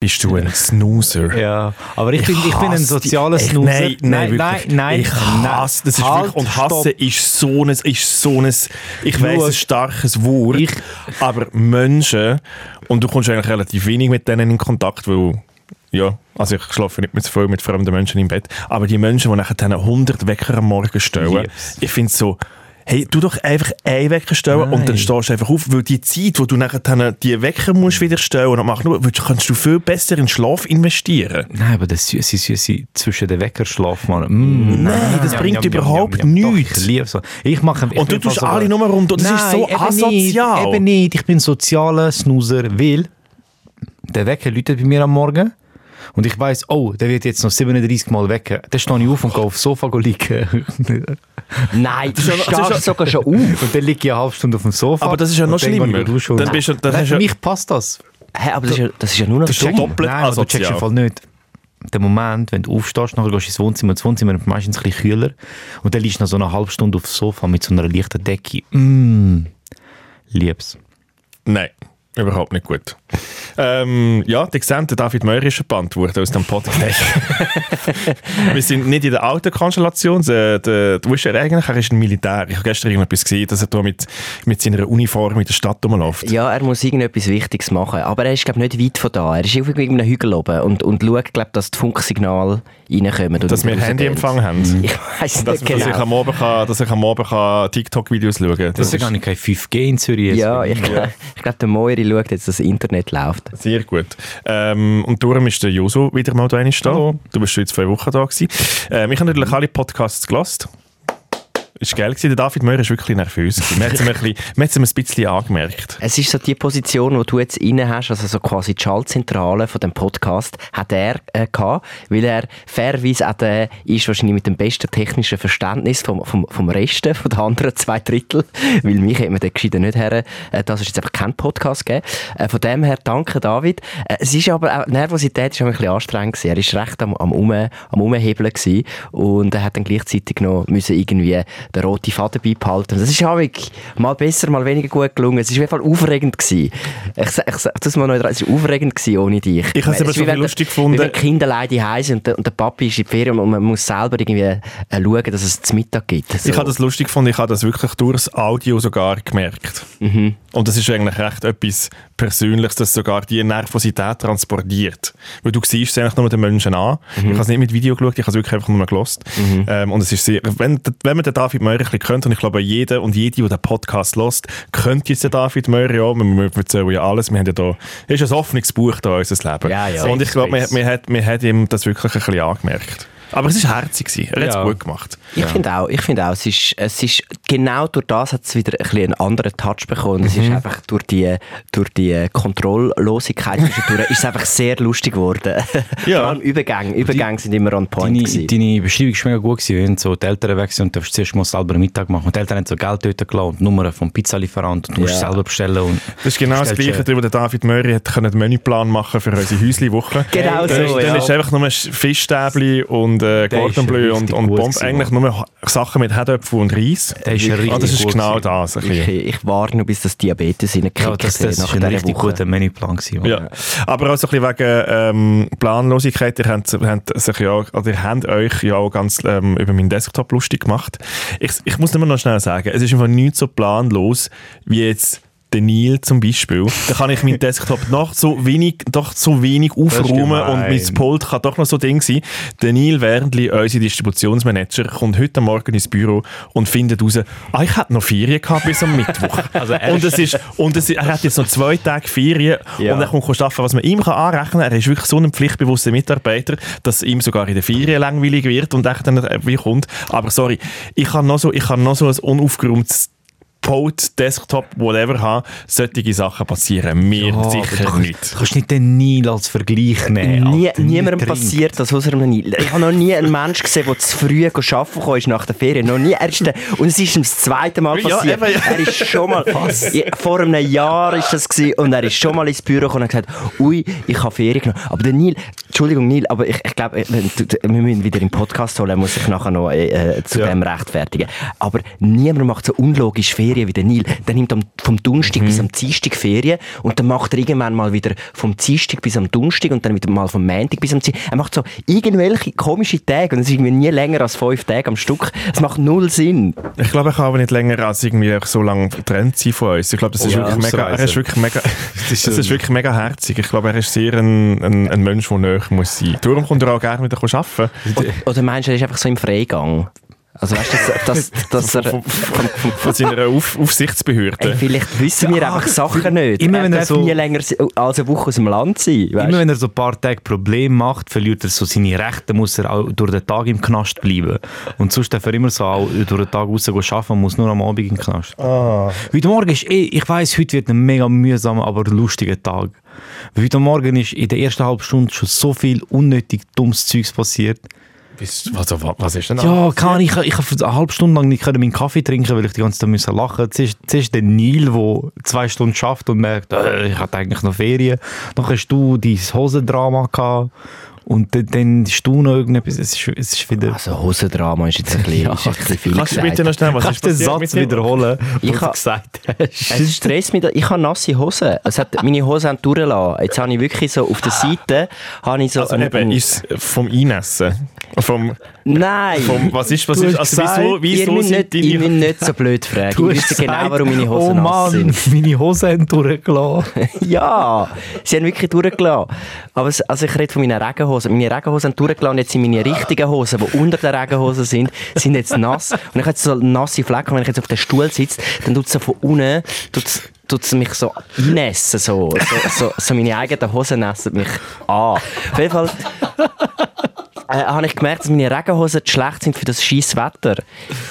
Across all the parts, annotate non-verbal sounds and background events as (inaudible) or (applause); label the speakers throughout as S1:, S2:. S1: bist du ein Snoozer.
S2: Ja, aber ich, bin, ich bin ein
S1: hasse
S2: sozialer
S1: die- Echt,
S2: Snoozer.
S1: Nein, nein, nein, nein, Ich hasse, das ist
S2: Halt,
S1: wirklich, und Hassen
S2: stopp.
S1: ist so ein, ist so ein ich weiss,
S2: Schau.
S1: ein starkes Wort,
S2: Ich-
S1: aber Menschen, und du kommst eigentlich relativ wenig mit denen in Kontakt, weil, ja, also ich schlafe nicht mit so viel mit fremden Menschen im Bett, aber die Menschen, die nachher dann 100 Wecker am Morgen stellen,
S2: Lieb's.
S1: ich finde so, Hey, tu doch einfach einen Wecker stellen
S2: Nein.
S1: und dann stehst du einfach auf, weil die Zeit, wo du nachher dann die Wecker musst wieder stellen und machen, musst, kannst du viel besser in Schlaf investieren.
S2: Nein, aber das süße, süße zwischen den Weckerschlaf, Mann. Mm.
S1: Nein, das bringt überhaupt nichts.
S2: Doch, ich liebe so. Ich mache, ich
S1: Und du
S2: bin
S1: tust
S2: so-
S1: alle Nummer rum. Das ist so
S2: eben
S1: asozial.
S2: Nicht, eben nicht. Ich bin sozialer Snoozer, weil der Wecker läutet bei mir am Morgen und ich weiß, oh, der wird jetzt noch 37 Mal wecken. Dann stehe ich auf und gehe aufs Sofa
S1: (laughs)
S2: liegen.
S3: Nein, du stehst
S2: (laughs)
S3: sogar schon auf.
S2: und dann liege ich eine halbe Stunde auf dem Sofa.
S1: Aber das ist ja
S2: und
S1: noch
S2: dann gehe ich
S1: schlimmer.
S2: duschen und-
S1: Dann bist du- dann
S2: Nein,
S1: hast
S2: für
S1: du-
S2: mich passt das.
S3: Hä, aber das ist, ja, das ist ja nur noch
S1: ist ja
S3: dumm.
S1: doppelt
S2: Nein, aber du checkst im
S1: asozial.
S2: Fall nicht. Der Moment, wenn du aufstehst, nachher gehst du ins Wohnzimmer, das Wohnzimmer ist meistens ein bisschen kühler und dann liegst du noch so eine halbe Stunde auf dem Sofa mit so einer leichten Decke. Mm. Lieb's.
S1: Nein, überhaupt nicht gut. Ähm, ja, die gesehen, der David Meurer ist verbannt worden aus dem Podcast. Wir sind nicht in der alten Konstellation. Der, der, du bist ja eigentlich er ist ein Militär. Ich habe gestern irgendetwas gesehen, dass er da mit, mit seiner Uniform in der Stadt rumläuft.
S3: Ja, er muss irgendetwas Wichtiges machen. Aber er ist, glaube nicht weit von da. Er ist irgendwie in einem Hügel oben und, und schaut, glaube dass die Funksignale reinkommen. und
S1: Dass wir
S3: rausgehen.
S1: Handyempfang haben.
S3: Ich weiß
S1: Dass,
S3: nicht genau.
S1: dass ich am Abend, kann- dass ich am Abend kann TikTok-Videos schauen kann.
S2: Das ist ja gar nicht kein 5G in Zürich. jetzt.
S3: ja, ich, glaub- ich glaube, der Moiri schaut jetzt, dass das Internet läuft.
S1: Sehr gut. Ähm, und darum ist der Joso wieder mal da. einmal da. Du bist schon in zwei Wochen da. Gewesen. Ähm, ich habe natürlich alle Podcasts gelost. Ist geil gewesen. Der David Möhr ist wirklich nervös. gewesen. Man hat es ihm ein bisschen- man hat's ihm ein bisschen angemerkt.
S3: Es ist so die Position, die du jetzt inne hast, also so quasi die Schaltzentrale von dem Podcast, hat er äh, gehabt, weil er fairerweise auch der ist wahrscheinlich mit dem besten technischen Verständnis vom, vom, vom Resten, von den anderen zwei Drittel, (laughs) weil mich hätte man den gescheiten nicht her, äh, dass es jetzt einfach keinen Podcast gegeben. Äh, von dem her, danke David. Äh, es ist aber auch, die Nervosität ist auch ein bisschen anstrengend gewesen. Er ist recht am, am, um, am Umhebeln gewesen und er hat dann gleichzeitig noch müssen irgendwie den roten Faden beibehalten. Das ist auch wirklich mal besser, mal weniger gut gelungen. Es war auf jeden Fall aufregend. Gewesen. Ich, sa- ich sage das mal noch, dran, es war aufregend gewesen ohne dich.
S1: Ich hab's
S3: Es
S1: aber
S3: ist
S1: so viel
S3: wie wenn der-
S1: lustig gefunden.
S3: Wie wenn die Kinder alleine heim sind und der, und der Papi ist in die Ferien und man muss selber irgendwie äh, schauen, dass es zu Mittag gibt. So.
S1: Ich habe das lustig gefunden. Ich habe das wirklich durchs Audio sogar gemerkt.
S3: Mhm.
S1: Und das ist eigentlich recht etwas Persönliches, das sogar die Nervosität transportiert. Weil du siehst es eigentlich nur den Menschen an. Ich
S3: Mhm.
S1: habe es nicht mit Video geschaut, ich habe es wirklich einfach nur gelost. Ähm, und es ist sehr, wenn, wenn man den David Möhr ein bisschen kennt, und ich glaube, jeder und jede, der den Podcast lost, kennt jetzt den David Möhr, ja, wir- wir erzählen ja alles. Wir haben ja da, es ist ein offenes Buch da, unser Leben.
S3: Ja, ja.
S1: Und ich glaube, man, man, hat, man hat ihm das wirklich ein bisschen angemerkt. Aber es war herzig, gewesen. er hat es
S2: Ja.
S1: gut gemacht.
S3: Ich finde auch, ich finde auch, es ist, es ist, genau durch das hat es wieder ein bisschen einen anderen Touch bekommen. Es
S2: Mhm.
S3: ist einfach durch die, durch die Kontrolllosigkeit zwischendurch, ist es einfach sehr
S2: (laughs)
S3: lustig geworden.
S1: Ja.
S3: Vor allem Übergänge, Übergänge sind immer on point
S2: Deine,
S3: gewesen.
S2: deine Beschreibung war mega gut. Gewesen, wenn so die Eltern weg sind und darfst zuerst mal selber Mittag machen. Und die Eltern haben so Geld dort gelassen und die Nummern vom Pizzalieferant und du musst
S3: Ja.
S2: selber bestellen. Und
S1: Das ist genau das
S2: bestellst
S1: Gleiche, wo der David Möri hat können den Menüplan machen für unsere Häusli-Woche.
S3: Genau
S1: dann
S3: so,
S1: ist,
S3: ja.
S1: Dann ist einfach nur Fischstäbli und äh,
S2: Der ist
S1: Cordon Bleu und,
S2: richtig
S1: und
S2: gut
S1: Bomb.
S2: gewesen,
S1: Eigentlich nur Sachen mit Herdöpfel und Reis.
S2: Der ist richtig
S1: Ah, das ist
S2: gut
S1: genau
S2: gewesen.
S1: das. Ein
S3: ich,
S1: bisschen.
S3: ich warte noch, bis das Diabetes reingekickt
S2: Ja, das, das
S3: nach
S2: ist ein
S3: dieser
S2: richtig
S3: Woche.
S2: guter Menüplan. Gewesen, Mann.
S1: Ja. Aber auch so ein bisschen wegen ähm, Planlosigkeit. Ihr habt, habt, sich ja, also ihr habt euch ja auch ganz ähm, über meinen Desktop lustig gemacht. Ich, ich muss nur noch schnell sagen, es ist einfach nichts so planlos wie jetzt der Nil zum Beispiel. Da kann ich meinen Desktop noch so wenig, doch so wenig aufräumen
S2: gemein.
S1: und mein Pult kann doch noch so ein Ding sein. Der Nil Werndli, unser Distributionsmanager, kommt heute Morgen ins Büro und findet raus, ah, ich hatte noch Ferien gehabt bis am Mittwoch. und es ist, und es, er hat jetzt noch zwei Tage Ferien
S3: Ja.
S1: und er kommt schaffen, was man ihm kann anrechnen kann. Er ist wirklich so ein pflichtbewusster Mitarbeiter, dass ihm sogar in den Ferien langweilig wird und echt dann äh, wie kommt. Aber sorry, ich kann noch so, ich kann noch so ein unaufgeräumtes Pult, Desktop, whatever haben, solche Sachen passieren mir
S2: Oh, aber
S1: sicher
S2: du,
S1: nicht.
S2: Du kannst nicht den Nil als Vergleich nehmen.
S3: Nie,
S2: Alter.
S3: niemandem
S2: Trink.
S3: passiert das, außer einem Nil. Ich habe noch nie einen Menschen gesehen, der zu früh arbeiten gekommen ist nach der Ferien. Noch nie. Er ist der, und es ist ihm das zweite Mal
S1: Ja,
S3: passiert.
S1: eben, ja.
S3: Er ist schon mal... Ja, Vor einem Jahr war das gewesen, und er ist schon mal ins Büro gekommen und hat gesagt, ui, ich habe Ferien genommen. Aber der Nil... Entschuldigung, Nil, aber ich, ich glaube, wenn du- wir müssen wieder im Podcast holen, muss ich nachher noch äh, äh, zu dem rechtfertigen. Aber niemand macht so unlogisch Ferien Ferien wie der Nil. Der nimmt am, vom Donnerstag bis am Dienstag Ferien und dann macht er irgendwann mal wieder vom Dienstag bis am Donnerstag und dann wieder mal vom Montag bis am Dienstag. Er macht so irgendwelche komischen Tage und es ist irgendwie nie länger als fünf Tage am Stück. Es macht null Sinn.
S1: Ich glaube, er kann aber nicht länger als irgendwie auch so lange getrennt sein von uns. Ich glaube, das ist
S2: ja,
S1: wirklich mega, er ist
S2: ausreisen.
S1: wirklich mega, Oh (laughs) das
S2: so-
S1: ist wirklich mega herzig. Ich glaube, er ist sehr ein, ein, ein Mensch, der näher muss sein. Darum kommt er auch gerne wieder arbeiten.
S3: Oder meinst du, er ist einfach so im Freigang? Also weißt du, dass, dass, dass er...
S1: (laughs) Von, von, von, von seiner Auf,
S3: Ey,
S1: Aufsichtsbehörde.
S3: vielleicht wissen wir einfach Sachen nicht.
S2: immer wenn er
S3: darf
S2: so-
S3: nie länger si- als eine Woche aus dem Land sein. Weißt?
S2: Immer wenn er so ein paar Tage Probleme macht, verliert er so seine Rechte, muss er auch durch den Tag im Knast bleiben. Und sonst darf er immer so auch durch den Tag rausgehen arbeiten und muss nur am Abend im Knast. Heute Morgen ist eh, ich weiß, heute wird ein mega mühsamer, aber lustiger Tag. Weil heute Morgen ist in der ersten halben Stunde schon so viel unnötig dummes Zeugs passiert.
S1: Bist- Also, wa- was ist denn da?
S2: Ja, keine Ahnung, ich, ich habe eine halbe Stunde lang nicht können meinen Kaffee trinken, weil ich die ganze Zeit müssen lachen musste. Zuerst, zuerst der Neil, der zwei Stunden schafft und merkt, äh, ich hatte eigentlich noch Ferien. Dann hast du dein Hosendrama gehabt und dann, dann hast du noch irgendetwas. Es ist, es ist wieder...
S3: Also Hosendrama ist jetzt ein bisschen, ist ein bisschen viel
S1: Kannst du
S3: gesagt.
S1: bitte noch schnell, was ist
S2: Kannst du den
S1: passiert
S2: Satz
S1: mit dir?
S2: wiederholen,
S3: Ich
S2: den du
S3: kann-
S2: gesagt hast?
S3: Es stresst mich, da- ich habe nasse Hosen. Es hat, meine Hosen haben durchgelassen. Jetzt habe ich wirklich so auf der Seite, habe ich so...
S1: Also
S3: einen-
S1: eben, ist es vom Einessen. Vom,
S3: Nein!
S1: vom, was ist, was
S3: Du
S1: ist,
S3: hast
S1: also wieso,
S3: gesagt, ihr
S1: wieso
S3: müsst
S1: sind
S3: nicht, ihr müsst
S1: deine... (laughs)
S3: nicht so blöd fragen. Ich wüsste genau, warum meine Hosen
S2: oh
S3: nass
S2: Mann,
S3: sind.
S2: (laughs) meine Hosen haben durchgelassen.
S3: (laughs) Ja, sie haben wirklich durchgelassen. Aber es, also ich rede von meinen Regenhosen. Meine Regenhosen haben durchgelassen, und jetzt sind meine richtigen Hosen, die unter den Regenhosen sind, sind jetzt nass. Und ich habe jetzt so nasse Flecken, wenn ich jetzt auf dem Stuhl sitze, dann tut es so von unten, tut's, tut's mich so einnässen, so. So, so, so meine eigenen Hosen nässen mich an. Auf jeden Fall äh, habe ich gemerkt, dass meine Regenhosen zu schlecht sind für das scheiß Wetter.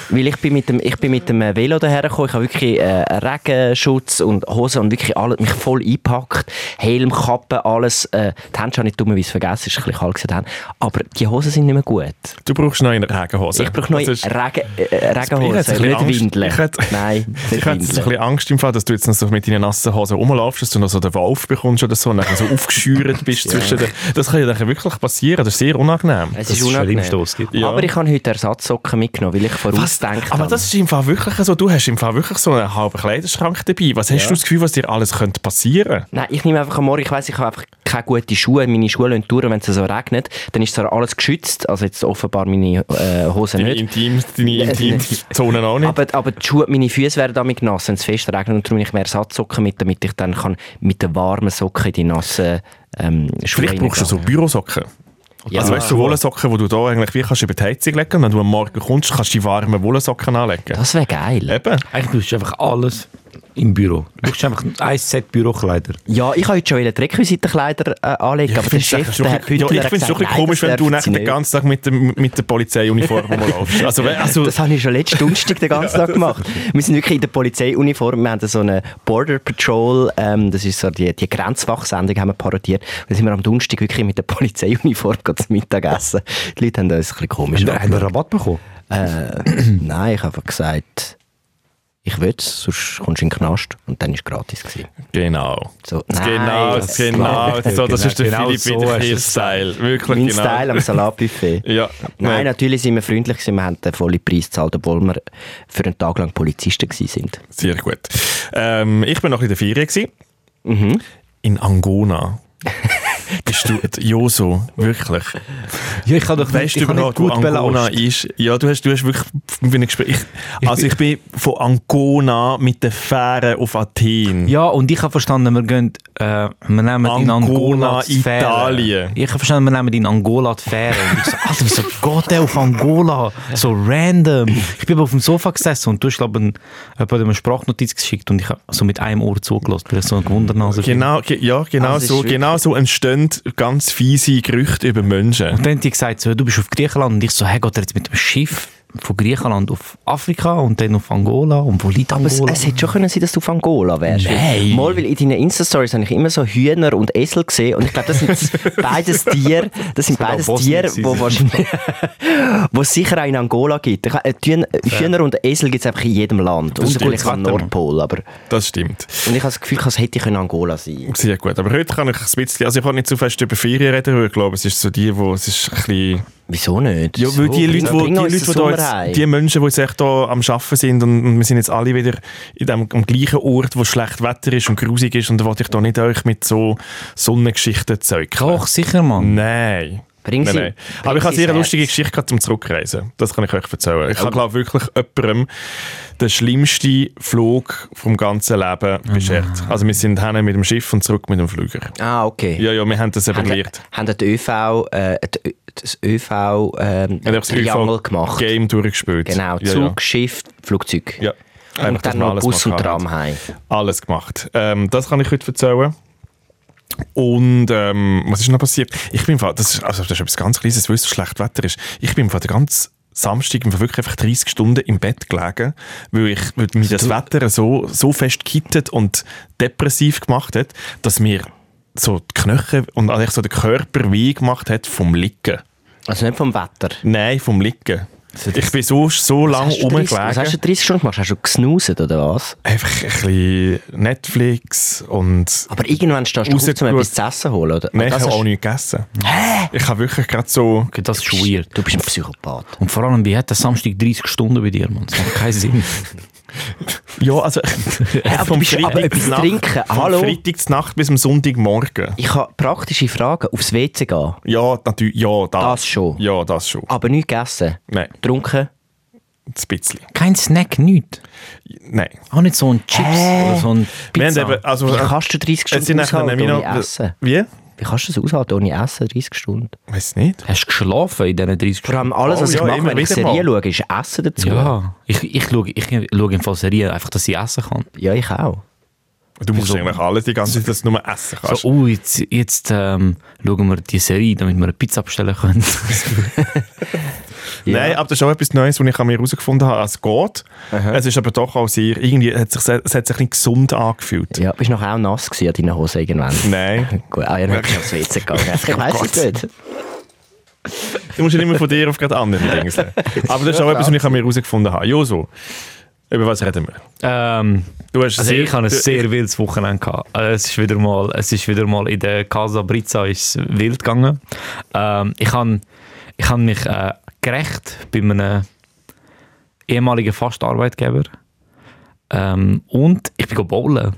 S3: Weil ich bin mit dem, ich bin mit dem äh, Velo dahergekommen, ich habe wirklich äh, einen Regenschutz und Hosen und wirklich alles, mich voll eingepackt, Helm, Kappe, alles. Äh, die Hände habe ich dummerweise vergessen, es war ein bisschen kalt. gewesen, die Hände. Aber die Hosen sind nicht mehr gut.
S1: Du brauchst noch eine Regenhose.
S3: Ich brauche neue
S1: Das Also ist-
S3: Regen, äh,
S1: jetzt ein
S3: Regenhosen,
S1: bisschen
S3: nicht
S1: Angst.
S3: Windeln.
S1: Ich hätte-
S3: Nein,
S1: (laughs) Ich
S3: nicht
S1: habe jetzt ein
S3: Windeln.
S1: bisschen Angst im Fall, dass du jetzt noch so mit deinen nassen Hosen rumlaufst, dass du noch so den Wolf bekommst oder so und dann so
S3: (laughs)
S1: aufgeschürt bist zwischen den... Das kann ja dann wirklich passieren, das ist sehr unangenehm.
S3: Es
S2: Das
S3: ist
S2: ist der
S3: unangenehm.
S2: Schlimmste, was es gibt.
S1: Ja.
S3: Aber ich habe heute Ersatzsocken mitgenommen, weil ich vorausdenkt
S1: Aber
S3: habe.
S1: das ist im Fall wirklich so, du hast im Fall wirklich so einen halben Kleiderschrank dabei. Was hast du das Gefühl, was dir alles könnte passieren?
S3: Nein, ich nehme einfach am Morgen, ich weiss, ich habe einfach keine guten Schuhe, meine Schuhe lassen durch, wenn es so regnet, dann ist zwar alles geschützt, also jetzt offenbar meine äh, Hosen
S1: Deine
S3: nicht,
S1: Intim- deine Intimzonen auch nicht?
S3: aber, aber die Schuhe, meine Füße werden damit nass, wenn es fest regnet und darum nehme ich mehr Ersatzsocken mit, damit ich dann kann mit den warmen Socken in die nassen ähm, Schuhe
S1: Vielleicht brauchst du so
S3: reingehen.
S1: Bürosocken.
S3: Ja.
S1: Also weißt du, Wollsocken, die du da eigentlich wie kannst über die Heizung legen und wenn du am Morgen kommst, kannst du die warmen Wollsocken anlegen.
S3: Das wäre geil.
S1: Eben.
S2: (laughs) Eigentlich brauchst du einfach alles im Büro. Du brauchst einfach ein Set Bürokleider.
S3: Ja, ich habe heute schon wieder die Requisitenkleider äh, anlegen, aber der
S1: find's
S3: Chef,
S1: schon
S3: der Herr
S1: ein bisschen- ja,
S3: Püttler,
S1: ich
S3: hat
S1: finde es
S3: gesagt,
S1: wirklich
S3: nein,
S1: komisch,
S3: das
S1: wenn du
S3: dürfen
S1: nachher
S3: Sie
S1: den
S3: nicht.
S1: ganzen Tag mit, dem, mit der
S3: (laughs)
S1: Polizeiuniform rumlaufst. Also, we- also
S3: Das habe ich schon letzten Donnerstag den ganzen Tag gemacht. Wir sind wirklich in der Polizeiuniform. Wir haben so eine Border Patrol, ähm, das ist so die, die Grenzwachsendung, haben wir parodiert. Und dann sind wir am Donnerstag wirklich mit der Polizeiuniform (laughs) gerade zum Mittagessen. Die Leute haben uns ein bisschen komisch
S2: Hat er einen Rabatt bekommen?
S3: angeschaut. Nein, ich habe einfach gesagt, ich will es, sonst kommst du in den Knast. Und dann war es gratis. Gewesen.
S1: genau.
S3: So,
S1: genau,
S3: nein, das-
S1: genau. So, das ist der
S2: Genau
S1: Philipp
S2: so
S1: wieder
S2: hast du
S1: hier
S2: es
S1: Style. Wirklich
S3: Mein
S1: genau.
S3: Style
S1: (laughs)
S3: am Salatbuffet.
S1: Ja.
S3: Nein, natürlich sind wir freundlich gewesen. Wir haben den vollen Preis gezahlt, obwohl wir für einen Tag lang Polizisten gewesen sind.
S1: Sehr gut. Ähm, ich bin noch in der Ferien. Gewesen. Mhm. In
S3: (laughs)
S1: Angona. Bist du Joso, wirklich?
S2: Ja, ich kann doch
S1: Weißt du
S2: ich kann
S1: überhaupt, wo Angona ist? Ja, du hast, du hast wirklich mit mir gesprochen. Ich, also, ich bin von Angona mit der Fähre auf Athen.
S2: Ja, und ich habe verstanden, wir gehen, äh, wir nehmen in Angola
S1: Angola,
S2: die Fähre.
S1: Italien.
S2: Ich habe verstanden, wir nehmen in Angola die Fähre. Und ich so, Alter, wieso geht der auf Angola? So random. Ich bin aber auf dem Sofa gesessen und du hast, glaube ich, jemand hat mir eine Sprachnotiz geschickt und ich habe so mit einem Ohr zugelassen, weil ich so eine Gewundernase bin.
S1: Genau, ge ja, genau,
S3: Also es ist
S1: so,
S3: wirklich-
S1: genau so entstehen ganz fiese Gerüchte über Menschen.
S2: Und dann hat die gesagt, so, du bist auf Griechenland. Und ich so, hey, geht er jetzt mit dem Schiff von Griechenland auf Afrika und dann auf Angola? Und wo liegt
S3: Aber es,
S2: Angola?
S3: es hätte schon können sein, dass du von Angola wärst.
S2: Nein.
S3: Mal, weil in deinen Insta-Stories habe ich immer so Hühner und Esel gesehen und ich glaube,
S1: (laughs)
S3: das sind beides Tiere, das sind
S2: auch
S3: beides
S2: Bosnien
S3: Tiere, wo
S2: gewesen.
S3: wahrscheinlich, (laughs) wo es sicher auch in Angola gibt. Ich, äh, Hühner, Hühner und Esel gibt es einfach in jedem Land. Und
S1: stimmt.
S3: natürlich am Nordpol, aber
S1: Das stimmt.
S3: und ich habe das Gefühl, es hätte ich in Angola sein.
S1: Sehr gut. Aber heute kann ich ein bisschen, also ich kann nicht zu fest über Ferien reden, weil ich glaube, es ist so die, wo es ist ein bisschen,
S3: Wieso nicht?
S1: ja, weil die
S3: Bring-
S1: Leute, wo,
S3: bring
S1: die
S3: uns
S1: Leute,
S3: den
S1: die da
S3: Sauerei.
S1: jetzt die Menschen, die jetzt echt hier am Arbeiten sind und, und wir sind jetzt alle wieder in dem, am gleichen Ort, wo schlecht Wetter ist und grusig ist und da wollte ich da nicht euch mit so Sonnengeschichten zeugen.
S2: Doch, sicher, Mann.
S1: Nein.
S3: Bring
S1: nein,
S3: sie-
S1: nein.
S3: bring
S1: Aber ich habe
S3: sie
S1: eine sehr
S3: ins
S1: lustige
S3: Herz.
S1: Geschichte gehabt zum Zurückreisen. Das kann ich euch erzählen. Ich habe, glaube wirklich jemandem den schlimmsten Flug vom ganzen Leben
S3: Mhm.
S1: beschert. Also wir sind hin mit dem Schiff und zurück mit dem Flüger.
S3: Ah, okay.
S1: Ja, ja, wir haben das eben
S3: haben,
S1: gelernt.
S3: haben den ÖV, äh, d- das ÖV ähm,
S1: Wir haben einfach
S3: Triangel gemacht.
S1: Game durchgespielt.
S3: Genau,
S1: Ja,
S3: Zug, Schiff, Flugzeug.
S1: Ja. ja. Einfach,
S3: Und
S1: dass
S3: dann
S1: wir
S3: noch
S1: alles
S3: Bus und
S1: machen haben.
S3: Tram heim.
S1: Alles gemacht. Ähm, das kann ich heute erzählen. Und ähm, was ist noch passiert? Ich bin im Fall, das ist, also das ist etwas ganz Kleines, weil es so schlecht Wetter ist. Ich bin im Fall den ganzen Samstag im Fall wirklich einfach 30 Stunden im Bett gelegen, weil, ich, weil mich das Wetter so, so fest gehittet und depressiv gemacht hat, dass mir so die Knochen und eigentlich so der Körper weh gemacht hat vom Licken.
S3: Also nicht vom Wetter.
S1: Nein, vom Licken. Ich bin so, so lange
S3: Hast du 30 Was hast du
S1: rumgelegen.
S3: 30 Stunden gemacht? Hast du gesnuset oder was?
S1: Einfach ein bisschen Netflix und
S3: Aber irgendwann stehst du auf,
S1: Rausgeschaut.
S3: um etwas zu essen zu holen, oder?
S1: Nein, ich
S3: Das
S1: habe
S3: hast-
S1: auch nicht gegessen. Ich habe wirklich gerade so...
S2: Okay, das ist weird.
S3: Du bist ein Psychopath.
S2: Und vor allem, wie hat der Samstag 30 Stunden bei dir, Mann? Das macht keinen Sinn.
S1: Ja, (laughs) also...
S3: (laughs) aber du bist- aber etwas
S1: Nacht-
S3: trinken,
S1: vom
S3: hallo?
S1: Freitag zur Nacht bis am Sonntagmorgen.
S3: Ich habe praktische Fragen. Aufs WC gehen,
S1: Ja, natürlich. Ja, das.
S3: Das schon.
S1: Ja, das schon.
S3: aber nichts gegessen.
S1: Nein,
S3: Getrunken.
S1: ein bisschen.
S2: Kein Snack, nichts.
S1: Nein.
S2: Auch nicht so ein Chips
S3: Hä?
S2: oder so ein
S1: Wir
S2: Pizza.
S1: haben eben... Also,
S3: Wie
S1: äh,
S3: kannst du 30
S1: es sind
S3: Stunden
S1: nachher
S3: aushalten
S1: noch-
S3: ohne Essen?
S1: Wie?
S3: Wie kannst du das aushalten ohne Essen, 30 Stunden?
S1: Weiß nicht.
S2: Hast du geschlafen in diesen 30
S3: Vor
S2: Stunden?
S3: allem alles,
S1: Oh
S3: was ich
S1: ja,
S3: mache,
S1: immer
S3: wenn ich
S1: wieder
S3: Serien
S1: mal.
S3: schaue, ist Essen dazu.
S2: Ja, ich, ich schaue ich schaue in Fall Serien, einfach, dass ich essen kann.
S3: Ja, ich auch.
S1: Du musst eigentlich alles die ganze Zeit, dass du nur essen kannst.
S2: So, oh, jetzt, jetzt ähm, schauen wir die Serie, damit wir eine Pizza bestellen können. (laughs)
S1: Nein, aber das ist auch etwas Neues, was ich an mir herausgefunden habe. Es geht. Es ist aber doch auch sehr... Irgendwie hat sich, es hat sich nicht gesund angefühlt.
S3: Ja, bist du nachher auch nass gewesen an deinen Hosen irgendwann?
S1: (laughs) Nein.
S3: Gut, ah, ja, dann bin ich aufs WC (laughs) gegangen. Ich weiß es nicht.
S1: Du musst ja nicht mehr von dir auf gerade andere Dinge (laughs) sehen. Aber das ist auch etwas, was ich an mir herausgefunden habe. Joso, über was reden wir?
S2: ähm,
S1: Du hast
S2: also
S1: sehr-
S2: ich habe ein
S1: du-
S2: sehr wildes Wochenende gehabt. Also es ist wieder mal, es ist wieder mal in der Casa Brizza ist wild gegangen. Ähm, ich habe ich hab mich äh, gerecht bei einem ehemaligen Fastarbeitgeber ähm, und ich bin go (laughs) bowlen.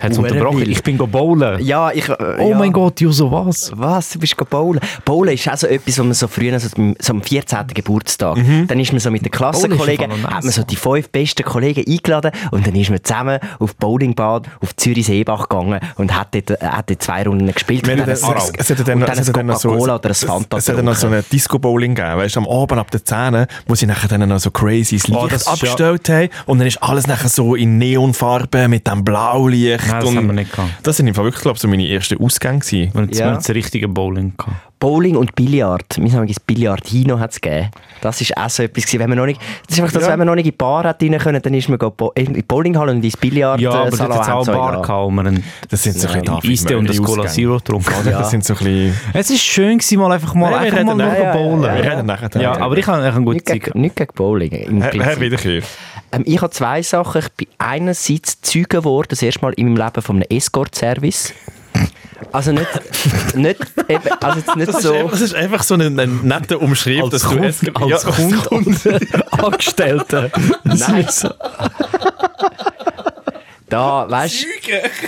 S2: Hat es
S3: Hure
S2: unterbrochen?
S3: wild.
S2: Ich bin go bowlen.
S3: Ja, ich. äh,
S2: Oh
S3: ja.
S2: mein Gott, Juso, was?
S3: Was, du bist go bowlen? Bowlen ist auch so etwas, was man so früher, so, am- so am 14. Geburtstag, dann ist man so mit den Klassenkollegen,
S2: Bowlen ist einfach noch
S3: hat man
S2: nice.
S3: so die fünf besten Kollegen eingeladen und dann ist man zusammen auf die Bowlingbahn auf Zürich-Seebach gegangen und hat dort, äh, hat dort zwei Runden gespielt.
S1: Wir
S3: und
S1: haben- es-
S3: ein-
S1: es- es hätte dann
S3: und
S1: noch-
S3: dann
S1: es
S3: ein
S1: hätte dann noch so-
S3: Coca-Cola oder ein
S1: es-
S3: Fanta
S1: Es hätte dann noch so
S3: getrunken.
S1: eine Disco-Bowling gegeben, weißt du, am Abend ab den 10, wo sie nachher dann noch so crazy das Licht
S2: Oh, das ist ja-
S1: abgestellt haben und dann ist alles nachher so in Neonfarben mit dem Blaulicht.
S2: Nein, das
S1: und
S2: haben wir nicht gehabt.
S1: Das sind im Fall wirklich, glaube ich, so meine ersten Ausgänge gewesen.
S2: Wir haben
S3: Ja.
S2: ja. das richtige Bowling gehabt.
S3: Bowling und Billard. Mein Name ist Billard Hino hat es gegeben. Das ist auch so etwas gewesen, wenn man noch nicht, das ist einfach das,
S1: Ja.
S3: wenn man noch nicht in die Bar hat rein können, dann ist man go bo in die Bowlinghalle und ins Billard
S2: Ja, aber
S3: äh,
S2: es hat
S3: Salon
S2: jetzt auch
S3: haben
S2: eine
S3: sie
S2: Bar
S3: gehabt.
S2: gehabt, wo wir einen
S1: Das sind so ein bisschen die
S2: Eiste und ein Cola
S1: Ausgänge.
S2: Zero getrunken
S1: Oder?
S2: (laughs)
S1: Das sind so ein bisschen...
S2: Es war schön, gewesen, mal einfach
S1: Nein,
S2: mal,
S1: wir
S2: einfach
S1: reden
S2: mal nur
S1: nachher.
S2: ja, bowlen.
S1: Wir
S2: Ja,
S1: reden nachher dann.
S2: aber ich habe eigentlich eine gute
S3: Nicht
S2: Zeit.
S3: gegen, nicht gegen Bowling. Im
S1: Herr, Herr
S3: Prinzip.
S1: Wiederkehr.
S3: ähm, ich habe zwei Sachen. Ich bin einerseits Zeuge geworden, das erste Mal in meinem Leben von einem Escort-Service. Also nicht, (laughs) nicht, eben, also jetzt nicht
S1: Das,
S3: so.
S1: ist, einfach- das ist einfach so ein, ein netter Umschrieb,
S2: Als
S1: dass du
S2: Kunde-
S1: es...
S2: als Kunde
S1: und Angestellte.
S3: Nein. Da, weißt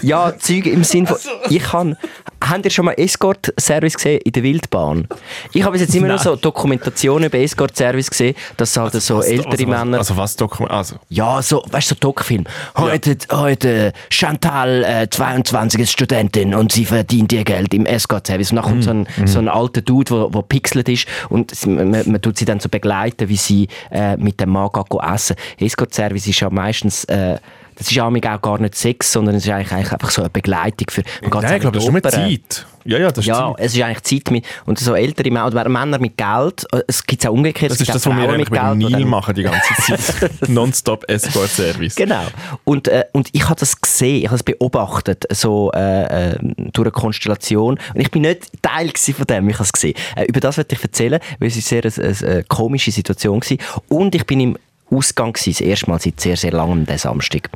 S3: Ja, Züge im Sinn von.
S1: Also,
S3: Ich kann. Habt ihr schon mal Escort-Service gesehen in der Wildbahn? Ich habe bis jetzt immer nur so Dokumentationen über Escort-Service gesehen, dass halt so ältere
S1: also, was-
S3: Männer.
S1: Also was Dokument... Also,
S3: ja, so, weißt du, so Doc-Film. Heute, heute Chantal, äh, 22, ist Studentin und sie verdient ihr Geld im Escort-Service. Und dann kommt so, ein,
S1: Mhm.
S3: so ein alter Dude, der wo, pixelt ist und sie- man, man man tut sie dann so begleiten, wie sie äh, mit dem Mann geht go essen. Escort-Service ist ja meistens... Äh, das ist ja manchmal auch gar nicht Sex, sondern es ist eigentlich eigentlich einfach so eine Begleitung für... man geht
S1: nein, ich
S3: zusammen
S1: glaube, das ist
S3: in die
S1: nur
S3: Oper.
S1: Zeit. Ja, ja, das ist
S3: Ja,
S1: Zeit.
S3: es ist eigentlich Zeit mit... Und so ältere Männer, oder Männer mit Geld, äh, es gibt es auch umgekehrt,
S1: Das
S3: es
S1: ist
S3: gibt
S1: das,
S3: auch
S1: was wir
S3: Frauen
S1: eigentlich
S3: mit
S1: mit
S3: Geld.
S1: dem
S3: die
S1: Nil
S3: dann-
S1: machen die ganze Zeit. Nonstop Escort Service.
S3: Genau. Und, äh, und ich habe das gesehen, ich habe es beobachtet, so äh, äh, durch eine Konstellation. Und ich bin nicht Teil gewesen von dem, ich habe es gesehen. Äh, über das werde ich erzählen, weil es ist sehr äh, eine, eine, eine komische Situation war. Und ich bin im Ausgang gewesen, das erste Mal seit sehr, sehr langem, den Samstag.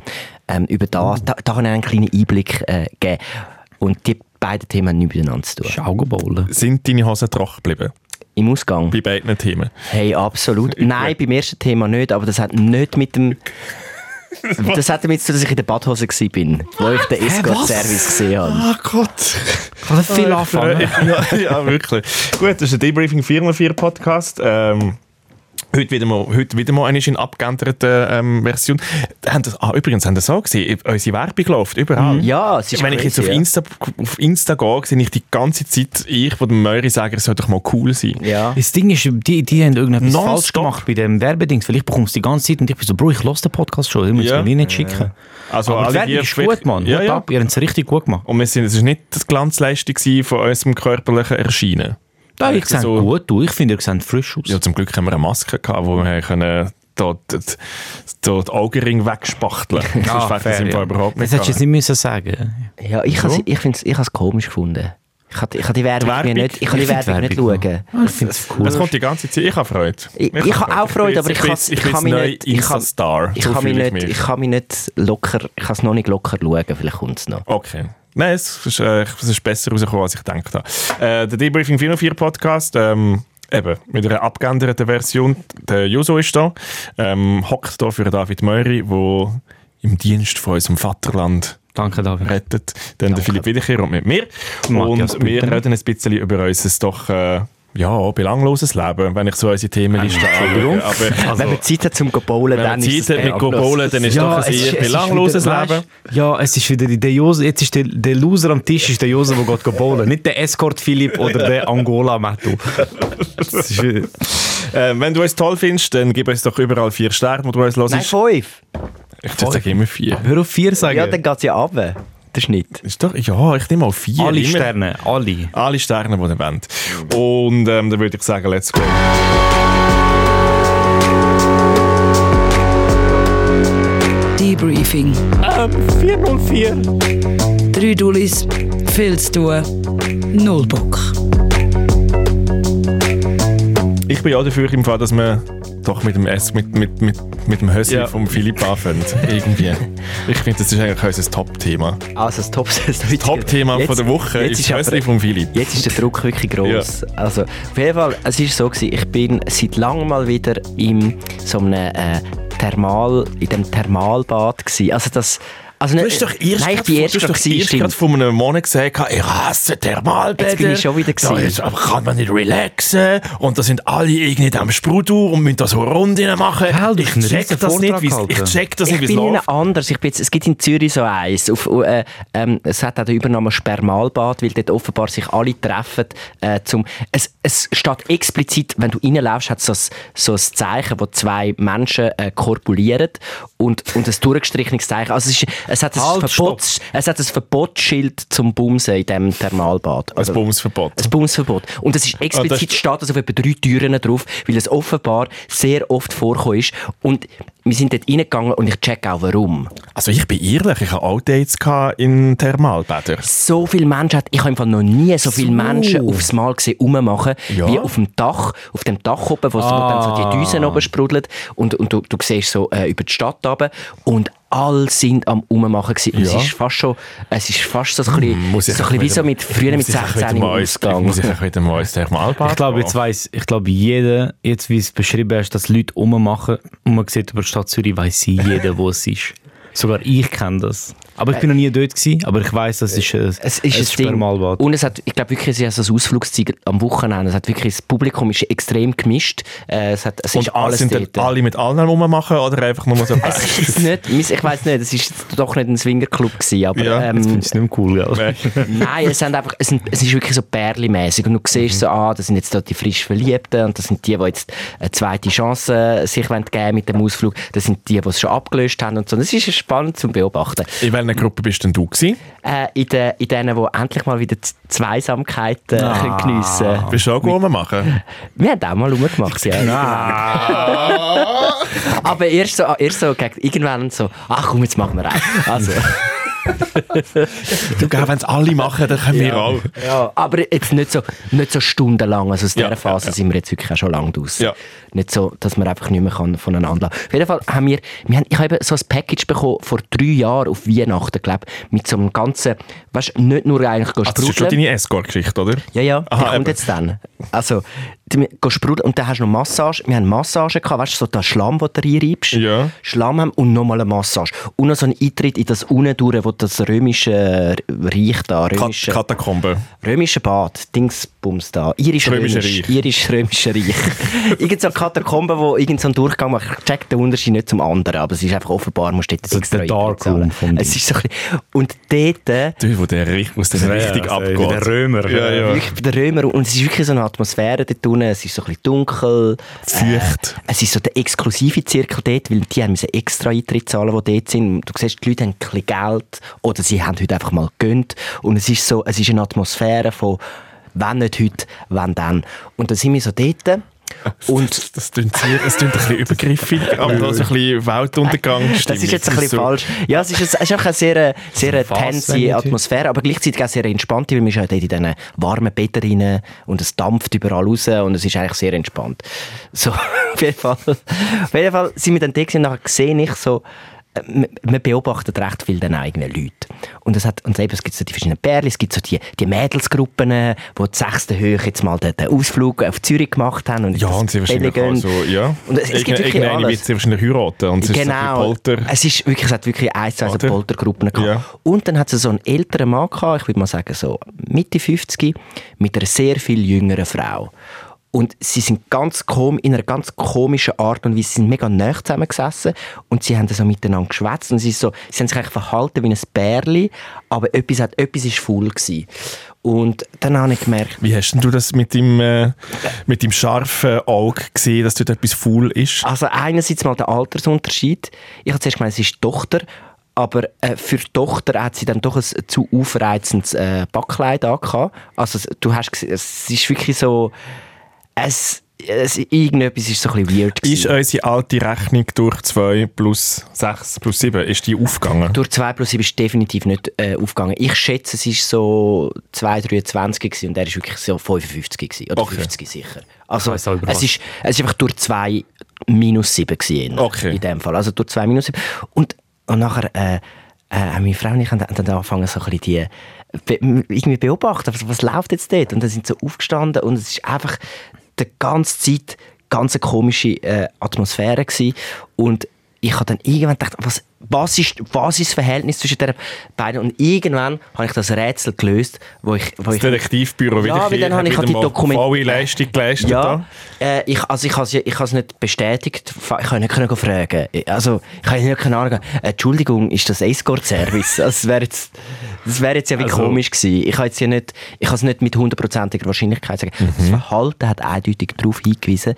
S3: Ähm, über das, da, da kann ich einen kleinen Einblick äh, geben. Und die beiden Themen haben nichts miteinander zu tun.
S2: Ist auch bowlen.
S1: Sind deine Hosen trocken geblieben?
S3: Im Ausgang?
S1: bei beiden Themen. (laughs)
S3: Hey, absolut. Nein, beim ersten Thema nicht, aber das hat nicht mit dem... Das hat damit zu tun, dass ich in der Badhose war, wo ich den Escort-Service gesehen habe.
S1: Ah Gott.
S2: Ah, Ich kann viel
S1: Äh,
S2: anfangen.
S1: (laughs) ja, ja, wirklich. Gut, das ist der Debriefing 4x4 Podcast. Ähm, heute wieder mal, heute wieder mal eine in abgeänderter ähm, Version. Haben das, ah, übrigens, haben das auch gesehen? Unsere Werbung läuft überall.
S3: Mhm. Ja, es ist
S1: Wenn ich jetzt auf
S3: crazy, ja.
S1: Insta, auf Insta gehe, sehe ich die ganze Zeit, ich, wo dem Möri sage, es soll doch mal cool sein.
S3: Ja.
S2: Das Ding ist, die, die haben irgendetwas
S1: Nonstop.
S2: falsch gemacht bei dem Werbedings. Vielleicht bekommst du die ganze Zeit und ich bin so, Bro, ich höre den Podcast schon, ich muss
S1: Ja.
S2: mir nicht schicken.
S1: Also
S2: Aber die
S1: alle
S2: Werbung
S1: die
S2: ist gut, Mann.
S1: Ja,
S2: Hut
S1: ja.
S2: ab, ihr habt es richtig gut gemacht.
S1: Und wir sind, es war nicht die Glanzleistung gewesen von unserem körperlichen Erscheinen.
S2: Ja, ich
S1: Also
S2: sehe
S1: so-
S2: gut, du. Ich finde, ihr seht frisch aus.
S1: Ja, zum Glück haben wir eine Maske gehabt, wo wir haben können da, da, da die Augenringe
S3: (laughs)
S1: wegspachteln.
S3: Ah,
S1: Sonst wäre das im Fall überhaupt nicht
S2: das hättest du jetzt
S1: gegangen.
S2: nicht müssen sagen
S3: Ja, ich habe ich find's- ich has komisch gefunden. Ich habe ich hab die Werbung,
S1: Werbung?
S3: mir nicht, ich hab die
S2: Ich find
S3: Werbung nicht
S2: Werbung
S3: schauen.
S1: Ah,
S2: Ich finde es cool.
S1: Das kommt die ganze Zeit. Ich habe Freude.
S3: Ich, ich,
S1: habe
S3: habe auch Freude, aber ich
S1: bin
S3: kann
S1: jetzt- ich kann mich nicht... Ich kann Star.
S3: Ich kann mich nicht, ich kann mich nicht locker, ich kann es noch nicht locker schauen, vielleicht kommt es noch.
S1: Okay. Nein, es ist, äh, es ist besser rausgekommen, als ich gedacht habe. Äh, der Debriefing 404 Podcast, ähm, eben, mit einer abgeänderten Version. Der Juso ist da, ähm, hockt da für David Möri, der im Dienst von unserem Vaterland
S2: Danke, David.
S1: rettet. Dann der Philipp Wiederkehr und mit mir.
S2: Matthias
S1: und wir
S2: Büttner.
S1: reden ein bisschen über unser doch äh, ja, belangloses Leben, wenn ich so unsere Themenliste anschaue. Aber
S3: wenn man Zeit hat zum go bowlen,
S1: Also, wenn man
S3: dann ist
S1: Zeit
S3: es
S1: hat mit go bowlen, dann ist doch ein sehr belangloses
S2: wieder,
S1: Leben.
S2: Weißt, ja, es ist wieder der Jose, jetzt ist der, der Loser am Tisch, ist der Jose, der geht bowlen. Nicht der Escort Philipp oder der Angola Mattu. Das ist wieder-
S1: Äh, wenn du uns toll findest, dann gib uns doch überall vier Sterne, wo du uns
S3: Nein,
S1: hörst.
S3: fünf.
S1: Ich sage immer vier.
S2: Hör auf vier sagen.
S3: Ja, dann geht es ja ab. Der Schnitt.
S1: Ist doch, ja, ich nehme mal vier.
S2: alle
S1: immer.
S2: Sterne, alle.
S1: Alle Sterne, die ihr wollt. Und ähm, dann würde ich sagen, let's go.
S4: Debriefing.
S2: 404.
S4: Drei Dullis, viel zu tun, null Bock.
S1: Ich bin ja dafür im Fall, dass wir doch mit dem S, mit, mit, mit, mit dem Hösli
S2: Ja.
S1: vom Philipp anfangen. (laughs) Irgendwie. Ich finde, das ist eigentlich unser Top-Thema.
S3: Also das Top (laughs) das
S1: Top-Thema
S3: Jetzt-
S1: von der Woche
S3: jetzt
S1: ist
S3: ist
S1: das Hösli
S3: aber-
S1: vom Philipp.
S3: Jetzt ist der Druck wirklich gross. Also, auf jeden Fall, es war so, gewesen, ich bin seit langem mal wieder in so einem äh, Thermal, in dem Thermalbad. Gewesen. Also das, also
S1: Du hast doch erst,
S3: nein, ich
S1: grad-
S3: bin
S1: du
S3: erst
S1: hast
S3: gerade
S1: doch
S3: gewesen,
S1: erst gerade
S3: stimmt.
S1: vor einem Monat gesagt, ich hasse Thermalbäder.
S3: Jetzt bin ich schon wieder
S1: da
S3: gewesen.
S1: ist, aber kann man nicht relaxen und da sind alle irgendwie am Sprudel und müssen da so Runden machen.
S2: Gell, du
S1: ich,
S2: hast einen
S1: check
S2: riesen
S1: das nicht,
S2: Vortrag
S1: wie's, ich
S2: gehalten.
S1: check das
S3: Ich
S1: nicht, wie es
S3: bin in
S1: läuft.
S3: einem anders. Ich bin jetzt, es gibt in Zürich so eins. Auf, äh, ähm, es hat auch den Übernahme Spermalbad, weil dort offenbar sich alle treffen. Äh, zum, es, es steht explizit, wenn du reinläufst, hat es so ein, so ein Zeichen, wo zwei Menschen äh, korpulieren und, und ein durchgestrichenes Zeichen. Also es, ist, es, hat ein
S2: Halt,
S3: Verbots, es hat ein Verbotsschild zum Bumsen in diesem Thermalbad. Also
S1: Ein Bumsverbot.
S3: Ein Bumsverbot. Und es ist
S1: Ah, das
S3: explizit
S1: ist-
S3: steht das auf etwa drei Türen drauf, weil es offenbar sehr oft vorgekommen ist. Und wir sind dort reingegangen und ich check auch warum.
S1: Also ich bin ehrlich, ich hatte auch Dates gehabt in Thermalbädern.
S3: So viele Menschen hat, ich habe im Fall noch nie so viele Menschen aufs Mal gesehen rummachen,
S1: Ja. Ah.
S3: wie auf dem Dach, auf dem Dach oben, wo, es- wo dann so die Düsen oben sprudelt und, und du, du siehst so äh, über die Stadt runter und alle sind am rummachen gewesen. Und es
S1: Ja. Hm,
S3: ist fast schon, es ist fast so ein bisschen,
S1: Muss ich
S3: so ein bisschen wie
S1: wieder-
S3: so mit früher mit
S1: muss ich wieder
S3: 16 im
S1: mal ins-
S3: Ausgang.
S1: Muss ich auch wieder mal ins Thermalbad
S2: Ich glaube,
S1: gehen?
S2: jetzt weiss, ich glaube, jeder, jetzt wie du es beschrieben hast, dass Leute rummachen und man sieht über die Stadt Zürich, weiss jeder, wo es ist. Sogar ich kenne das. Aber ich bin noch nie dort gewesen, aber ich weiss, das ist ein,
S3: Äh, Es ist ein Ding.
S2: Spermalbad.
S3: Und es hat, ich glaube wirklich, sie hat das Ausflugsziel am Wochenende. Es hat wirklich, das Publikum ist extrem gemischt. Äh, Es, hat, es
S1: Und
S3: ist alles
S1: sind dann
S3: dort.
S1: alle mit allen rummachen oder einfach
S3: (laughs)
S1: nur so...
S3: es ist nicht, mis- (laughs) ich weiß nicht, es ist jetzt doch nicht ein Swingerclub gewesen, aber
S1: Ja,
S2: Jetzt
S3: ähm,
S2: finde ich es nicht mehr cool, gell?
S1: Äh,
S3: nein, es, sind einfach, es, sind, es ist wirklich so pärlimäßig und du siehst so, ah, das sind jetzt da die frisch Verliebten und das sind die, die jetzt eine zweite Chance äh, sich wollen geben mit dem Ausflug, das sind die, die es schon abgelöst haben und so. Das ist spannend zum Beobachten.
S1: In welcher Gruppe bist denn du gewesen?
S3: Äh, in, de, in denen, die endlich mal wieder Z- Zweisamkeit äh,
S1: Ah.
S3: können geniessen können.
S1: Bist du auch rummachen?
S3: Wir haben auch mal rumgemacht, ja. Ah. Aber erst so, erst so gegen, irgendwann so, ach komm, jetzt machen wir einen.
S1: (laughs)
S3: Also,
S1: (laughs) Du, gell, wenn es alle machen, dann können wir auch.
S3: ja. Aber jetzt nicht so, nicht so stundenlang. Also aus
S1: Ja,
S3: dieser Phase
S1: ja, ja.
S3: sind wir jetzt wirklich auch schon lange draus.
S1: Ja.
S3: Nicht so, dass man einfach nicht mehr kann voneinander lassen. Auf jeden Fall haben wir, wir haben, ich habe eben so ein Package bekommen vor drei Jahren auf Weihnachten, glaube ich, mit so einem ganzen, weißt du, nicht nur eigentlich
S1: Ah, das ist schon
S3: sprudeln.
S1: deine Escort-Geschichte, oder?
S3: Ja, ja, die
S1: Aha,
S3: kommt
S1: eben.
S3: jetzt dann. Also, die- die- go sprudeln. Und dann hast du noch Massage. Wir haben Massagen gehabt, weißt du, so den Schlamm, den du reinreibst.
S1: Ja.
S3: Schlamm haben und nochmal eine Massage. Und noch so ein Eintritt in das unten durch, wo das römische äh, Reich da,
S1: Kat
S3: römische,
S1: Katakombe.
S3: römische Bad, Dingsbums da, irisch
S1: Römische
S3: römisch,
S1: Reich.
S3: irisch römische
S1: (laughs)
S3: Reich. irgend so eine Katakombe, wo irgend so ein Durchgang macht. Ich check den Unterschied nicht zum anderen, aber es ist einfach offenbar, musst du dort
S2: Also der
S3: extra Eintritt
S2: Darkroom
S3: zahlen.
S2: vom
S3: Es ist so ein bisschen, und dort, äh,
S1: Dort, wo der richtig aus der Richtung abgeht.
S2: Der Römer.
S1: Ja, ja.
S3: Wirklich bei den Römern. Und es ist wirklich so eine Atmosphäre dort unten. Es ist so ein bisschen dunkel.
S1: Feucht.
S3: Äh, es ist so der exklusive Zirkel dort, weil die haben müssen extra Eintritt zahlen, die dort sind. Und du siehst, die Leute haben ein bisschen Geld oder sie haben heute einfach mal gönnt. Und es ist so, es ist eine Atmosphäre von wenn nicht heute, wenn dann. Und dann sind wir so dort und
S1: Das klingt, sehr, es klingt ein bisschen übergriffig, aber das ist ein bisschen Weltuntergang.
S3: Das ist jetzt ein bisschen falsch. Ja, es ist, jetzt, es ist einfach eine sehr, äh,
S1: (laughs)
S3: sehr äh,
S2: Fass, wenn
S3: tense
S2: nicht.
S3: Atmosphäre, aber gleichzeitig auch sehr entspannt, weil wir sind halt dort in diesen warmen Betten rein und es dampft überall raus und es ist eigentlich sehr entspannt. So, (laughs) auf jeden Fall. Auf jeden Fall sind wir dann da gewesen und nachher sehe ich so, äh, man- man beobachtet recht viel den eigenen Leuten. Und es, hat, und eben, es gibt so die verschiedenen Pärchen, es gibt so die, die Mädelsgruppen, äh, die die sechste Höhe jetzt mal den, den Ausflug auf Zürich gemacht haben. Und
S1: Ja, und sie wahrscheinlich auch so, ja.
S3: Und es, es gibt
S1: Irgende-
S3: wirklich
S1: irgendeine
S3: alles.
S1: wird sie wahrscheinlich heiraten und es ist so ein
S3: Genau.
S1: bisschen Polter.
S3: Es, ist wirklich, es hat wirklich eins zu eins
S1: Oder?
S3: Poltergruppen gehabt.
S1: Ja.
S3: Und dann hat es so einen älteren Mann gehabt, ich würde mal sagen so Mitte 50, mit einer sehr viel jüngeren Frau. Und sie sind ganz kom in einer ganz komischen Art und Weise, sie sind mega nah zusammen gesessen und sie haben dann so miteinander geschwätzt und sie, ist so, sie haben sich eigentlich verhalten wie ein Bärli, aber etwas, hat, etwas ist faul gewesen. Und dann habe ich gemerkt,
S1: Wie hast denn du das mit dem, äh, mit dem scharfen Auge gesehen, dass dort etwas faul ist?
S3: Also einerseits mal der Altersunterschied. Ich habe zuerst gemeint, es ist die Tochter, aber äh, für die Tochter hat sie dann doch ein zu aufreizendes äh, Backkleid angehabt. Also es- du hast gesehen, es ist wirklich so, es, es, irgendetwas ist so ein bisschen weird
S1: Ist äh,
S3: gewesen.
S1: unsere alte Rechnung durch 2 plus 6 plus 7, ist die aufgegangen?
S3: durch 2 plus 7 ist definitiv nicht äh, aufgegangen. Ich schätze, es war so 2,23 gewesen und er war wirklich so 55 gewesen, oder
S1: Okay.
S3: 50 sicher. Also
S2: Ich weiss
S3: es
S2: auch über was.
S3: ist, es ist einfach durch 2 minus 7 gewesen.
S1: Okay.
S3: In dem Fall. Also durch 2 minus 7. Und, und nachher äh, äh, haben meine Frau und ich haben dann- dann angefangen, so ein bisschen die be, irgendwie beobachten, was, was läuft jetzt dort? Und dann sind sie so aufgestanden und es ist einfach die ganze Zeit ganz eine komische äh, Atmosphäre gewesen. Und ich habe dann irgendwann gedacht, was, was, ist, was ist das Verhältnis zwischen den beiden? Und irgendwann habe ich das Rätsel gelöst, wo ich... Wo
S1: Das
S3: ich
S1: Detektivbüro
S3: Ja,
S1: wieder
S3: aber dann habe ich
S1: wieder
S3: auch die
S1: mal
S3: Dokument-
S1: volle Leistung geleistet.
S3: ja,
S1: da.
S3: äh, ich, also ich habe es ich has nicht bestätigt, fa- ich kann nicht können fragen. Also ich habe nicht können sagen, äh, Entschuldigung, ist das Escort-Service? (laughs) Also, das wäre jetzt, das wär jetzt ja wie
S2: Also-
S3: komisch gewesen. Ich habe es ja nicht, ich has nicht mit hundertprozentiger Wahrscheinlichkeit sagen. Das Verhalten hat eindeutig darauf hingewiesen,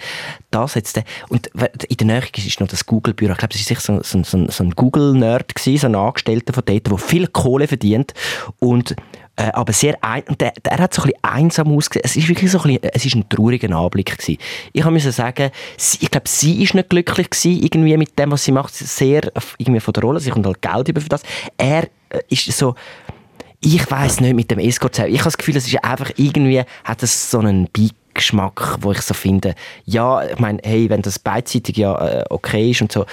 S3: dass jetzt der, und wer- in der Nähe ist noch das Google-Büro, ich glaube, es ist sicher so, ein- so, ein- so, ein- so ein Google-Nerd gewesen, so ein Angestellter von dort, der viel Kohle verdient und äh, aber sehr ein und der, der hat so ein bisschen einsam ausgesehen. Es ist wirklich so ein, bisschen, es ist ein trauriger Anblick gewesen. Ich habe müssen sagen, sie, ich glaube, sie ist nicht glücklich gewesen, irgendwie mit dem, was sie macht, sehr auf- irgendwie von der Rolle. Sie kommt halt Geld über für das. Er äh, ist so ich weiß nicht mit dem Escort selber. Ich habe das Gefühl, es ist einfach irgendwie, hat es so einen Beigeschmack, wo ich so finde, ja, ich meine, hey, wenn das beidseitig ja äh, okay ist und so,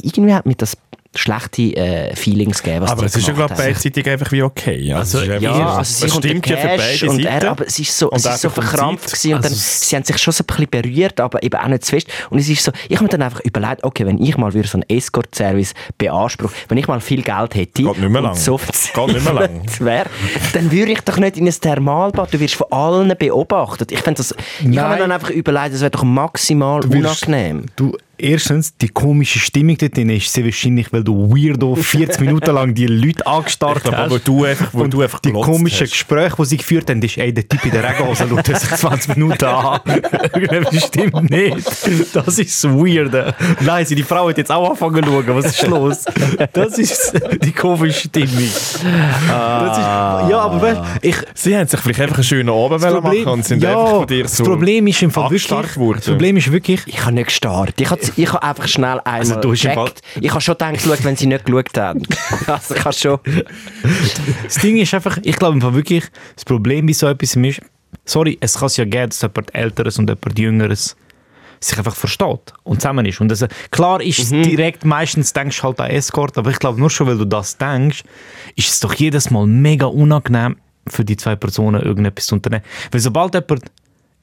S3: irgendwie hat mir das schlechte äh, Feelings gegeben, was
S1: Aber
S3: die
S1: es ist ja,
S3: gemacht
S1: glaube ich,
S3: haben.
S1: beidseitig einfach wie okay. Also, es ist einfach-
S3: Ja, also sie
S1: es
S3: kommt
S1: stimmt
S3: der
S1: ja für
S3: Cash
S1: beide
S3: und
S1: Seiten.
S3: er, aber es ist so,
S1: Und
S3: es
S1: auch
S3: ist so
S1: für die
S3: verkrampft
S1: Zeit.
S3: gewesen und dann,
S1: Also es-
S3: sie haben sich schon so ein bisschen berührt, aber eben auch nicht zu fest. Und es ist so, ich habe mir dann einfach überlegt, okay, wenn ich mal würde so einen Escort-Service beanspruchen, wenn ich mal viel Geld hätte
S1: Geht nicht mehr lang.
S3: und so
S1: Geht nicht
S3: (laughs)
S1: mehr lang.
S3: verzweifelt wäre, dann würde ich doch nicht in ein Thermalbad, du wirst von allen beobachtet. Ich, fänd das, ich habe
S2: Nein.
S3: mir dann einfach überlegt, das wäre doch maximal
S2: wirst-
S3: unangenehm.
S2: Du, erstens, die komische Stimmung dort drin ist sehr wahrscheinlich, weil du
S1: (laughs)
S2: Weirdo 40 Minuten lang die Leute angestarrt
S1: Ich glaube,
S2: hast.
S1: wo du einfach, wo
S2: und
S1: du einfach
S2: die
S1: gelotzt
S2: komischen
S1: hast.
S2: Gespräche, die sie geführt haben, ist, ey, der Typ in der Regenhose schaut sich 20
S1: (laughs)
S2: Minuten an. Irgendetwas stimmt nicht. Das ist das Weirde. Nein, sie- die Frau hat jetzt auch angefangen zu schauen, was ist los? Das ist die komische Stimmung. Das
S1: Ah.
S2: ist, ja, aber weißt, ich,
S1: Sie haben sich vielleicht einfach einen schönen Abend
S2: das
S1: wollen machen und sind einfach von dir
S2: das
S1: so...
S2: Problem ist im Fall wirklich,
S1: angestarrt worden.
S2: das Problem ist wirklich,
S3: Ich habe nicht gestarrt. Ich habe ich hab einfach schnell einmal
S2: Also du hast im Fall-
S3: gecheckt. Ich habe schon gedacht, geschaut, wenn sie nicht geschaut haben. (laughs) Also ich habe schon...
S2: das Ding ist einfach, ich glaube im Fall wirklich, das Problem bei so etwas ist, sorry, es kann es ja geben, dass jemand Älteres und jemand Jüngeres sich einfach versteht und zusammen ist. Und das, klar ist es
S1: Mhm.
S2: direkt, meistens denkst du halt an Escort, aber ich glaube nur schon, weil du das denkst, ist es doch jedes Mal mega unangenehm für die zwei Personen irgendetwas zu unternehmen. Weil sobald jemand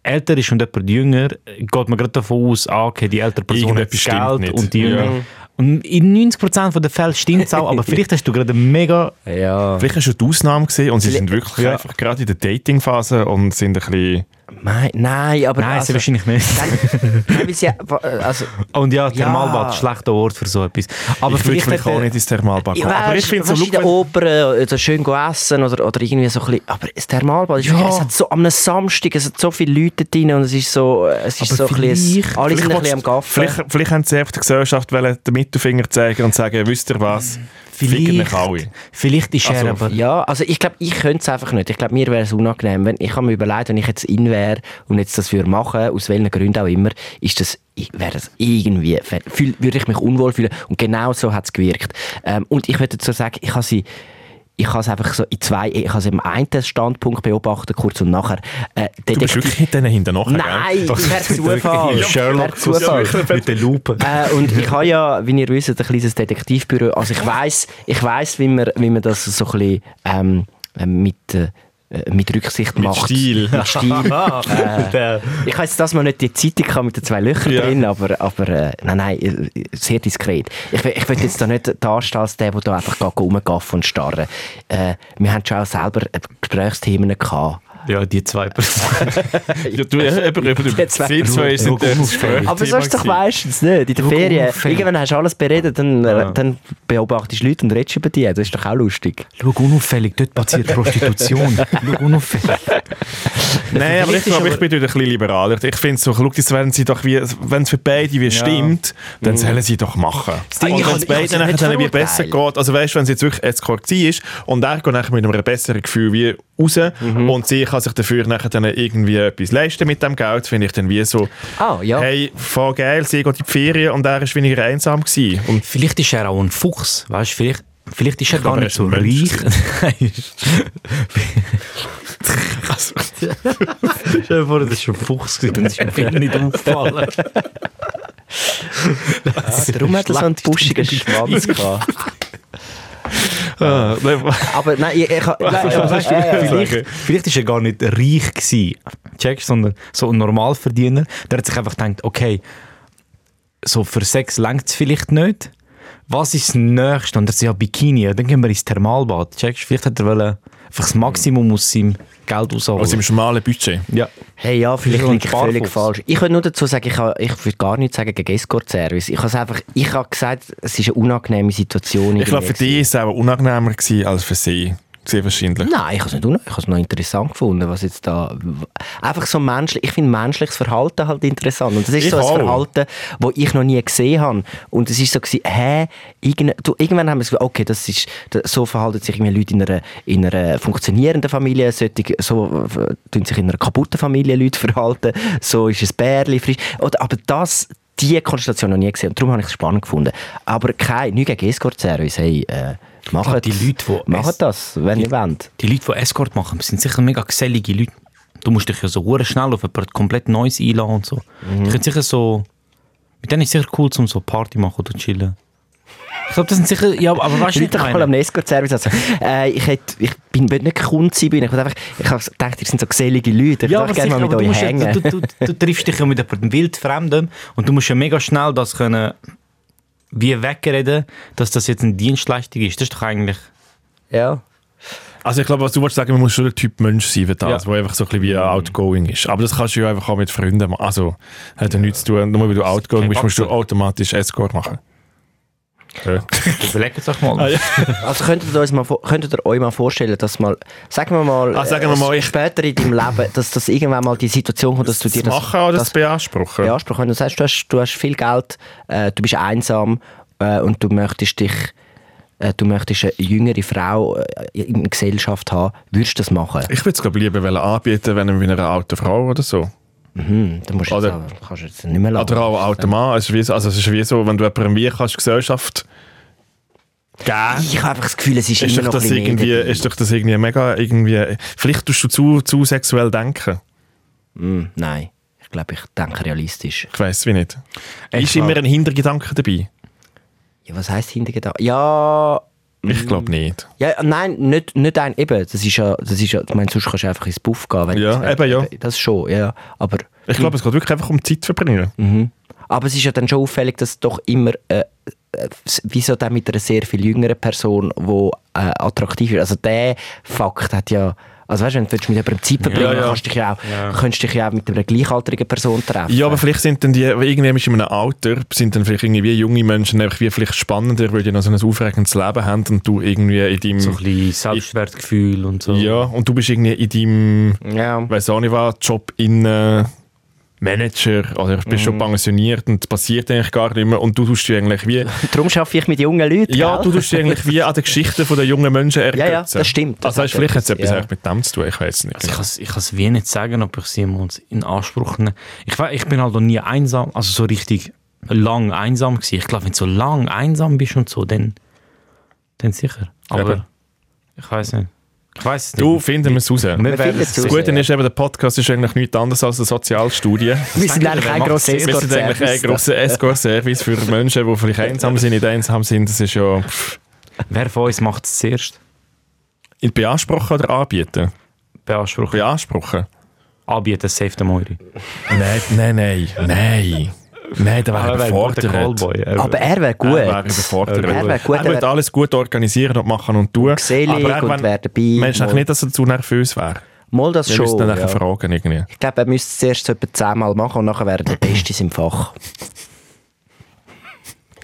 S2: älter ist und jemand jünger, geht man gerade davon aus, ah, okay, die ältere Person hat
S1: Irgendetwas stimmt
S2: Geld
S1: nicht.
S2: und die jüngere.
S1: Ja.
S2: Und in 90% der Fälle stimmt
S1: (laughs)
S2: es auch, aber vielleicht hast du gerade einen mega
S3: Ja.
S1: Vielleicht hast du die Ausnahme gesehen und sie
S3: Vielleicht-
S1: sind wirklich
S2: Ja.
S1: einfach gerade in der Dating-Phase und sind ein bisschen...
S3: Nein, nein, aber.
S2: Nein, also,
S3: also,
S2: wahrscheinlich (laughs) nicht.
S3: Nein, nein, weil sie,
S1: (laughs)
S3: also,
S2: Und ja,
S3: Ja.
S2: Thermalbad, schlechter Ort für so etwas. Aber
S1: ich
S2: vielleicht
S1: würde mich
S2: hat
S1: auch
S2: er-
S1: nicht ins Thermalbad
S3: ich
S1: gehen. Aber ich
S3: weißt,
S1: finde so,
S3: weißt,
S1: look,
S3: in der
S1: wenn-
S3: Oper äh, so schön go essen oder, oder irgendwie so ein bisschen, aber das Thermalbad, ist
S1: Ja.
S3: wirklich- es hat so, am Samstag, es hat so viele Leute drin und es ist so, äh, es ist
S2: Aber
S3: so ein bisschen,
S2: vielleicht-
S3: alle sind ein
S1: vielleicht
S3: bisschen am
S1: wollt's-
S3: Gaffen.
S1: Vielleicht, vielleicht haben sie einfach der Gesellschaft wollen den Mittelfinger zeigen und sagen, wisst ihr was, ficken mich alle.
S2: vielleicht, vielleicht ist
S1: Also,
S2: er aber... (laughs)
S3: Ja, also ich glaube, ich könnte es einfach nicht. Ich glaube, mir wäre es unangenehm. Wenn, ich habe mir überlegt, wenn ich jetzt in wäre und jetzt das würde machen, aus welchen Gründen auch immer, ist das, ich- wäre das irgendwie, fä- fühl, würde ich mich unwohl fühlen. Und genau so hat es gewirkt. Ähm, und ich würde dazu sagen, ich habe sie ich habe es einfach so in zwei, ich habe es im einen Standpunkt beobachtet, kurz und nachher. Äh,
S1: Du bist wirklich nicht denen hinten nachher,
S3: Nein,
S1: gell?
S3: per Zufall.
S2: Ja, Sherlock
S3: Per Zufall.
S2: Zufall. mit der Lupe.
S3: Äh, und ich habe ja, wie ihr wisst, ein kleines Detektivbüro. Also ich weiß, ich weiß, wie man, wie man das so ein bisschen ähm, äh, mit, äh, mit Rücksicht
S1: Mit
S3: macht.
S1: Stil.
S3: Mit Stil.
S2: (laughs)
S3: äh, ich weiß, dass man nicht die Zeitung kann mit den zwei Löchern
S1: Ja.
S3: drin, aber, aber äh, nein, nein, äh, sehr diskret. Ich, will- ich will jetzt da nicht darstellen als der, der da einfach geht rumgaffen und starren. Äh, wir haben schon auch selber äh, Gesprächsthemen gehabt.
S2: Ja, die zwei Personen.
S1: (laughs) Ja, du, ja, eben, eben, du,
S3: Jetzt
S1: Sie zwei sind der Gespräch.
S3: Aber so ist es doch meistens nicht. In der
S2: Schau
S3: Ferien.
S2: auf, ey.
S3: Irgendwann hast du alles beredet, dann,
S1: Ah.
S3: äh,
S2: Ja.
S3: dann beobachtest du Leute und redest über die. Das ist doch auch lustig.
S2: Schau unauffällig, dort passiert (laughs) Prostitution. Schau unauffällig.
S1: Nein, aber ich,
S2: Vielleicht ist
S1: glaube,
S2: aber-
S1: ich bin dort ein bisschen liberaler. Ich finde so, schau, das werden sie doch wie, wenn es für beide wie stimmt, dann sollen sie doch machen.
S3: Ding
S1: und
S3: ist,
S1: wenn es
S3: ich kann sie
S1: beiden nachher
S3: nicht
S1: dann wie
S3: verurteilen.
S1: besser geht, also weißt du, wenn es jetzt wirklich Escort war ist und er geht nachher mit einem besseren Gefühl wie raus und sie kann sich dafür nachher dann irgendwie etwas leisten mit dem Geld, finde ich dann wie so,
S3: Ah, ja.
S1: hey, voll geil, sie geht in die Ferien und er war weniger einsam gewesen. Und
S2: Vielleicht ist er auch ein Fuchs, weißt du? Vielleicht, vielleicht ist er gar
S1: glaube,
S2: nicht so
S1: er
S2: reich. (laughs)
S1: ist
S2: Stell dir vor, das ist ein Fuchs, dann ist mir viel nicht auffallen. (laughs)
S3: Darum hat er so einen buschigen Schwanz gehabt.
S1: Ah, nein,
S3: Aber nein, ich,
S1: (laughs)
S3: ich,
S2: Weißt du,
S3: ich,
S2: weißt du, vielleicht, vielleicht ist er gar nicht reich gewesen, checkst, sondern so ein Normalverdiener, der hat sich einfach gedacht, okay, so für Sex längt es vielleicht nicht. Was ist das Nächste? Und er sagt, ja, Bikini, ja, dann gehen wir ins Thermalbad, checkst, vielleicht hat er wollen, einfach das Maximum aus seinem Geld rausholen.
S1: aus dem Also schmalen Budget.
S2: ja.
S3: Hey, ja, vielleicht
S2: Ist
S3: liege ich
S2: schon ein
S3: völlig
S2: Barfuß.
S3: falsch. Ich könnte nur dazu sagen, ich, habe- ich würde gar nichts sagen gegen Escort-Service. Ich habe es einfach, ich habe gesagt, es ist eine unangenehme Situation.
S1: Ich glaube, für
S3: irgendwie
S1: dich war es auch unangenehmer gewesen als für sie. Sehr wahrscheinlich.
S3: Nein, ich habe es nicht unangenehm. Ich habe es noch interessant gefunden, was jetzt da... Einfach so menschlich... Ich finde menschliches Verhalten halt interessant. Und das ist
S1: Ich
S3: so ein
S1: auch.
S3: Verhalten, das ich noch nie gesehen habe. Und es ist so, gewesen, hä? Irgend, du, irgendwann haben wir gesagt, okay, das ist, da- so verhalten sich irgendwie Leute in einer, in einer funktionierenden Familie, solche, so äh, tun sich in einer kaputten Familie Leute verhalten, so ist ein Bärli frisch. Oder, aber das... Diese Konstellation noch nie gesehen und darum habe ich es spannend gefunden. Aber kein, nichts gegen Escort-Service. Hey, äh,
S2: glaube,
S3: macht,
S2: die Leute, die
S3: macht
S2: es-
S3: das, wenn ihr wollt.
S2: Die Leute, die Escort machen, sind sicher mega gesellige Leute. Du musst dich ja so hure schnell auf etwas komplett Neues einladen und so.
S3: Mhm.
S2: Die können sicher so... Mit denen ist es sicher cool, um so Party machen oder chillen. Ich glaube, das sind sicher... Ja, aber weißt du,
S3: Leute
S2: nicht
S3: mal am Nesco-Service also, äh, ich, hätte, ich bin, will nicht Kunde sein, bin ich. Ich will einfach, ich habe gedacht, ihr sind so gesellige Leute. Ich
S2: Ja,
S3: würde
S2: aber
S3: gerne
S2: sicher,
S3: mal mit
S2: aber du,
S3: euch
S2: musst ja,
S3: hängen.
S2: du, du, du, du triffst dich ja mit jemandem wildfremdem und du musst ja mega schnell das können... Wie wegreden, dass das jetzt eine Dienstleistung ist. Das ist doch eigentlich...
S3: ja.
S1: Also ich glaube, was du wolltest sagen, man muss schon der Typ Mensch sein für das,
S2: Ja.
S1: der einfach so ein bisschen wie outgoing ist. Aber das kannst du ja einfach auch mit Freunden machen. Also, hat ja nichts zu tun. Nur weil du outgoing
S2: kein
S1: bist, musst du
S2: Boxer.
S1: automatisch Escort machen. Äh, Ja.
S2: Überlegt es euch mal.
S3: Also könntet ihr, uns mal, vor- könntet ihr euch mal vorstellen, dass mal, sagen wir mal,
S1: Ah, sagen wir
S3: äh,
S1: mal, ich-
S3: später in deinem Leben, dass das irgendwann mal die Situation kommt, dass du dir
S1: Das
S3: das,
S1: machen oder das beanspruchen?
S3: beanspruchst. Wenn du sagst, du hast, du hast viel Geld, äh, du bist einsam äh, und du möchtest dich äh, Du möchtest eine jüngere Frau äh, in der Gesellschaft haben, würdest du das machen?
S1: Ich würde es glaube lieber wollen anbieten, wenn mit einer alten Frau oder so.
S3: Mhm, dann musst du jetzt
S1: Oder-
S3: aber, kannst du jetzt nicht mehr lassen.
S1: Oder auch einen alten Mann. Es ist wie so, also es ist wie so, wenn du jemandem wie kannst, Gesellschaft geben
S3: Ich habe einfach das Gefühl, es ist,
S1: ist doch,
S3: immer noch ein
S1: das
S3: bisschen mehr
S1: irgendwie,
S3: dabei.
S1: ist doch das irgendwie mega irgendwie... Vielleicht tust du zu, zu sexuell denken.
S3: Mm, Nein, ich glaube, ich denke realistisch.
S1: Ich weiß wie nicht.
S2: Ich
S1: ist immer ein Hintergedanke dabei.
S3: Ja, was heisst Hintergedanken? Ja,
S1: Ich glaube nicht.
S3: Ja, nein, nicht, nicht ein, eben, das ist ja, das ist ja, ich meine, sonst kannst du einfach ins Puff gehen. Wenn
S1: Ja,
S3: du das- Äh,
S1: eben, ja.
S3: Das schon, ja, aber,
S1: Ich glaube, es geht wirklich einfach um Zeit verbringen.
S3: aber es ist ja dann schon auffällig, dass doch immer, äh, äh, wieso dann mit einer sehr viel jüngeren Person, die äh, attraktiv ist, also der Fakt hat ja, also weißt du, wenn du mit jemandem Zeit verbringen
S1: ja.
S3: kannst du dich ja auch, könntest dich ja auch mit einer gleichaltrigen Person treffen.
S1: Ja, aber vielleicht sind dann die, irgendwann ist in einem Alter, sind dann vielleicht irgendwie junge Menschen einfach wie vielleicht spannender, weil die noch so ein aufregendes Leben haben und du irgendwie in deinem...
S3: Mhm.
S2: So ein bisschen Selbstwertgefühl und so.
S1: ja, und du bist irgendwie in deinem...
S3: ja.
S1: weiß auch nicht was, Job in äh, Manager oder bist schon pensioniert und das passiert eigentlich gar nicht mehr und du tust dich eigentlich wie
S3: Darum schaffe ich mit jungen Leuten.
S1: ja,
S3: gell?
S1: du tust dich
S3: (laughs)
S1: eigentlich wie an den Geschichten von der jungen Menschen ergötzen.
S3: Ja, ja, das stimmt. Das
S1: also weißt,
S3: hat
S1: vielleicht hat es
S3: etwas,
S1: etwas
S3: ja.
S1: eigentlich mit dem zu tun, ich weiß nicht. genau.
S2: Also ich kann es ich kann's wie nicht sagen, ob ich sie mal in Anspruch nehme. Ich, we- ich bin halt noch nie einsam, also so richtig lang einsam gewesen. Ich glaube, wenn du so lang einsam bist und so, dann, dann sicher. Aber
S1: Eben.
S2: ich weiß nicht. Ich weiß es nicht.
S1: du, finden wir es raus.
S2: wir
S3: finden
S2: werden
S3: es
S2: es
S1: Das
S3: raus.
S2: gut.
S1: Gute ist eben, der Podcast ist eigentlich nichts anderes als eine
S3: (laughs)
S1: Sozialstudie.
S3: wir sind
S2: Danke,
S3: eigentlich
S2: wer
S3: ein
S2: macht
S3: grosser
S2: das?
S1: Wir sind eigentlich ein
S3: Escort-Service.
S1: grosser Escort-Service für Menschen, die vielleicht einsam sind, nicht einsam sind. Das ist ja pff,
S2: Wer von uns macht es zuerst?
S1: beanspruchen oder anbieten?
S2: Beanspruch.
S1: Beanspruchen.
S2: Anbieten, safe den Moiri.
S1: Nein, nein, nein, nein. Nein, da
S3: Ah,
S1: wäre überfordert.
S3: Aber er wäre gut.
S1: Er wäre überfordert.
S3: Er wäre gut.
S1: Er würde alles gut organisieren und machen und tun.
S3: Gselig und
S1: wenn-
S3: wäre dabei.
S1: Meinst du
S3: Mal-
S1: nicht, dass er zu nervös wäre?
S3: Mal das
S1: Wir
S3: schon.
S1: müssen dann
S3: ja.
S1: nachher fragen irgendwie.
S3: Ich glaube, er müsste es zuerst so etwa zehnmal machen und nachher wäre er der Beste in seinem Fach.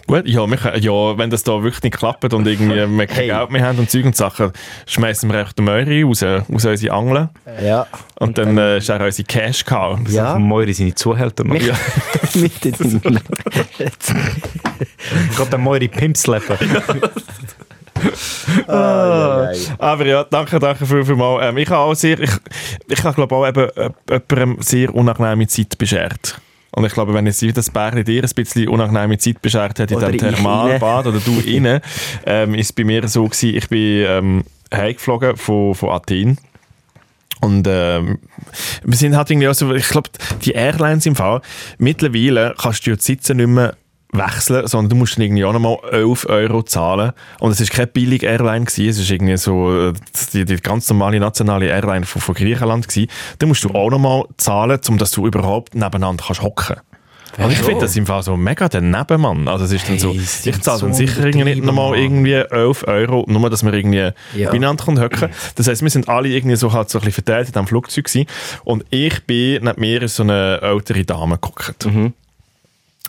S1: Gut, ja, wir können, ja, wenn das da wirklich nicht klappt und irgendwie
S3: (laughs)
S1: wir kein
S3: Hey.
S1: Geld mehr haben und Zeug und Sachen, schmeißen wir einfach den Möri raus, aus unsere Angeln
S3: Ja.
S1: und, dann, äh, ist er unsere Cash Cow.
S3: Ja.
S2: Moiri seine Zuhälter noch.
S3: Mich-
S2: Ja.
S3: (laughs) Mit (laughs) den
S2: Ich glaube, der Moiri Pimp (laughs) slappen.
S1: Aber ja, danke, danke viel, viel mal. Ähm, ich habe auch sehr, ich, ich habe glaube auch eben äh, jemandem sehr unangenehme Zeit beschert. Und ich glaube, wenn jetzt das Bärli dir ein bisschen unangenehme Zeit beschert hat in
S3: Oder
S1: diesem
S3: ich
S1: Thermalbad oder du innen, ähm, ist es bei mir so gewesen, ich bin ähm, heimgeflogen von, von Athen. Und ähm, wir sind halt irgendwie auch so, ich glaube, die Airlines im Fall, mittlerweile kannst du ja die Sitze nicht mehr wechseln, sondern du musst dann irgendwie auch nochmal 11 Euro zahlen. Und es war keine billige Airline, gewesen, es war irgendwie so äh, die, die ganz normale nationale Airline von, von Griechenland. Gewesen. Da musst du auch nochmal zahlen, um dass du überhaupt nebeneinander kannst hocken und ich finde das im Fall so mega daneben, Mann. Also es ist dann so,
S2: Hey, es
S1: ich
S2: sind
S1: zahle dann
S2: so
S1: sicher irgendwie nicht
S2: übertrieben,
S1: nochmal
S2: Mann.
S1: irgendwie 11 Euro, nur dass wir irgendwie
S3: Ja.
S1: beieinander können hocken. Das heisst, wir sind alle irgendwie so halt so ein bisschen verteilt in diesem Flugzeug gewesen. Und ich bin, neben mir ist so eine ältere Dame geguckt.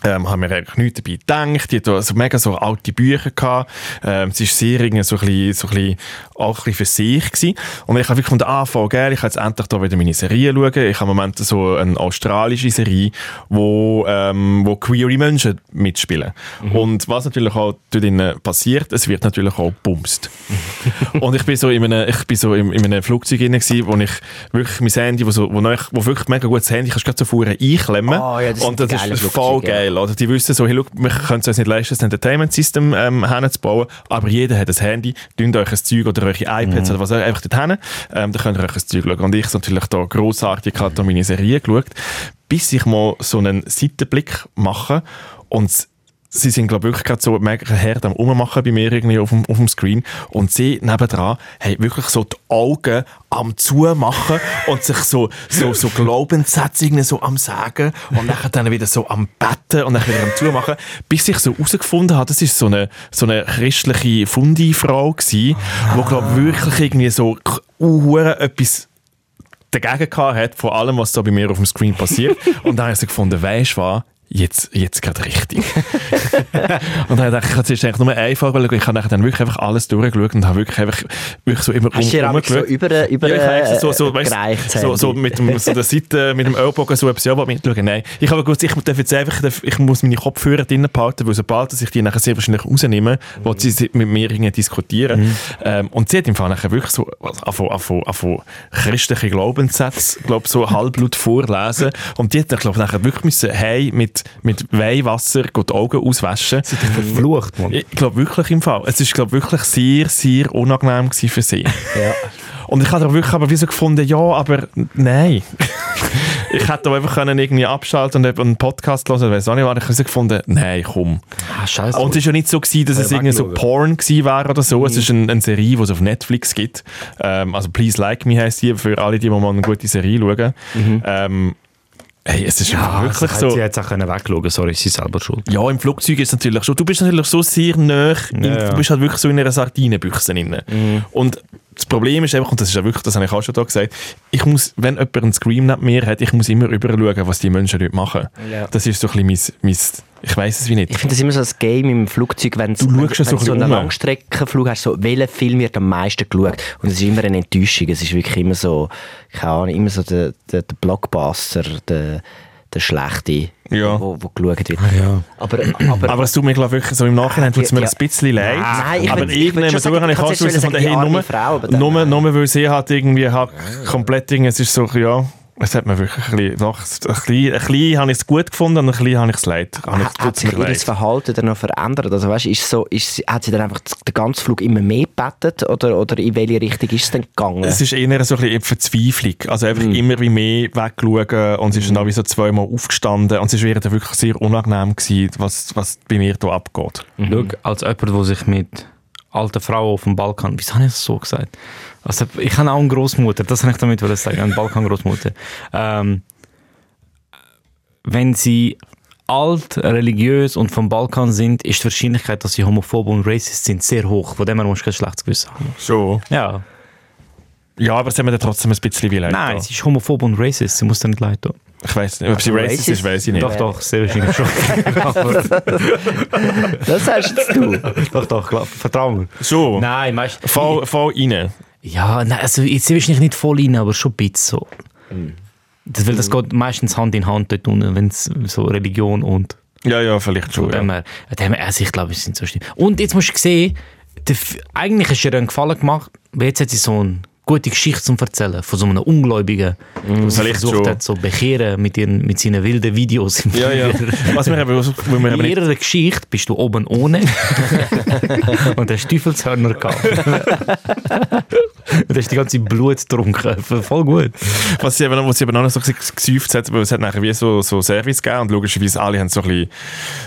S1: Ähm, haben mir eigentlich nichts dabei gedacht. Die hat so mega so alte Bücher gehabt. Ähm, sie war sehr irgendwie so ein bisschen, so ein bisschen, auch ein bisschen für sich gewesen. Und ich habe wirklich gefunden, ah, voll geil, ich kann jetzt endlich da wieder meine Serie schauen. Ich habe im Moment so eine australische Serie, wo, ähm, wo queere Menschen mitspielen. Und was natürlich auch dort drinnen passiert, es wird natürlich auch bumst.
S3: (laughs)
S1: und ich bin so in einem, ich bin so in, in einem Flugzeug drin gewesen, wo ich wirklich mein Handy, wo, so, wo, neu, wo wirklich mega gutes Handy, kannst du gerade so vorne einklemmen.
S3: Ah, ja, das sind
S1: und das
S3: die
S1: ist
S3: geilen
S1: voll
S3: Flugzeuge, ja.
S1: geil. Teil. Oder die wissen so, hey, look, wir können es uns nicht leisten, das Entertainment-System ähm, hinzubauen, aber jeder hat ein Handy, dünnt euch ein Zeug oder eure
S3: Mhm.
S1: iPads oder was auch immer, einfach dorthin, ähm, dann könnt ihr euch ein Zeug schauen. Und ich so natürlich da grossartig habe da meine Serie geschaut, bis ich mal so einen Seitenblick mache und s- Sie sind, glaube ich, wirklich gerade so mega hart am Rummachen bei mir irgendwie auf dem, auf dem Screen. Und sie nebendran haben wirklich so die Augen am Zumachen und sich so, so, so Glaubenssätze irgendwie so am Sagen und nachher dann wieder so am Betten und nachher wieder am Zumachen. Bis ich so herausgefunden habe, das ist so eine, so eine christliche Fundi-Frau gewesen, die, glaube wirklich irgendwie so k- uhuere etwas dagegen gehabt hat, von allem, was da bei mir auf dem Screen passiert. Und dann habe ich so gefunden, weisst du was, jetzt, jetzt gerade richtig. Und dann dachte ich, es ist eigentlich nur einfach, weil ich habe nachher dann wirklich einfach alles durchgeschaut und habe wirklich einfach wirklich so immer
S3: Hast du dir auch so
S1: rumgeschaut.
S3: über, über
S1: Ja, ich habe eigentlich so, so,
S3: äh,
S1: weißt,
S3: gereicht,
S1: so, so
S3: Handy?
S1: mit dem, so der Seite, mit dem Ellbogen so etwas, ja, was mitschauen. Nein, ich habe gewusst, ich darf jetzt einfach, ich muss meine Kopfhörer drinnen behalten, weil sobald dass ich die nachher sehr wahrscheinlich rausnehme, will sie sie mit mir irgendwie diskutieren.
S3: Mhm.
S1: Ähm, und sie hat im Fall nachher wirklich so also anfangen, anfangen, anfangen christliche Glaubenssätze, glaube so halbblut vorlesen. Und die hat dann, glaube ich, nachher wirklich müssen, hey, mit, mit Weihwasser die Augen auswaschen.
S2: Verflucht, Mann.
S1: Ich glaube wirklich im Fall. Es ist glaube wirklich sehr, sehr unangenehm gewesen für sie. Und ich habe da wirklich aber wie so gefunden, ja, aber nein. (laughs) ich hätte auch einfach können irgendwie abschalten und einen Podcast hören, weiß auch nicht, was ich habe gefunden, nein, komm.
S2: Ah, scheiße.
S1: Und es ist ja nicht so gewesen, dass es irgendwie so Porn gewesen wäre oder so. Es ist ein, eine Serie, die es auf Netflix gibt. Ähm, also Please Like Me heisst die, für alle, die mal eine gute Serie schauen. Ähm, hey, es ist wirklich
S2: Ah, sie
S1: so...
S2: hätte es auch können wegschauen sorry, sie ist selber schuld.
S1: Ja, im Flugzeug ist es natürlich schon. Du bist natürlich so sehr nah, in,
S2: Ja, Mhm. ja.
S1: du bist halt wirklich so in einer Sardinenbüchse drin. Und das Problem ist einfach, und das ist ja wirklich, das habe ich auch schon da gesagt, ich muss, wenn jemand einen Scream neben mir hat, ich muss immer überschauen, was die Menschen dort machen. Das ist so ein bisschen mein, mein ich weiß es wie nicht.
S3: Ich finde das immer so ein Game im Flugzeug, wenn
S1: Du schaust ja so
S3: wenn
S1: ein
S3: so einen
S1: bisschen um.
S3: Langstreckenflug hast, so, welchen Film wird am meisten geschaut? Und es ist immer eine Enttäuschung. Es ist wirklich immer so, keine Ahnung, immer so der, der, der Blockbuster, der, der Schlechte,
S1: Ja.
S3: wo, wo geschaut wird.
S2: ja.
S3: Aber, aber,
S1: Ah, Aber es tut mir glaub, wirklich so im Nachhinein tut's mir
S3: Ja.
S1: ein bisschen leid.
S3: Nein, ich
S1: aber
S3: würd- ich würd
S1: irgendwann
S3: schon
S1: so
S3: sagen,
S1: habe ich
S3: ich
S1: auch
S3: kann's jetzt
S1: schon von
S3: schon
S1: hey,
S3: sagen, die
S1: nur,
S3: arme Frau, aber dann- äh,
S1: nur, nur weil sie halt irgendwie halt komplett Ding, es ist so, ja, es hat mir wirklich ein bisschen, doch, ein bisschen, ein bisschen habe ich es gut gefunden und ein bisschen habe ich es leid. Habe ich-
S3: Ah, hat, hat
S1: tut's mir
S3: sich ihr
S1: leid.
S3: Verhalten dann noch verändert? Also weißt, ist so, ist, sie- hat sie dann einfach den ganzen Flug immer mehr gebettet oder, oder in welche Richtung ist es denn gegangen?
S1: Es ist eher so ein bisschen Verzweiflung. Also einfach
S3: Hm.
S1: immer wie mehr wegschauen und sie ist dann auch wie so zweimal aufgestanden und es war ihr dann wirklich sehr unangenehm, gewesen, was, was bei mir hier abgeht.
S2: Schau, als jemand, der sich mit alten Frauen auf dem Balkan, wieso habe ich das so gesagt? Also, ich habe auch eine Großmutter, das habe ich damit wollen sagen, eine (laughs) Balkan-Großmutter. Ähm, wenn sie alt, religiös und vom Balkan sind, ist die Wahrscheinlichkeit, dass sie homophob und racist sind, sehr hoch. Von dem her musst du kein schlechtes Gewissen haben.
S1: So.
S2: Ja.
S1: Ja, aber es hat mir dann trotzdem ein bisschen wie leid.
S2: Nein,
S1: getan.
S2: sie ist homophob und racist, sie muss dir nicht leid tun.
S1: Ich weiß nicht, ob sie
S3: Also
S1: racist ist,
S3: racist-
S1: weiß ich nicht.
S2: Doch, doch, sehr wahrscheinlich (laughs) schon.
S3: das sagst jetzt du.
S2: doch, doch, glaub, vertrau mir.
S1: So.
S2: Nein, meinst
S1: Voll, voll rein.
S2: Ja, nein, also jetzt bist du nicht voll rein, aber schon ein bisschen so.
S1: Hm.
S2: Das, weil das geht meistens Hand in Hand dort unten, wenn es so Religion und
S1: Ja, ja, vielleicht schon.
S2: dem
S1: Ja.
S2: her- dem her- also ich glaube, es sind so schlimm. Und jetzt musst du sehen, der, F- eigentlich hast du ihr einen Gefallen gemacht, weil jetzt hat sie so eine gute Geschichte zum erzählen von so einem Ungläubigen, der sie
S1: Hm, Vielleicht
S2: versucht
S1: schon.
S2: hat, so bekehren mit, ihren, mit seinen wilden Videos. im
S1: Ja, ja. (laughs) Was wir eben, was wir
S2: in
S1: eben nicht,
S2: ihrer Geschichte bist du oben (laughs) ohne und hast Teufelshörner gehabt. und hast die ganze Blut getrunken. Voll gut.
S1: was sie eben, was sie eben auch noch so gesäuft hat, weil es hat nachher wie so, so Service gegeben und logischerweise alle haben so ein bisschen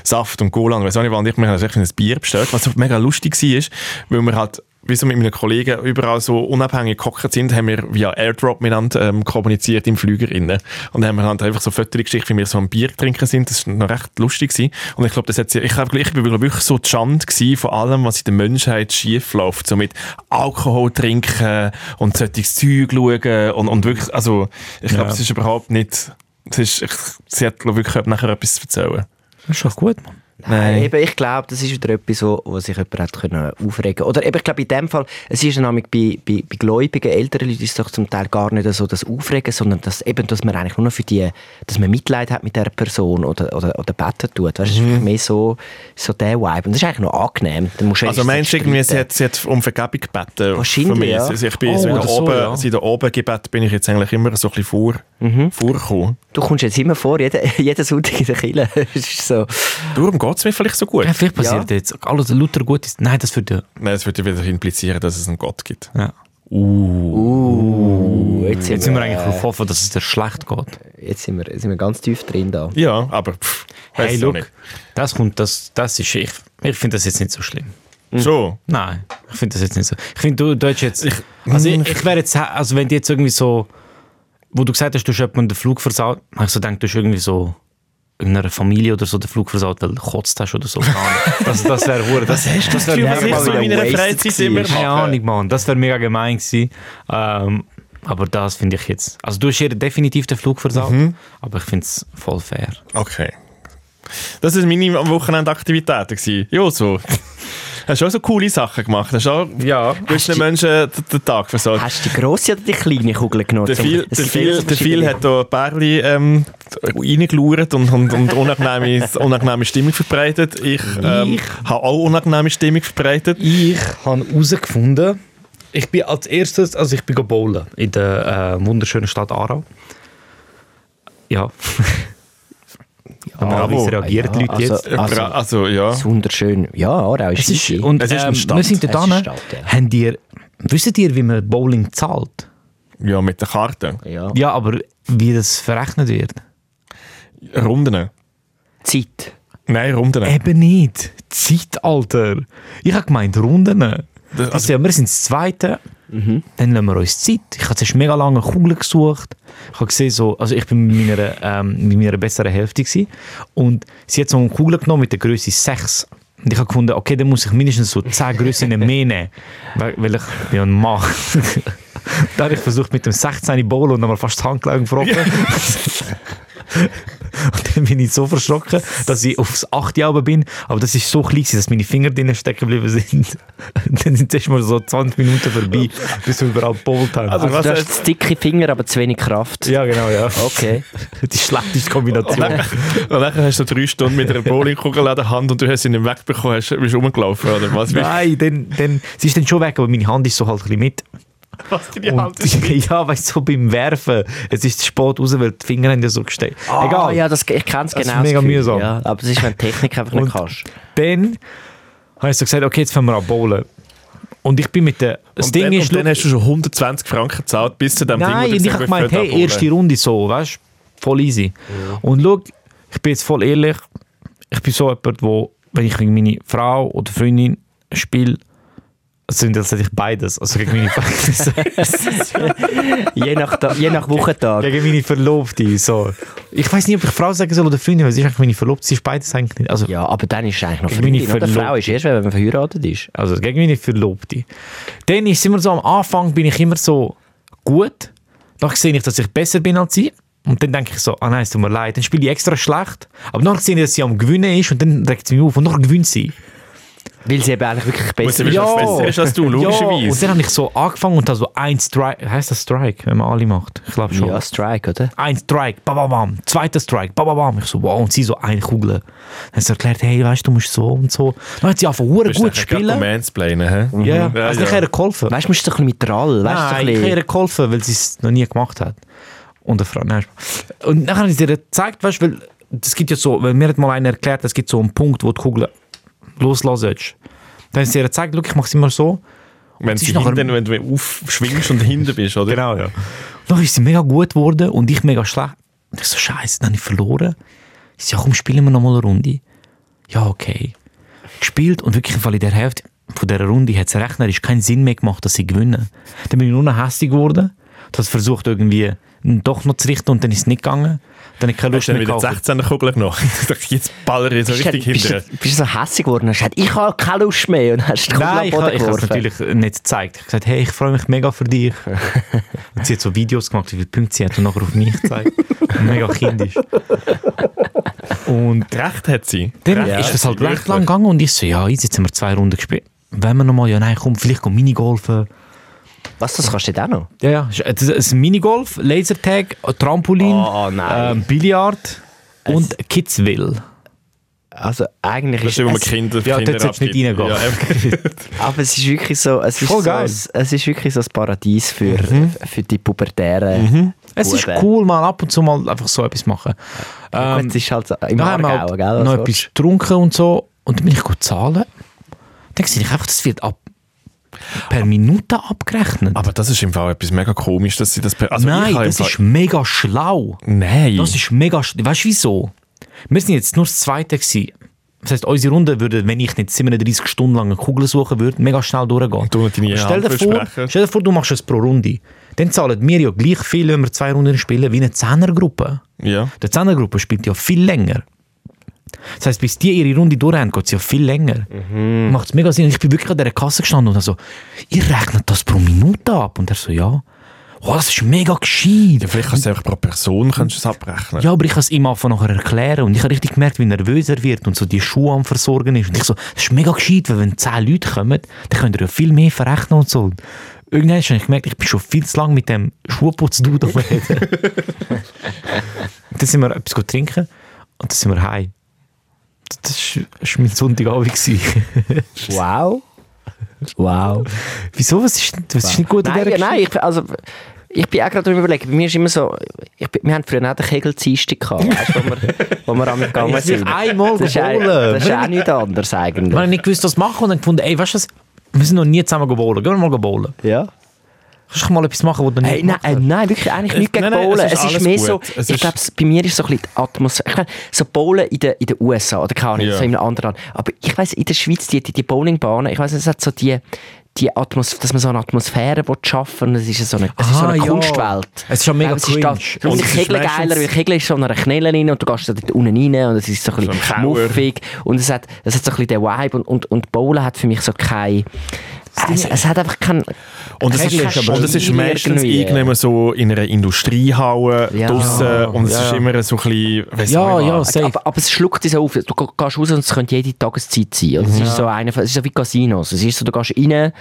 S1: Saft und Cola und weiss auch nicht, wann ich mir habe echt ein Bier bestellt, was so mega lustig war, weil wir halt wie so mit meinen Kollegen überall so unabhängig gehockt sind, haben wir via Airdrop miteinander ähm, kommuniziert im Flüger innen. Und haben wir halt einfach so Fotos geschickt, wie wir so am Bier trinken sind. Das war noch recht lustig. Gewesen. Und ich glaube, das hat sie, ich glaube, ich bin wirklich so die Schande gewesen von allem, was in der Menschheit schief läuft. So mit Alkohol trinken und solches Zeug schauen und, und wirklich, also, ich glaube,
S2: Ja.
S1: es ist überhaupt nicht, es ist, ich, sie hat, glaube ich, wirklich nachher etwas zu erzählen.
S2: Das ist doch gut, Mann.
S1: Nein.
S3: Nein. Äh, Eben, ich glaube, das ist wieder etwas, wo, wo sich jemand hat können aufregen Oder eben, ich glaube, in dem Fall, es ist nämlich bei, bei, bei gläubigen älteren Leuten ist es doch zum Teil gar nicht so das Aufregen, sondern dass, eben, dass man eigentlich nur noch für die, dass man Mitleid hat mit dieser Person oder, oder, oder beten tut. Weißt, du, Es
S1: Mhm.
S3: ist mehr so, so der Vibe. Und das ist eigentlich noch angenehm. Dann musst du
S1: Also
S3: erst
S1: meinst du irgendwie, sie
S3: streiten.
S1: hat, sie hat um Vergebung gebeten?
S3: Wahrscheinlich,
S1: Von mir.
S3: ja.
S1: Also ich bin
S2: Oh,
S1: so in der
S2: oder so,
S1: oben,
S2: ja. Mhm.
S1: seit der oben Gebet bin ich jetzt eigentlich immer so ein bisschen vor, vorgekommen.
S3: Du kommst jetzt immer vor, jeden, (laughs) jeden Sonntag in der Kirche. (laughs) Es ist so.
S1: Darum geht es mir vielleicht so gut.
S2: Ja, vielleicht passiert jetzt alles lauter gut ist. Nein, das würde
S1: Nein, es würde wieder implizieren, dass es einen Gott gibt.
S2: ja.
S1: Mhm.
S3: Uh, jetzt sind,
S2: Jetzt sind wir eigentlich darauf offen, dass es dir schlecht geht.
S3: jetzt sind wir, jetzt sind wir ganz tief drin da.
S1: Ja, aber pff,
S2: Hey,
S1: weiss ich auch
S2: look, das kommt, das, das ist ich. Ich finde das jetzt nicht so schlimm.
S1: nicht. So.
S2: Nein, ich finde das jetzt nicht so. Ich finde, du, du hättest jetzt. also, ich, ich wäre jetzt. Also, wenn die jetzt irgendwie so. Wo du gesagt hast, du hast jemanden den Flug versaut, habe ich so gedacht, du hast irgendwie so. In einer Familie oder so den Flug versaut, weil du gekotzt hast oder so. Keine (laughs) Ahnung. Das, das wäre Hure. Das, das wäre
S1: Was ich
S2: mega
S1: so
S2: gemein.
S1: in meiner
S3: wasted
S1: Freizeit immer
S2: Keine
S1: mache.
S2: Ahnung, Mann. Das wäre mega gemein gewesen. Ähm, aber das finde ich jetzt. Also, du hast ihr definitiv den Flug versaut, aber ich finde es voll fair.
S1: Okay. Das waren meine Wochenendaktivitäten. gewesen. Ja, so. (laughs) Hast du auch so coole Sachen gemacht? Hast du auch
S2: Ja.
S1: gewissen Menschen den, den Tag versorgt?
S3: Hast du die grosse oder die kleine Kugel genommen?
S1: Der viel,
S3: Es
S1: der
S3: gibt
S1: viel,
S3: so
S1: der viel hat da Bärli ähm, reingelauert und, und, und unangenehme, unangenehme Stimmung verbreitet. Ich, ähm, habe auch unangenehme Stimmung verbreitet.
S2: Ich habe herausgefunden, ich bin als erstes, also ich bin go bowlen in der äh, wunderschönen Stadt Aarau. (laughs) Ja. Normalerweise
S1: Bravo.
S2: reagieren die
S3: Ja,
S2: Leute
S3: also-
S2: jetzt.
S1: Also, also ja.
S3: Das ist wunderschön. Ja, Aarau ist,
S2: Es ist,
S3: easy.
S2: und,
S1: Es ist eine
S2: ähm,
S1: Stadt.
S2: Wir sind
S3: Es ist
S2: dort
S3: eine
S2: hin.
S3: Stadt, ja.
S2: Habt ihr, wisst ihr, wie man Bowling zahlt?
S1: Ja, mit der Karte.
S3: Ja.
S2: Ja, aber wie das verrechnet wird?
S1: Runden.
S3: Zeit.
S1: Nein, Runden.
S2: Eben nicht. Zeitalter. Ich habe gemeint, Runden.
S1: Das-
S2: Das, ja, wir sind das Zweite. Dann lassen wir uns Zeit. Ich habe zuerst mega lange eine Kugel gesucht. Ich habe gesehen, so, also ich bin mit meiner, ähm, mit meiner besseren Hälfte gewesen. und sie hat so eine Kugel genommen mit der Größe 6. Und ich habe gefunden, okay, dann muss ich mindestens so 10 Grössen mehr nehmen, weil, weil ich bin ja ein Mann. (laughs) da habe ich versucht mit dem 16 Bowl und dann mal fast die Handgelenk gebrochen. (laughs) Und dann bin ich so verschrocken, dass ich aufs 8 Auge bin. Aber das ist so klein, gewesen, dass meine Finger drinnen stecken geblieben sind. (laughs) dann sind es mal so 20 Minuten vorbei, bis wir überall gebolt haben.
S1: Also,
S3: Also,
S1: Ah, was
S3: du
S1: heißt-
S3: hast dicke Finger, aber zu wenig Kraft.
S2: ja, genau, ja.
S3: Okay.
S2: Die schlechteste Kombination.
S1: Und dann hast du drei Stunden mit einer Bowlingkugel an der Hand und du hast sie nicht wegbekommen, hast, bist rumgelaufen oder was?
S2: (laughs) Nein, dann, dann, sie ist dann schon weg, aber meine Hand ist so halt ein bisschen mit.
S1: (laughs) was die
S2: Und, (laughs) ja, weißt du, so beim Werfen. Es ist zu spät raus, weil die Finger haben ja so gesteckt.
S3: Ah,
S2: Egal.
S3: ja, das, ich kenne es
S2: Das ist
S3: genau.
S2: mega
S3: Gefühl.
S2: mühsam.
S3: Ja, aber es ist, wenn die Technik einfach nicht
S2: Und-
S3: kannst.
S2: Dann habe ich so gesagt, okay, jetzt fangen wir an bowlen. Und ich bin mit der... Das
S1: und
S2: Ding
S1: dann,
S2: ist...
S1: und dann hast du schon 120 Franken gezahlt bis zu dem
S2: Nein,
S1: Ding,
S2: und ich habe gemeint, hey, erste Runde so, weißt du? Voll easy. Und schau, ich bin jetzt voll ehrlich, ich bin so jemand, wo, wenn ich gegen meine Frau oder Freundin spiele, also sind das eigentlich beides, also gegen meine,
S1: (laughs)
S3: Je nach, Ta- je (laughs) nach Wochentag.
S2: gegen meine Verlobte, so. Ich weiß nicht, ob ich Frau sagen soll oder Freundin, weil sie ist eigentlich meine Verlobte, sie ist beides eigentlich nicht. Also,
S3: Ja, aber dann ist es eigentlich noch
S2: Gegen meine
S3: Freundin. Oder
S2: Verlobte.
S3: Frau ist erst, wenn man verheiratet ist.
S2: also gegen meine Verlobte. Dann ist immer so, am Anfang bin ich immer so gut, dann sehe ich, dass ich besser bin als sie und dann denke ich so, ah nein, es tut mir leid, dann spiele ich extra schlecht, aber dann sehe ich, dass sie am Gewinnen ist und dann regt sie mich auf und dann gewinnt sie.
S3: Weil sie eben eigentlich wirklich besser
S1: sie wissen,
S3: ist.
S2: Ja.
S1: dass es besser ist als du,
S2: Ja, und
S1: logischerweise.
S2: dann habe ich so angefangen und habe so ein Strike, heißt das Strike, wenn man alle macht? Ich glaube schon.
S3: Ja, Strike, oder?
S2: Ein Strike, bam, bam, bam. Zweiter Strike, bam, bam, bam. Ich so, wow, und sie so eine Kugel. Dann hat sie erklärt, hey, weißt du, du musst so und so. Dann hat sie einfach
S1: Dus
S2: verdammt gut zu spielen.
S1: Mansplainen, hä?
S2: Ja, ja.
S1: Ja,
S2: Also ich
S1: ja.
S2: habe ihr geholfen.
S3: Weißt du, musst du ein bisschen mit Trall. Weißt, so ein
S2: Nein, ich
S3: bisschen-
S2: habe ihr geholfen, weil sie es noch nie gemacht hat. Und der Frau, nein. Spaß. Und dann habe ich dir gezeigt, weißt du, weil es gibt ja so, weil mir hat mal einer erklärt, es gibt so einen Punkt, wo die Kugel loslassen sollst. Dann habe ich dir gezeigt, schau, ich mache es immer so.
S1: Wenn,
S2: sie
S1: sie
S2: ist nachher-
S1: hinten, wenn du aufschwingst und hinten bist, oder?
S2: Genau, ja. Dann ist sie mega gut geworden und ich mega schlecht. Und ich so, scheiße, dann habe ich verloren. Ich so, ja komm, spielen wir nochmal eine Runde. Ja, okay. Gespielt und wirklich im Fall in der Hälfte von dieser Runde hat es rechnerisch keinen Sinn mehr gemacht, dass sie gewinnen. Dann bin ich nur noch hässlich geworden. Das versucht irgendwie hm, doch noch zu richten und dann ist es nicht gegangen. Dann habe ich keine
S1: Hast
S2: Lust
S1: du
S2: mehr
S1: dann wieder
S2: gehabt.
S1: 16er Kugel genommen? (laughs) Ich dachte, jetzt baller ich so
S3: Bist du,
S1: richtig
S3: bist,
S1: hinterher.
S3: du, bist du so hässlich geworden? Hast du gesagt, ich habe keine Lust mehr und hast die Kugel
S2: Nein, ich,
S3: am
S2: ha-
S3: Boden
S2: ich habe es
S3: geworfen.
S2: natürlich nicht gezeigt. Ich habe gesagt, hey, ich freue mich mega für dich. Und sie hat so Videos gemacht, wie viele Punkte sie hat und nachher auf mich gezeigt. mega kindisch. Und
S1: Recht hat sie.
S2: dann
S1: Recht
S2: ist
S1: hat
S2: es
S1: sie,
S2: halt recht
S1: wirklich.
S2: lang gegangen und ich so, ja, jetzt haben wir zwei Runden gespielt. Wenn wir nochmal, ja nein, komm, vielleicht gehen Minigolfen.
S3: Was, das kannst du dann auch noch?
S2: Ja, ja, es ist- es ist Minigolf, Lasertag, Trampolin,
S3: Oh, oh, nein.
S2: ähm, Billard und Kidsville.
S3: Also eigentlich
S1: Das ist, wo man
S3: es-
S1: Kinder
S2: Ja,
S1: Kinder
S2: dort sollst du nicht
S1: abgibt.
S2: reingehen.
S1: Ja, eben.
S3: Aber es ist wirklich so, es ist,
S2: Voll
S3: so,
S2: geil. Mhm.
S3: es ist wirklich so ein Paradies für, für die Pubertären.
S2: Es ist
S3: Buben.
S2: cool, mal ab und zu mal einfach so etwas machen.
S3: Gut, es ist halt so im
S2: Dann haben wir
S3: Aargau,
S2: halt
S3: gell?
S2: noch
S3: Also,
S2: etwas getrunken und so. Und dann bin ich gut zahlen. Dann sehe ich einfach, das wird ab per Minute abgerechnet.
S1: Aber das ist im Fall etwas mega komisch, dass sie das... per- Also
S2: Nein,
S1: ich habe im
S2: das
S1: Fall-
S2: ist mega schlau.
S1: Nein.
S2: Das ist mega schlau. Weißt du wieso? Wir sind jetzt nur das Zweite gewesen. Das heisst, unsere Runde würde, wenn ich nicht 37 Stunden lang eine Kugel suchen würde, mega schnell durchgehen.
S1: Du nicht deine
S2: stell, dir
S1: Hand
S2: vor,
S1: versprechen.
S2: stell dir vor, du machst es pro Runde. Dann zahlen wir ja gleich viel, wenn wir zwei Runden spielen, wie eine Zehnergruppe.
S1: Ja.
S2: Die Zehnergruppe spielt ja viel länger. Das heisst, bis die ihre Runde durch haben, geht es ja viel länger.
S1: Mhm.
S2: Macht es mega Sinn. Ich bin wirklich an dieser Kasse gestanden und hab so, ihr rechnet das pro Minute ab? Und er so, ja. Wow, das ist mega gescheit.
S1: Ja, vielleicht kannst du es einfach pro Person kannst du es abrechnen.
S2: Ja, aber ich habe es ihm einfach nachher erklären und ich habe richtig gemerkt, wie nervös er wird und so die Schuhe am Versorgen ist. Und ich so, das ist mega gescheit, weil wenn 10 Leute kommen, dann könnt ihr ja viel mehr verrechnen und so. Und Irgendwann habe ich gemerkt, ich bin schon viel zu lang mit dem Schuhputz-Dude am Reden. dann sind wir etwas trinken und dann sind wir heim. Das- Das war mein Sonntagabend. gewesen. (laughs)
S3: Wow. Wow.
S2: Wieso? Was ist, was ist nicht gut an
S3: Nein,
S2: dieser
S3: ja, nein, ich, also, ich bin auch gerade darüber überlegen. Bei mir ist immer so, ich, bin- wir haben früher auch den Kegelzeistieg gehabt, weißt, du, wo wir, wo
S2: (laughs)
S3: wir am
S2: Ich
S3: gegangen
S2: hab mich
S3: sind.
S2: einmal
S3: das ist, auch-
S2: geholen.
S3: das ist
S2: Wir
S3: auch
S2: haben-
S3: nichts anderes
S2: Ich habe
S3: eigentlich.
S2: nicht gewusst, was machen und dann gefunden, ey, weißt du was, wir sind noch nie zusammen gebowlen. Gehen wir mal gebowlen.
S3: Ja.
S2: Kannst du mal etwas machen, was du
S3: Hey,
S2: nicht
S3: nein,
S2: gemacht
S3: äh,
S2: hast?
S3: nein, wirklich eigentlich nichts
S1: nein,
S3: gegen
S1: nein, es
S3: Polen.
S1: ist
S3: Es ist,
S1: alles
S3: mehr
S1: gut.
S3: so,
S1: Es
S3: ich
S1: ist-
S3: glaube, bei mir ist so ein bisschen die Atmosphäre. Ich meine, so Polen in den in den USA oder keine Ahnung,
S1: Ja.
S3: so in einem anderen Land. Aber ich weiß in der Schweiz, die, die, die Bowlingbahnen, ich weiß es hat so die, die Atmosphäre, dass man so eine Atmosphäre will schaffen will. Es ist so eine, es ist so
S2: Ah,
S3: eine
S2: ja.
S3: Kunstwelt.
S2: Es ist schon mega
S3: Aber
S2: cringe.
S3: Da, darum
S1: Und es
S3: ist
S1: ist
S3: Kegeln
S1: meistens-
S3: geiler, weil Kegeln ist so eine Knelle rein und du gehst so dort unten rein und es ist so ein bisschen
S1: ein Kauer.
S3: muffig und es hat, es hat so ein bisschen den Vibe und, und, und Bowlen hat für mich so kein... Es, es hat einfach keinen...
S1: Und es
S3: Kegel
S1: ist,
S3: ist aber
S1: und es ist
S3: schwierig
S1: meistens
S3: irgendwie.
S1: irgendwie so in einer Industriehalle
S3: Ja.
S1: draussen und es
S2: Ja,
S1: ist
S2: ja.
S1: immer so ein bisschen... weiss
S2: Ja,
S1: auch nicht
S2: ja,
S1: was.
S2: safe.
S3: Also, Aber, aber es schluckt dich so auf. Du geh- gehst raus und es könnte jede Tageszeit sein. Oder? Es, ist so eine, es ist so wie Casinos. Es ist so, du gehst rein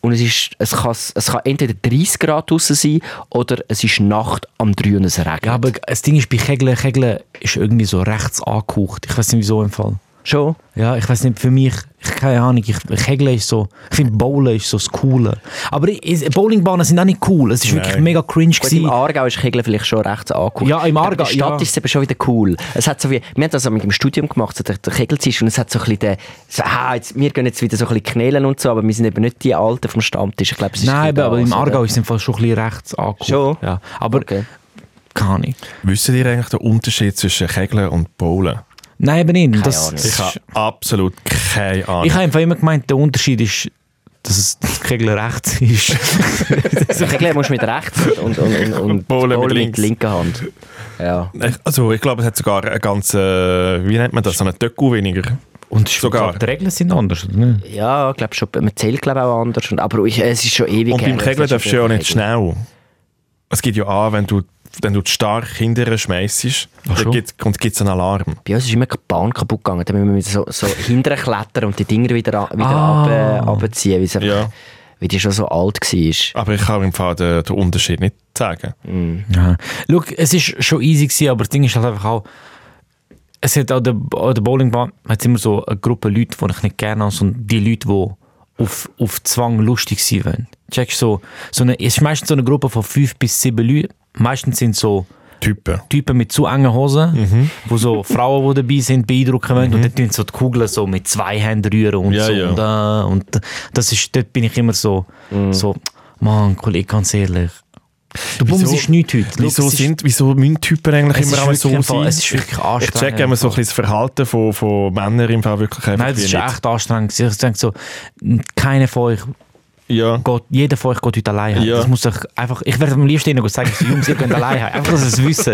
S3: und es, ist, es, kann, es kann entweder 30 Grad draußen sein oder es ist Nacht am 3 und es regnet.
S2: Ja, aber das Ding ist, bei Kegeln, Kegeln ist irgendwie so rechts angehaucht. Ich weiß nicht, wieso im Fall.
S3: Schon?
S2: Ja, ich weiß nicht, für mich, ich keine Ahnung, ich, Kegeln ist so, ich finde Bowlen ist so das Coole. Aber ich, ich- Bowlingbahnen sind auch nicht cool, es ist wirklich
S1: Nein.
S2: mega cringe
S3: Gut, im
S2: gewesen.
S3: Aargau ist Kegeln vielleicht schon rechts angeguckt.
S2: Ja, im
S3: Aber In
S2: Aargau,
S3: der Stadt
S2: ja.
S3: ist es eben schon wieder cool. Es hat so wie, wir haben das auch mit dem Studium gemacht, so der, der Kegeltisch, und es hat so ein bisschen den, so, ah, jetzt, wir gehen jetzt wieder so ein bisschen knälen und so, aber wir sind eben nicht die Alten vom Stammtisch. Ich glaube, es ist ein
S2: Nein,
S3: bisschen
S2: aber, aber
S3: das,
S2: im
S3: oder?
S2: Aargau ist es im Fall schon ein bisschen rechts angehaucht.
S3: Schon?
S2: Ja, aber
S3: Okay.
S2: keine Ahnung.
S1: Wisst ihr eigentlich den Unterschied zwischen Kegeln und Bowlen?
S2: Nein, eben nicht.
S3: Ahnung.
S2: Das,
S1: Ich habe absolut keine Ahnung.
S2: Ich habe einfach immer gemeint, der Unterschied ist, dass es Kegeln rechts (laughs) ist.
S3: Kegeln musst du mit rechts und, und, und, und
S1: Bowlen mit
S3: Bowlen
S1: links.
S3: linker Hand. Ja.
S1: Ich- Also ich glaube, es hat sogar einen ganzen, wie nennt man das, so einen Töckel weniger.
S2: Und ich
S1: Sogar.
S2: glaube, die Regeln sind anders, oder nicht?
S3: Ja, ich glaube schon, man zählt glaube auch anders. Und, aber ich, es ist schon ewig
S1: Und
S3: her,
S1: beim
S3: das
S1: Kegeln
S3: ist schon
S1: darfst du ja auch nicht
S3: Kegeln.
S1: schnell. Es gibt ja an, wenn du, wenn du zu stark hinterher schmeißt, dann
S2: schon?
S1: gibt es einen Alarm.
S3: Bei uns ist immer die Bahn kaputt gegangen. Dann müssen wir so,
S1: (laughs)
S3: so hinterher klettern und die Dinger wieder, an- wieder
S2: Ah.
S3: runter- runterziehen, weil, es einfach,
S1: Ja.
S3: weil die schon so alt war.
S1: Aber ich kann im Fall den, den Unterschied nicht sagen.
S2: Ja. Schau, es ist schon easy gewesen, aber das Ding ist halt einfach auch, es hat an der, an der Bowlingbahn hat immer so eine Gruppe Leute, die ich nicht gerne habe, sondern die Leute, die auf, auf Zwang lustig sein wollen. Checkst du, so, so eine, es ist meistens so eine Gruppe von fünf bis sieben Leuten. Meistens sind so
S1: Typen.
S2: Typen mit zu engen Hosen,
S1: Mhm. (laughs)
S2: wo so Frauen, die dabei sind, beeindrucken wollen. Und dann tun sie so die Kugeln so mit zwei Händen rühren und
S1: Ja,
S2: so.
S1: ja.
S2: Und, äh, und das ist, dort bin ich immer so,
S1: Mhm.
S2: so Mann, Kollege, ganz ehrlich. Du bumst nichts heute. Schau,
S1: Wieso,
S2: es ist-
S1: sind, wieso müssen Typen eigentlich
S2: Es
S1: immer
S2: ist
S1: alle so
S2: wirklich im Fall-
S1: sein?
S2: es ist wirklich
S1: ich check
S2: anstrengend.
S1: immer so ein bisschen das Verhalten von, von Männern im Fall wirklich einfach
S2: Nein, das
S1: wie
S2: ist
S1: nicht.
S2: echt anstrengend. gewesen. Ich denke so, keiner von euch
S1: Ja.
S2: geht, jeder von euch geht heute allein heim.
S1: Ja.
S2: Das muss ich einfach, ich werde am liebsten ihnen gehen sagen, so, Jungs, ihr geht allein heim. Einfach, dass ihr
S1: (laughs)
S2: es wisst.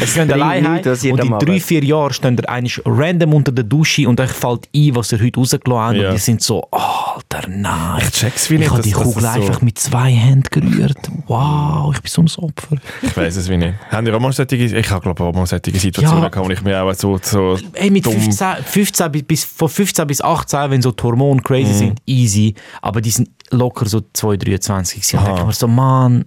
S2: Es geht allein heim
S3: nichts, was ihr
S2: und
S3: da
S2: in
S3: macht.
S2: drei, vier Jahren steht ihr einmal random unter der Dusche und euch fällt ein, was ihr heute rausgelassen habt.
S1: Ja.
S2: Und ihr seid so, oh, Alter, nein.
S1: Ich check's wie nicht,
S2: Ich habe
S1: dass-
S2: die
S1: dass
S2: Kugel
S1: das so-
S2: einfach mit zwei Händen gerührt. Wow, ich bin so ein Opfer.
S1: Ich weiß es wie nicht. Haben ihr auch mal solche, ich habe glaube auch mal solche Situationen
S2: Ja.
S1: gehabt, wo ich mir auch so, so
S2: Ey, mit
S1: dumm-
S2: 15, 15 bis- bis, von 15 bis 18, wenn so die Hormone crazy
S1: Mhm.
S2: sind, easy. Aber die sind locker so 2, 23 gewesen. Und
S1: Aha. Mhm.
S2: dann denke ich mir so, Mann,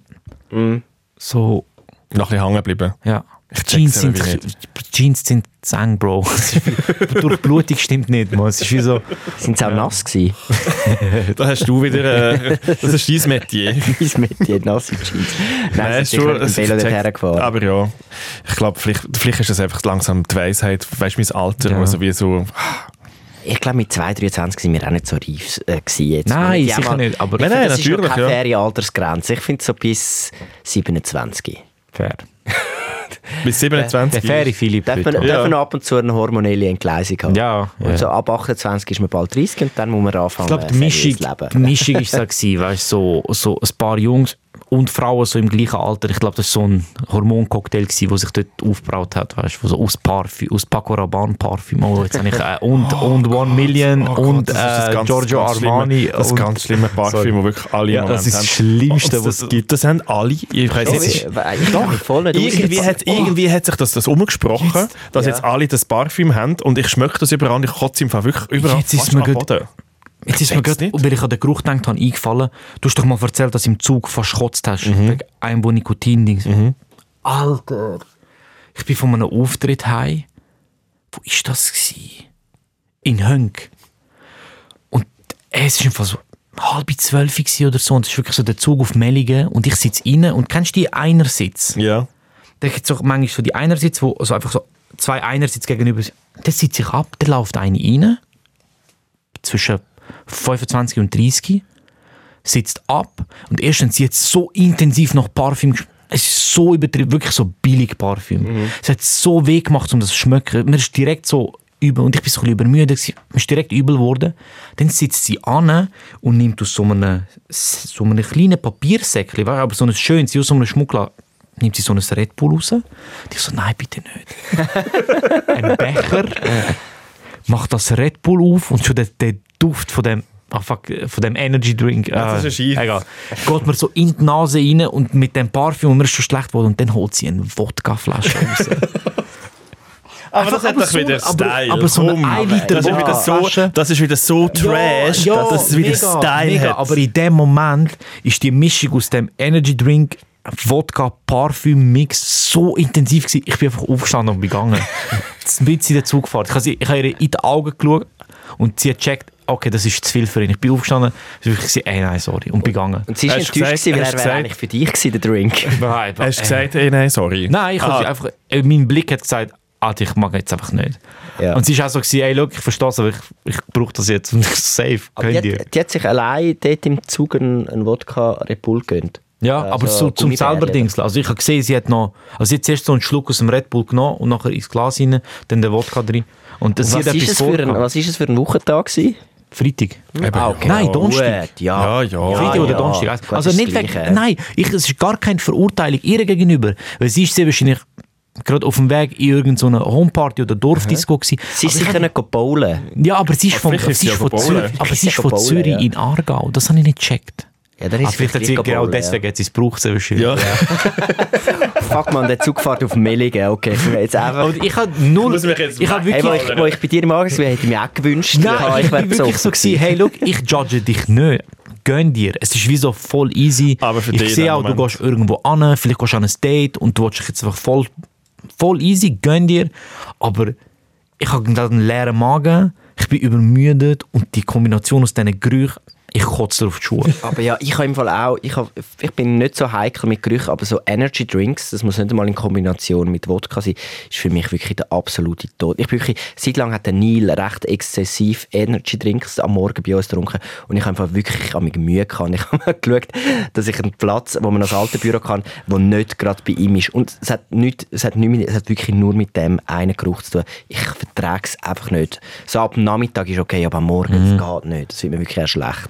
S2: so,
S1: noch ein bisschen hängen geblieben.
S2: ja.
S1: check's
S2: Jeans
S1: aber
S2: sind,
S1: nicht.
S2: Jeans sind zu eng, Bro. (laughs) Es ist wie- Durchblutung stimmt nicht, Mann. Es ist wie so,
S3: Sind sie auch nass gewesen? (laughs)
S1: Äh, Da hast du wieder, äh, (laughs) das ist dein Metier.
S3: Mein Mädchen hat nasse Jeans.
S1: Nein,
S3: Nein,
S1: ist
S3: sie sind
S1: schon-
S3: sicher
S1: es-
S3: mit dem Velo
S1: ich check-
S3: dorthin gefahren.
S1: Aber ja, ich glaube, vielleicht, vielleicht ist das einfach langsam die Weisheit, weißt du, mein Alter,
S2: Ja.
S1: wo so wie so...
S3: Ich glaube, mit 2, 23 waren wir auch nicht so reif. Äh, gewesen jetzt.
S2: Nein,
S3: Und die haben
S2: sicher
S3: auch-
S2: nicht, aber-
S3: ich
S1: Nein,
S3: finde,
S1: nein,
S3: das ist noch
S1: natürlich,
S3: keine
S1: ja.
S3: faire Altersgrenze. Ich finde so bis 27.
S2: fair.
S1: Bis
S2: Äh, Der
S1: 27.
S2: faire Philipp.
S3: Darf man,
S2: heute.
S3: darf man ab und zu eine hormonelle Entgleisung haben?
S2: Ja,
S3: Und
S2: ja.
S3: so ab 28 ist man bald 30 und dann muss man anfangen,
S2: Ich glaube, die
S3: ein
S2: Mischung,
S3: seriöses
S2: die
S3: Leben.
S2: Mischung ist so, gewesen, weißt, so, so ein paar Jungs und Frauen so im gleichen Alter. Ich glaube, das war so ein Hormoncocktail, gewesen, der sich dort aufgebraut hat. Weißt, wo so aus Parfüm, aus Paco Rabanne Parfüm. Oh, jetzt habe ich, äh, und und One Million
S1: Oh Gott,
S2: und
S1: das ist das
S2: äh,
S1: ganz-
S2: Giorgio
S1: ganz schlimme-
S2: Armani.
S1: Das
S2: und,
S1: ganz schlimme Parfüm,
S2: Sorry.
S1: wo wirklich alle
S2: Ja,
S1: im
S2: das
S1: Moment
S2: ist das Schlimmste,
S1: Und
S2: was es gibt.
S1: Das haben alle. Ich weiss
S3: Sorry,
S1: jetzt,
S3: weil ich kann mich voll nicht
S1: irgendwie,
S3: aussetzen.
S1: hat,
S2: Oh.
S1: irgendwie hat sich das, das umgesprochen, dass
S3: Ja.
S1: jetzt alle das Parfüm haben und ich schmecke das überall und ich kotze im Fall wirklich überall
S2: Jetzt ist
S1: fast
S2: mir
S1: am
S2: gut-
S1: Boden.
S2: Jetzt ist mir
S1: check's
S2: gerade,
S1: nicht.
S2: weil ich an den Geruch gedacht habe, eingefallen. Du hast doch mal erzählt, dass du im Zug fast gekotzt hast. Wegen einem, wo Nikotin dings Alter. Ich bin von einem Auftritt heim. Wo ist das? Gewesen? In Hönk. Und äh, es war einfach so halb zwölf gewesen oder so. Und es ist wirklich so der Zug auf Melligen. Und ich sitze rein. Und kennst du die Einersitz?
S1: Ja.
S2: Da gibt es auch manchmal so die Einersitz, wo so einfach so zwei Einersitz gegenüber sind. Der sitzt sich ab, der läuft eine rein. Zwischen 25 und 30. sitzt ab und erstens sie hat so intensiv nach Parfüm geschmeckt. Es ist so übertrieben, wirklich so billig Parfüm. Es hat so weh gemacht, um das zu schmecken. Mir ist direkt so übel und ich bin so ein bisschen übermüdet gewesen. Mir ist direkt übel geworden. Dann sitzt sie an und nimmt aus so einem, so einem kleinen Papiersäckchen, weißt du, aber so ein schönes, sie aus so einem Schmuggler, nimmt sie so ein Red Bull raus. Und ich so, nein, bitte nicht. ein Becher Äh. macht das Red Bull auf und schon der, der Duft von dem, ah, fuck, von dem Energy Drink. äh,
S1: Ja, das ist ein Scheiss.
S2: egal. Geht mir so in die Nase rein und mit dem Parfüm und mir ist schon schlecht geworden und dann holt sie eine Wodkaflasche raus.
S1: Aber das
S2: Einfach
S1: hat
S2: aber
S1: doch
S2: so-
S1: wieder
S2: aber-
S1: Style.
S2: aber so eine
S1: Komm.
S2: Einliter-
S1: das, ist wieder so,
S2: Flasche.
S1: das ist wieder so trash,
S2: Ja, ja,
S1: dass es wieder
S2: mega,
S1: Style
S2: mega,
S1: hat.
S2: Aber in dem Moment ist die Mischung aus dem Energy Drink, Wodka, Parfüm, Mix so intensiv gewesen. Ich bin einfach aufgestanden
S1: (laughs)
S2: und begangen. Ein bisschen dazu gefahren. Ich habe, sie, ich habe ihr in die Augen geschaut und sie hat gecheckt, okay, das ist zu viel für ihn. Ich bin aufgestanden, ich habe gesagt, ey, nein, sorry, und begangen.
S3: Und sie war
S1: Hast
S3: enttäuscht,
S1: du gesagt-
S3: gewesen, weil
S1: hast
S3: er
S1: du
S3: wäre
S1: gesagt-
S3: eigentlich für dich gewesen,
S2: (laughs)
S3: der Drink.
S2: Nein,
S1: Hast du
S2: äh,
S1: gesagt, ey, nein, sorry?
S2: Nein, ich habe
S1: Ah,
S2: sie einfach, äh, mein Blick hat gesagt, Alter, ich mag jetzt einfach nicht.
S3: Ja.
S2: Und sie war auch so, gewesen, ey, look, ich verstehe es, aber ich, ich brauche das jetzt und ich safe,
S3: Aber
S2: gönn
S3: die,
S2: dir.
S3: hat, die hat sich allein dort im Zug einen, einen Wodka Red Bull gegönnt.
S2: Ja,
S3: Äh,
S2: aber
S3: so
S2: so zum
S3: Gummibärchen.
S2: selber Dingseln. Also ich habe gesehen, sie hat noch, also sie hat zuerst so einen Schluck aus dem Red Bull genommen und nachher ins Glas rein, dann den Wodka drin. Und, das sie
S3: Was
S2: hat
S3: ist,
S2: etwas
S3: es für ein,
S2: vorgehabt.
S3: was ist es für ein Wochentag? gewesen?
S2: Freitag.
S3: Ah, okay.
S2: Nein, Donnerstag.
S3: Gut,
S1: Ja,
S3: Ja,
S1: ja.
S2: Freitag oder
S3: Ah, ja.
S2: Donnerstag. Also,
S3: Gut,
S2: also
S3: ist äh.
S2: nicht
S3: das
S2: weg.
S3: Gleiche.
S2: Nein, ich, es ist gar keine Verurteilung ihr gegenüber. Weil sie ist sehr wahrscheinlich gerade auf dem Weg in irgendeine Homeparty oder Dorfdisco gewesen.
S3: Sie ist
S2: Aber ich
S3: sicher nicht bowlen.
S2: hab- Ja, aber sie ist von,
S1: vielleicht ist
S2: sie
S1: sie ja
S2: ist von
S1: gebowlen.
S2: Zürich, aber
S3: Vielleicht
S2: sie
S3: ist
S2: ist
S3: sie
S2: von
S3: gebowlen,
S2: Zürich
S3: ja.
S2: in Aargau. Das habe ich nicht gecheckt.
S3: Ja, dann ist
S2: Ah,
S3: sie
S2: vielleicht hat sie
S3: gleich
S2: genau
S3: gebowlen, ja.
S2: deswegen hat sie es gebraucht, sehr wahrscheinlich.
S1: Ja.
S3: Fuck man, der Zug fährt auf Melligen. Okay, ich will jetzt einfach...
S2: Und ich habe null.
S1: Muss mich jetzt
S2: Ich habe
S3: Hey, wo,
S2: wirklich.
S3: ich, wo ich bei dir im Morgen war, hätte ich mich auch gewünscht.
S2: Nein,
S3: ja,
S2: ich,
S3: wär
S2: bin wirklich so
S3: besoffen
S2: gewesen, hey, look, ich judge dich nicht. Gönn dir. Es ist wie so voll easy.
S1: Aber für dich
S2: ich
S1: in
S2: sehe
S1: dem
S2: auch, du
S1: Moment.
S2: gehst irgendwo an, vielleicht gehst du an ein Date und du willst dich jetzt einfach voll, voll easy, gönn dir. Aber ich habe gerade einen leeren Magen, ich bin übermüdet und die Kombination aus diesen Gerüchen, ich kotze auf die Schuhe.
S3: Aber ja, ich habe im Fall auch, ich, hab, ich bin nicht so heikel mit Gerüchen, aber so Energy Drinks, das muss nicht einmal in Kombination mit Wodka sein, ist für mich wirklich der absolute Tod. Ich bin wirklich, seit langem hat der Neil recht exzessiv Energy Drinks am Morgen bei uns getrunken und ich habe einfach wirklich an mich Mühe gehabt. Ich (laughs) habe mal geschaut, dass ich einen Platz, wo man noch das alte Büro kann, wo nicht gerade bei ihm ist. Und es hat, nicht, es, hat nicht mit, es hat wirklich nur mit dem einen Geruch zu tun. Ich vertrage es einfach nicht. So ab dem Nachmittag ist okay, aber am Morgen, das geht nicht. Das wird mir wirklich auch schlecht.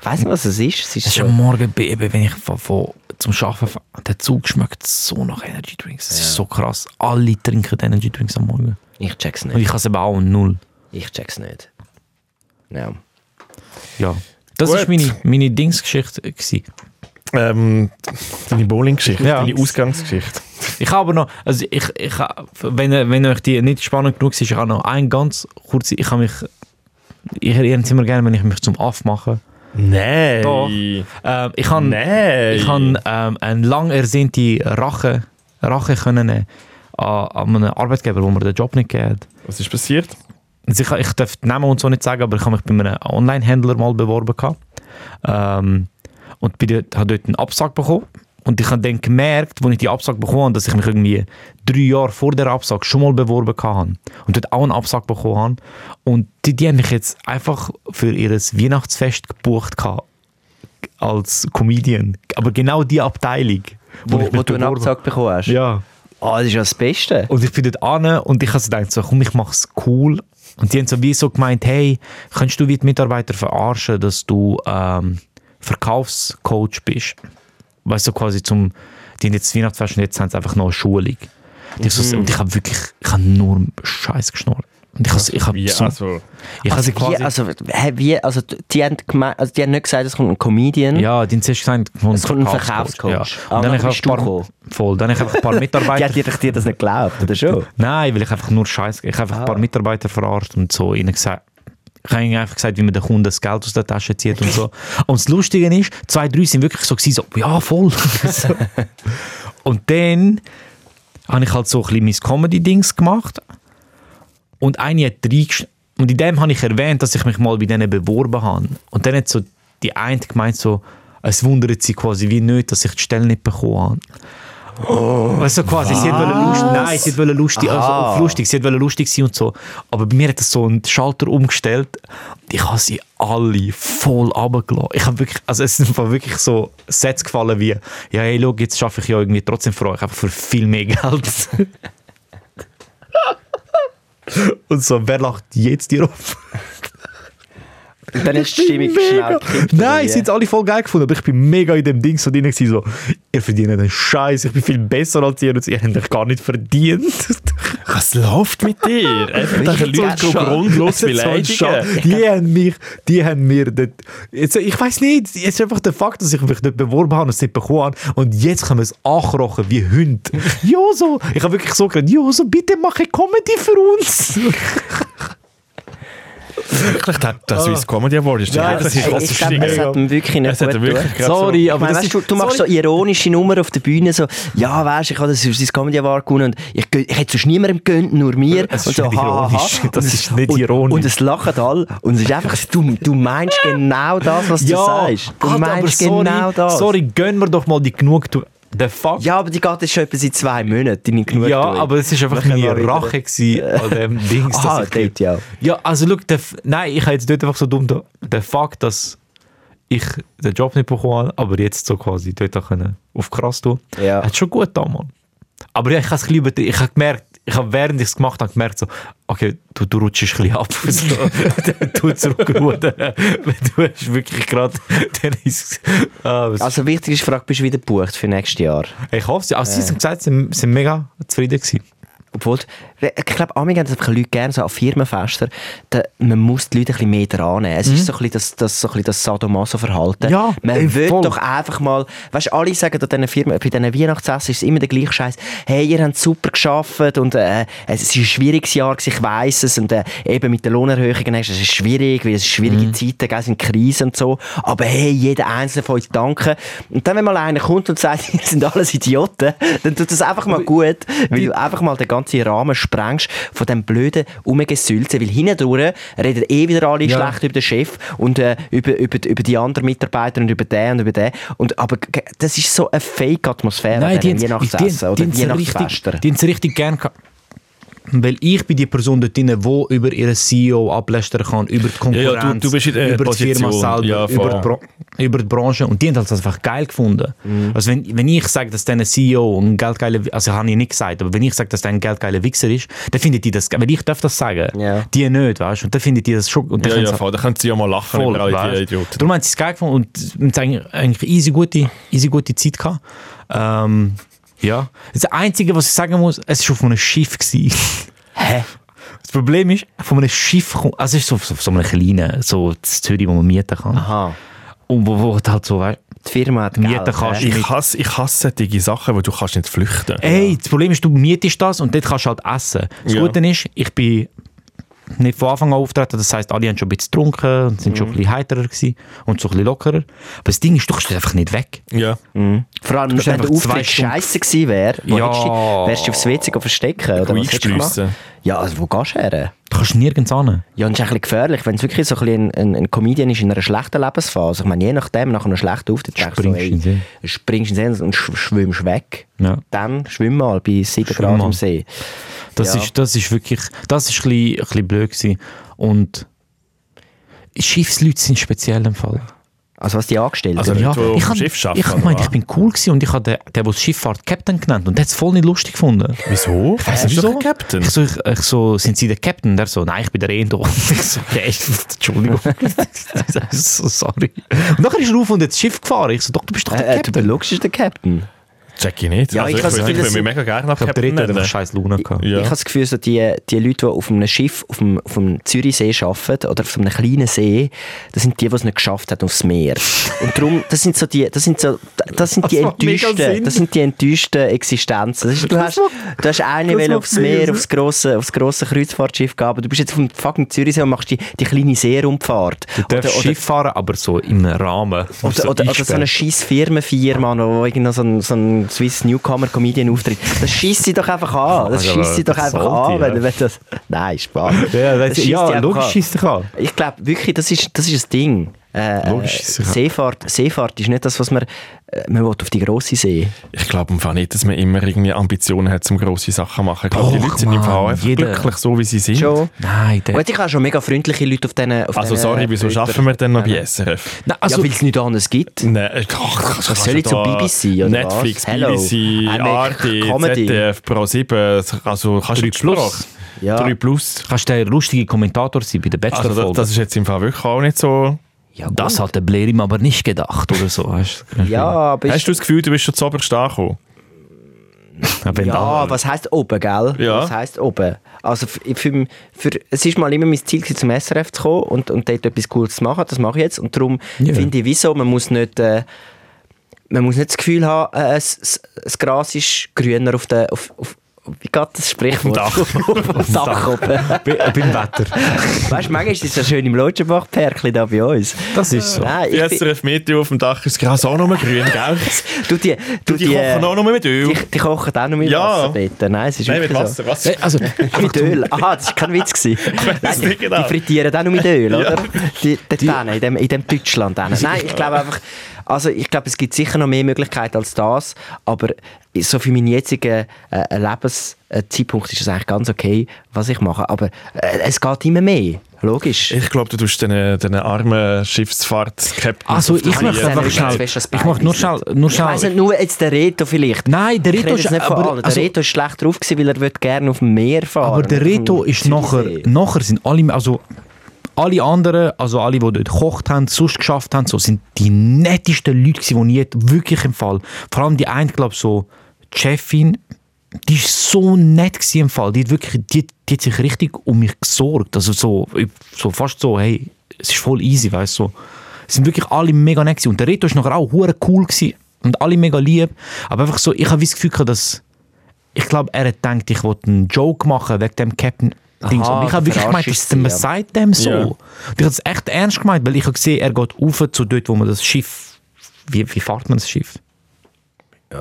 S3: Ich weiß nicht, was es ist. Es
S2: Es
S3: ist,
S2: ist
S3: so,
S2: am Morgen, Baby, wenn ich von, von, zum Arbeiten fahre, der Zug schmeckt so nach Energy Drinks. Das ist so krass. Alle trinken Energy Drinks am Morgen.
S3: ich check's
S2: Und
S3: nicht.
S2: ich habe es eben auch null.
S3: Ich check's nicht. Ja.
S2: Ja. Das
S1: Gut.
S2: war meine, meine Dingsgeschichte. gewesen.
S1: Ähm, deine Bowling-Geschichte,
S2: Ja.
S1: deine Ausgangsgeschichte.
S2: Ich habe aber noch, also ich, ich habe- wenn, wenn euch die nicht spannend genug ist, ich habe noch ein ganz kurz, ich habe mich, ich erinnere es immer gerne, wenn ich mich zum Aff mache.
S1: Nein.
S2: Doch. Ähm, ich habe,
S1: Nein.
S2: ich habe ähm, eine lang ersehnte Rache, Rache eh, können nehmen an, an einem Arbeitgeber, wo mir den Job nicht gegeben hat.
S1: Was ist passiert?
S2: Also ich, ich darf die Namen und so nicht sagen, aber ich habe mich bei einem Online-Händler mal beworben. gehabt. Ähm, und bin dort, habe dort einen Absag bekommen. Und ich habe dann gemerkt, als ich die Absage bekommen habe, dass ich mich irgendwie drei Jahre vor der Absage schon mal beworben habe. Und dort auch einen Absag bekommen habe. Und die, die haben mich jetzt einfach für ihr Weihnachtsfest gebucht gehabt, als Comedian. Aber genau die Abteilung,
S3: Wo,
S2: ich
S3: wo
S2: mich
S3: du einen
S2: beworben-
S3: Absag bekommen hast.
S2: Ja.
S3: Ah, das ist ja das Beste.
S2: Und ich bin dort an und ich habe so gedacht, so, komm, ich mache es cool. Und die haben so wie so gemeint, hey, könntest du wie die Mitarbeiter verarschen, dass du ähm, Verkaufscoach bist? Weißt du, quasi zum, die haben jetzt Weihnachtsfest und jetzt haben sie einfach noch eine Schulung. Und ich, so, und ich habe wirklich, ich habe nur Scheiß geschnurrt. Und ich habe ich hab
S1: Ja,
S2: so,
S1: also.
S2: ich hab sie quasi...
S3: Wie, also, hä, wie, also, d- die, haben geme- also, die haben nicht gesagt, es kommt ein Comedian.
S2: ja, die haben zuerst gesagt, von
S3: Es kommt ein Verkaufscoach. Ah,
S2: Und dann
S3: dann
S2: habe ich
S3: bist du
S2: einfach ein paar,
S3: gekommen.
S2: voll, dann habe ich einfach ein paar
S3: Die
S2: Mitarbeiter
S3: hat dir, dir das nicht geglaubt, oder schon?
S2: Nein, weil ich einfach nur Scheiße. Ich habe einfach ein paar Mitarbeiter verarscht und so ihnen gesagt. Ich habe ihnen einfach gesagt, wie man den Kunden das Geld aus der Tasche zieht und so. Und das Lustige ist, zwei, drei sind wirklich so, gewesen, so ja, voll. so. Und dann habe ich halt so ein bisschen mein Comedy-Dings gemacht. Und eine hat reingeschnitten. Und in dem habe ich erwähnt, dass ich mich mal bei denen beworben habe. Und dann hat so die eine gemeint, so, es wundert sie quasi wie nicht, dass ich die Stelle nicht bekommen habe. Also quasi, sie hat wollen lustig, nein, sie hat wollen lustig, also
S3: Aha.
S2: auf lustig, sie hat wollen lustig sein und so. Aber bei mir hat das so einen Schalter umgestellt. Ich habe sie alle voll runtergelassen. Ich habe wirklich, also es sind im Fall wirklich so Sätze gefallen wie, ja, hey, schau, jetzt schaffe ich ja irgendwie trotzdem für euch, einfach für viel mehr (laughs) Geld. und so, wer lacht jetzt dir auf?
S3: Und dann ist die Stimmung schnell gekippt, oder
S2: Nein,
S3: wie?
S2: sie haben es alle voll geil gefunden, aber ich bin mega in dem Ding so drin gewesen, so, ihr verdient einen Scheiß, ich bin viel besser als ihr und ihr habt euch gar nicht
S3: (laughs)
S2: verdient.
S1: Was läuft mit (laughs) dir? Einfach
S3: Das
S1: diese
S3: ist so ein
S1: Leute so
S3: Schall.
S1: grundlos
S2: Das ist so ein
S1: beleidigen.
S2: Schall. Die haben mich, die haben mir, dort- jetzt, ich weiß nicht, es ist einfach der Fakt, dass ich mich dort beworben habe und es nicht bekommen habe und jetzt können wir es anrochen wie
S3: (laughs)
S2: Hunde. Joso, ich habe wirklich so gedacht, Joso, bitte mache Comedy für
S3: (laughs)
S2: uns.
S1: Wirklich, der, der Swiss Comedy Award ist
S2: Ja,
S1: das,
S2: das
S1: das
S2: ist-
S1: ist
S3: Ey, Ich glaube, es hat ihm wirklich nicht
S1: Es hat
S3: gut
S1: ihm wirklich
S3: getan.
S1: gerade
S2: Sorry,
S1: so-
S2: aber
S3: Aber ich
S2: das ist,
S3: weißt, du, du machst
S2: sorry.
S3: so ironische Nummer auf der Bühne, so, ja, weißt, ich habe das Swiss Comedy Award gewonnen und ich, gön- ich hätte sonst niemandem gönnt, nur mir.
S2: Es
S3: und
S2: ist
S3: so,
S2: nicht
S3: ha, ha, ha.
S2: ironisch.
S3: Und
S2: Das
S3: es-
S2: ist nicht
S3: und,
S2: ironisch.
S3: Und es lachen alle und es ist einfach, so, du, du meinst genau das, was du sagst.
S2: Alter,
S3: Du
S2: aber
S3: meinst
S2: sorry,
S3: genau das.
S2: Sorry, gönn mir doch mal die Genugtuung. Der Fakt
S3: Ja, aber die geht jetzt schon etwa seit zwei Monaten, deine Genugtuung.
S2: Ja, aber es war einfach
S3: Wir können
S2: meine
S3: mal
S2: Rache gewesen an dem
S3: (laughs)
S2: Dings. dass
S3: Aha,
S2: ich-
S3: dort, ja.
S2: Ja, also schau, der, F- nein, ich habe jetzt dort einfach so dumm, da- der Fakt, dass ich den Job nicht bekommen habe, aber jetzt so quasi dort auch können auf krass tun,
S3: Ja.
S2: hat schon gut getan, Mann. Aber ja, ich habe es ein bisschen übertrieben. ich habe gemerkt, ich habe während ich es gemacht habe, gemerkt so, okay, du, du rutschst ein bisschen ab, (laughs) so, du zurückrudern, weil du hast wirklich (laughs) gerade Dennis, ah, was-
S3: Also wichtig ist, die Frage, bist du wieder gebucht für nächstes Jahr?
S2: ich hoffe es, also sie haben gesagt, sie sind, sind mega zufrieden gewesen.
S3: Obwohl, ich glaube, Amig haben das einfach Leute gerne so an Firmenfesten. Da, man muss die Leute ein bisschen mehr dran nehmen. Es ist so ein bisschen das, das, so ein bisschen das Sadomaso-Verhalten.
S2: Mhm. Ja,
S3: man
S2: ey,
S3: will
S2: voll.
S3: doch einfach mal, weißt du, alle sagen an diesen Firmen, bei diesen Weihnachtsessen ist es immer der gleiche Scheiß. Hey, ihr habt super geschafft und äh, es ist ein schwieriges Jahr, gewesen, ich weiss es. Und äh, eben mit den Lohnerhöhungen, es ist schwierig, weil es sind schwierige
S2: Mhm.
S3: Zeiten, gell, es sind Krisen und so. Aber hey, jeder Einzelne von uns danken. Und dann, wenn mal einer kommt und (laughs) sagt, ihr sind alles Idioten, dann tut das einfach mal gut, weil du einfach mal den ganzen Rahmen sprengst von dem blöden Rumgesülze, weil hindurch reden eh wieder alle
S2: Ja.
S3: schlecht über den Chef und äh, über, über, über die anderen Mitarbeiter und über den und über den. Und, aber g- das ist so eine Fake-Atmosphäre an diesen
S2: haben's-
S3: Weihnachtsessen oder
S2: die haben's
S3: Weihnachtsfesten.
S2: richtig, die haben's richtig gern gehabt. Weil ich bin die Person dort drin, die über ihren CEO ablästern kann, über die
S1: ja,
S2: Konkurrenz,
S1: du- du bist in der
S2: über die Firma
S1: Position.
S2: selber,
S1: Ja, voll.
S2: über, die Bra- über die Branche. Und die haben das einfach geil gefunden.
S3: Mhm.
S2: Also wenn, wenn ich sage, dass der ein CEO ein geldgeiler, also habe ich nicht gesagt, aber wenn ich sage, dass der ein geldgeiler Wichser ist, dann findet die das geil. Weil ich darf das sagen.
S3: Ja.
S2: Die nicht, weißt du. Und dann findet die das schon... Und dann
S1: Ja,
S2: können
S1: ja,
S2: sie-
S1: voll. Da können sie ja mal lachen
S2: Voll,
S1: über all
S2: weißt.
S1: die Idioten.
S2: Darum haben sie es geil gefunden und haben eigentlich, eigentlich easy gute, easy gute Zeit gehabt. Ähm, ja. Das Einzige, was ich sagen muss, es war auf einem Schiff. Gewesen.
S3: Hä?
S2: Das Problem ist, von einem Schiff kommt, also es ist so, so, so einem kleinen, so in Zürich, wo man mieten kann.
S3: Aha.
S2: Und wo, wo halt so, weißt
S3: Die Firma hat
S2: Mieten
S3: Geld,
S2: kannst
S3: hä?
S2: du-
S1: Ich hasse, ich hasse solche Sachen, wo du kannst nicht flüchten
S2: Ey, das Problem ist, du mietest das und dort kannst du halt essen. Das
S1: Ja.
S2: Gute ist, ich bin nicht von Anfang an auftreten, das heisst, alle haben schon ein bisschen getrunken und sind schon ein bisschen heiterer gewesen und so ein bisschen lockerer. Aber das Ding ist, du kannst einfach nicht weg.
S1: Ja.
S3: Vor allem,
S2: bist
S3: wenn der
S2: einfach zwei
S3: Auftritt
S2: Stunden-
S3: scheiße gewesen wäre, wo
S2: Ja.
S3: hättest du- wärst du aufs WC go verstecken? Oder was hättest du
S1: eingeschliessen.
S3: gemacht? Ja, also wo gehst du her?
S2: Du kannst nirgends hin.
S3: Ja, und es ist ein bisschen gefährlich, wenn es wirklich so ein, bisschen ein, ein, ein Comedian ist in einer schlechten Lebensphase. Also Ich meine, je nachdem, nach einem schlechten Auftritt denkst du so,
S2: Springst in den See.
S3: ey, springst in den See und sch schwimmst weg.
S2: Ja.
S3: Dann schwimm mal bei 7
S2: Schwimm
S3: Grad
S2: mal.
S3: am See.
S2: Das,
S3: Ja.
S2: ist, das ist wirklich, das ist ein bisschen, ein bisschen blöd gewesen. Und Schiffsleute sind speziell im Fall.
S3: Also was die angestellt
S1: Also-
S3: haben.
S1: Leute, die auf
S2: ich
S1: dem
S2: hab-
S1: Schiff arbeiten,
S2: ich hab gemeint,
S1: oder
S2: ich bin cool gewesen und ich habe den, der, der die Schifffahrt Captain genannt und der hat es voll nicht lustig gefunden.
S1: Wieso?
S2: Ich weiss
S1: Bist
S2: nicht
S1: du
S2: wieso.
S1: doch ein Captain.
S2: Ich so, ich, ich so, sind Sie der Captain? Der so, nein, ich bin der Endo. (laughs) Ich so, okay,
S1: (laughs)
S2: Entschuldigung. (laughs) Ich so, sorry. Und nachher ist er rauf und hat das Schiff gefahren. Ich so, doch, du bist doch der
S3: Äh, äh, du
S2: Captain.
S3: beschaust den Captain.
S1: Check ich nicht.
S3: Ja,
S1: also
S3: ich
S1: ich
S3: has-
S1: würde ich
S3: das
S1: würde mich
S3: sind-
S1: mega gerne nach
S2: ich glaube, der
S1: Captain
S2: Ritter hat einfach
S1: nennen.
S2: scheiß Laune gehabt.
S3: Ich
S1: Ja.
S3: habe das Gefühl, so die, die Leute, die auf einem Schiff, auf einem, auf einem Zürichsee arbeiten oder auf so einem kleinen See, das sind die, die es nicht geschafft haben aufs Meer. Und darum, das sind so die, das sind so, das sind die
S2: Das macht mega
S3: enttäuschten,
S2: Sinn.
S3: das sind die enttäuschten Existenzen. Das ist, du, hast, du hast eine
S2: das
S3: Welle
S2: macht
S3: aufs
S2: mega
S3: Meer,
S2: Sinn.
S3: aufs grosse, aufs grosse Kreuzfahrtschiff gehen, aber du bist jetzt auf dem fucking Zürichsee und machst die, die kleine Seerumfahrt.
S2: Du darfst Schiff fahren, aber so im Rahmen.
S3: Oder,
S2: so
S3: oder, oder so eine
S2: eingesperrt.
S3: scheiß Firmenfirma, wo irgendein so ein, so ein Swiss Newcomer Comedian auftritt. Das schießt sie doch einfach an. Das
S2: Also,
S3: schießt sie doch
S2: das
S3: einfach
S2: sollte,
S3: an, wenn,
S2: ja.
S3: wenn das. Nein, Spaß.
S2: Ja,
S3: Das
S2: das
S3: scheisst
S2: ja,
S3: die einfach
S2: logisch
S3: an.
S2: schießt dich an.
S3: Ich glaube wirklich, das ist, das ist ein Ding. Äh,
S1: Logisch,
S3: äh,
S1: sicher.
S3: Seefahrt, Seefahrt ist nicht das, was man, äh, man will auf die grosse See.
S1: Ich glaube im Fall nicht, dass man immer irgendwie Ambitionen hat, um grosse Sachen zu machen. Ich glaube, die
S2: Doch,
S1: Leute sind im
S2: Mann,
S1: Fall einfach
S2: jeder.
S1: glücklich, so wie sie sind.
S3: Schon.
S2: Nein, der...
S3: Und ich habe schon mega freundliche Leute auf diesen auf
S1: Also
S3: diesen
S1: sorry, wieso
S3: Bötern.
S1: schaffen wir denn noch bei SRF?
S2: Nein,
S3: ja, weil es nichts anderes gibt.
S1: Nein, äh, ach,
S3: Was soll ich zu
S1: da-
S3: BBC oder
S1: Netflix,
S3: was? Hello. Ah,
S1: BBC,
S3: Amec,
S1: Arte,
S3: Comedy.
S1: ZDF, Pro7, also kannst du
S2: Drei
S1: die
S2: Plus.
S1: Sprache.
S3: Ja.
S1: 3 Plus.
S2: kannst der lustige Kommentator sein bei der
S1: Also das,
S2: Bachelor-Folge.
S1: das ist jetzt im Fall wirklich auch nicht so...
S3: Ja, gut.
S2: das hat der Blair ihm aber nicht gedacht oder so. Weißt? du?
S3: ja, aber
S1: Hast du das Gefühl, du bist schon zu oberst angekommen?
S2: Wenn da-
S3: Ja, was heisst oben, gell?
S1: Ja.
S3: Was heisst oben? Also f- für, für, es ist mal immer mein Ziel, gewesen, zum SRF zu kommen und, und dort etwas Cooles zu machen. Das mache ich jetzt. Und darum
S2: Ja.
S3: finde ich, wieso, man muss nicht... Äh, man muss nicht das Gefühl haben, äh, es- es- das Gras ist grüner auf der... Auf, auf, wie geht das Sprichwort?
S1: Dach.
S3: (laughs) Auf dem Dach oben.
S2: Be- äh, beim Wetter.
S3: Weißt du, manchmal ist es ja schön im Leutschenbach-Pärkchen da bei uns.
S2: Das ist so.
S3: Nein,
S1: Die
S3: ich bin,
S1: SRF Meteo auf dem Dach ist das Gras auch noch grün,
S3: (laughs)
S1: gell?
S3: du, die, du,
S1: Die kochen auch noch mit Öl.
S3: die, die kochen auch noch mit
S1: Ja.
S3: Wasser dort. Nein, es ist
S1: Nein, mit
S3: wirklich so.
S1: Wasser, Wasser.
S2: (laughs) Äh, Also, (laughs)
S3: Mit Öl. Aha, das war kein Witz. gewesen.
S1: weiss
S3: Nein,
S1: nicht genau.
S3: Die frittieren auch nur
S2: (laughs)
S3: mit Öl,
S1: Ja.
S3: oder? Die, dort hinten, in, dem, in dem Deutschland. hinten. Nein, ich glaube einfach, also ich glaube, es gibt sicher noch mehr Möglichkeiten als das, aber so für meinen jetzigen äh, Lebenszeitpunkt ist es eigentlich ganz okay, was ich mache. Aber äh, es geht immer mehr, logisch.
S1: Ich glaube, du tust den, den armen Schiffsfahrt-Captain
S2: also
S1: auf die
S2: ich
S1: Knie.
S2: möchte einfach schnell... Ich möchte nur schnell... Nur
S3: Ich weiss
S2: schnell
S3: nicht, nur jetzt der Reto vielleicht.
S2: Nein, der
S3: Ich
S2: Reto
S3: rede
S2: ist...
S3: jetzt nicht von
S2: Aber,
S3: allen. Der
S2: also,
S3: Reto ist schlecht drauf, gewesen, weil er würde gerne auf dem Meer fahren Hm,
S2: aber der
S3: nicht auf
S2: Reto
S3: dem
S2: ist nachher...
S3: Zürichsee.
S2: Nachher sind alle... Also, alle anderen, also alle, die dort gekocht haben, sonst geschafft haben, so, sind die nettesten Leute gewesen, die ich wirklich im Fall... Vor allem die eine, glaube ich, so... Die Chefin, die war so nett gewesen im Fall. Die hat, wirklich, die, die hat sich richtig um mich gesorgt. Also so, ich- so fast so, hey, es ist voll easy, weißt du. So. Es sind wirklich alle mega nett gewesen. Und der Reto war nachher auch hure cool gewesen. und alle mega lieb. Aber einfach so, ich habe das Gefühl gehabt, dass, ich glaube, er hat gedacht, ich wollte einen Joke machen wegen dem Captain. Dings.
S3: Aha,
S2: und ich
S3: du
S2: habe wirklich gemeint,
S3: verarschst
S2: dass
S3: sie,
S2: man
S3: ja.
S2: sagt dem so.
S1: Ja.
S2: Und ich habe es echt ernst gemeint, weil ich habe gesehen, er geht rauf zu dort, wo man das Schiff, wie, wie fährt man das Schiff?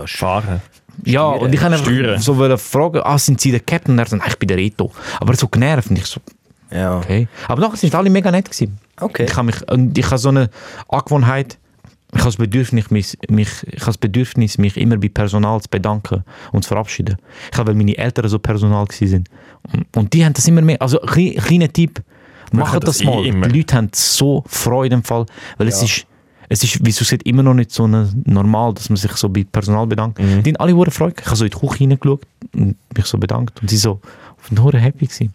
S1: Fahren.
S2: Ja, und ich wollte
S1: Steuern.
S2: einfach so wollen fragen, ah, sind Sie der Captain? Und er sagt, nein, ich bin der Reto. Aber so genervt. Und ich so,
S3: Ja.
S2: okay. Aber nachher sind alle mega nett. Gewesen.
S3: Okay.
S2: Ich habe mich, und ich habe so eine Angewohnheit, ich habe das Bedürfnis, mich, mich, ich habe das Bedürfnis, mich immer bei Personal zu bedanken und zu verabschieden. Ich habe, weil meine Eltern so Personal waren. Und, und die haben das immer mehr, also klein, kleiner Tipp,
S1: Machen
S2: macht das,
S1: das eh
S2: mal.
S1: immer.
S2: Die Leute haben so Freude im Fall, weil es ist, es ist, wieso sieht immer noch nicht so eine, normal, dass man sich so bei Personal bedankt. Die haben alle hure Freude. gehabt. Ich habe so in die Küche hineingeschaut und mich so bedankt. Und sie so, und hure happy gewesen.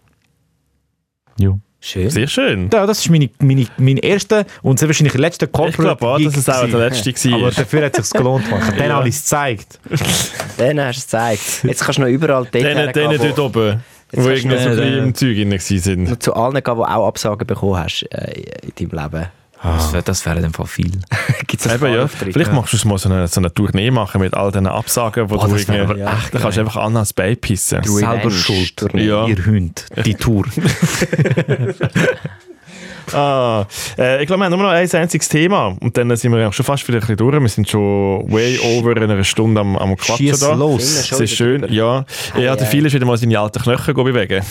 S2: Ja.
S3: Schön.
S1: Sehr schön.
S2: Ja, das ist meine, meine, mein erster und sehr wahrscheinlich letzter
S1: Ich glaube auch,
S2: Gig
S1: dass es auch der
S2: gewesen.
S1: letzte
S2: Aber
S1: war.
S2: dafür hat es sich gelohnt. Man.
S1: (laughs)
S2: Dann habe ich es gezeigt.
S3: Dann hast du es gezeigt. Jetzt kannst du noch überall dort
S1: Denen,
S3: hergehen,
S1: denen dort
S3: wo,
S1: oben,
S3: Jetzt
S1: wo
S3: hast du
S1: irgendwie so ein
S2: den-
S1: bisschen im Zeug drin waren.
S3: noch zu allen gehen, die auch Absagen bekommen hast äh, in deinem Leben. (laughs)
S2: Das wäre das wär dann von viel.
S3: Gibt's das
S1: Eben, ja.
S3: Auftritt?
S1: Vielleicht machst du mal so eine, so eine Tournee machen mit all diesen Absagen, wo
S2: Boah,
S1: du
S2: Oh, das wär
S1: irgendwie...
S2: aber
S1: Ja. Da kannst du einfach Anna ins Bein pissen.
S3: Du
S2: (laughs) Selber
S3: Revenge
S2: schuld.
S3: Tournee.
S1: Ja.
S2: Ihr Hund,
S1: (laughs)
S2: die Tour.
S1: Ah, äh, ich glaube, wir haben nur noch ein einziges Thema und dann sind wir ja schon fast wieder ein bisschen durch. Wir sind schon way over einer Stunde am, am Quatschen
S2: Schieß
S1: da.
S2: los.
S1: Es ist schön, ja. Ich hatte
S3: ei.
S1: vieles wieder mal seine alten Knochen go bewegen.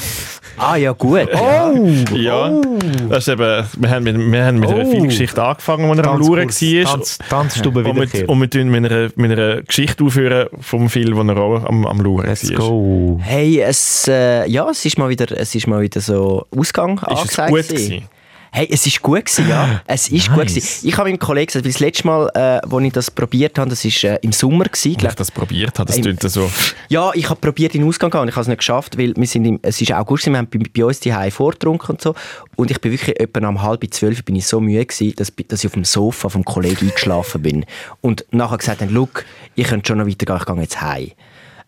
S3: Ah ja, gut. Oh,
S1: Ja, das ist eben, wir haben mit, wir haben mit einer
S2: Oh.
S1: Vielgeschichte angefangen, als er am Lauren war.
S2: Tanz, Tanzstube
S1: Und mit,
S2: wiederkehrt.
S1: und wir tun mit, einer, mit einer Geschichte aufhören vom Film, wo er auch am, am Lauren
S2: Let's
S1: war.
S2: go.
S3: Hey, es, äh, ja, es ist mal wieder, es ist mal wieder so Ausgang ist
S1: es
S3: angesagt.
S1: gut
S3: gewesen.
S1: gewesen?
S3: Hey, es ist gut gewesen, ja. Es ist gut
S2: Nice.
S3: gewesen. Ich habe meinem Kollegen gesagt, weil das letzte Mal, äh, wo ich das probiert habe, das war äh, im Sommer gewesen,
S1: Als
S3: glaub,
S1: ich das probiert habe, das
S3: Ey.
S1: klingt so.
S3: Ja, ich habe probiert in den Ausgang zu gehen und ich habe es nicht geschafft, weil wir sind im, es ist August, wir haben bei, bei uns die Hause vorgetrunken und so und ich bin wirklich etwa am halb zwölf bin ich so müde gewesen, dass, bi- dass ich auf dem Sofa vom Kollegen eingeschlafen bin und nachher gesagt haben, «Look, ich könnte schon noch weitergehen, ich gehe jetzt heim.»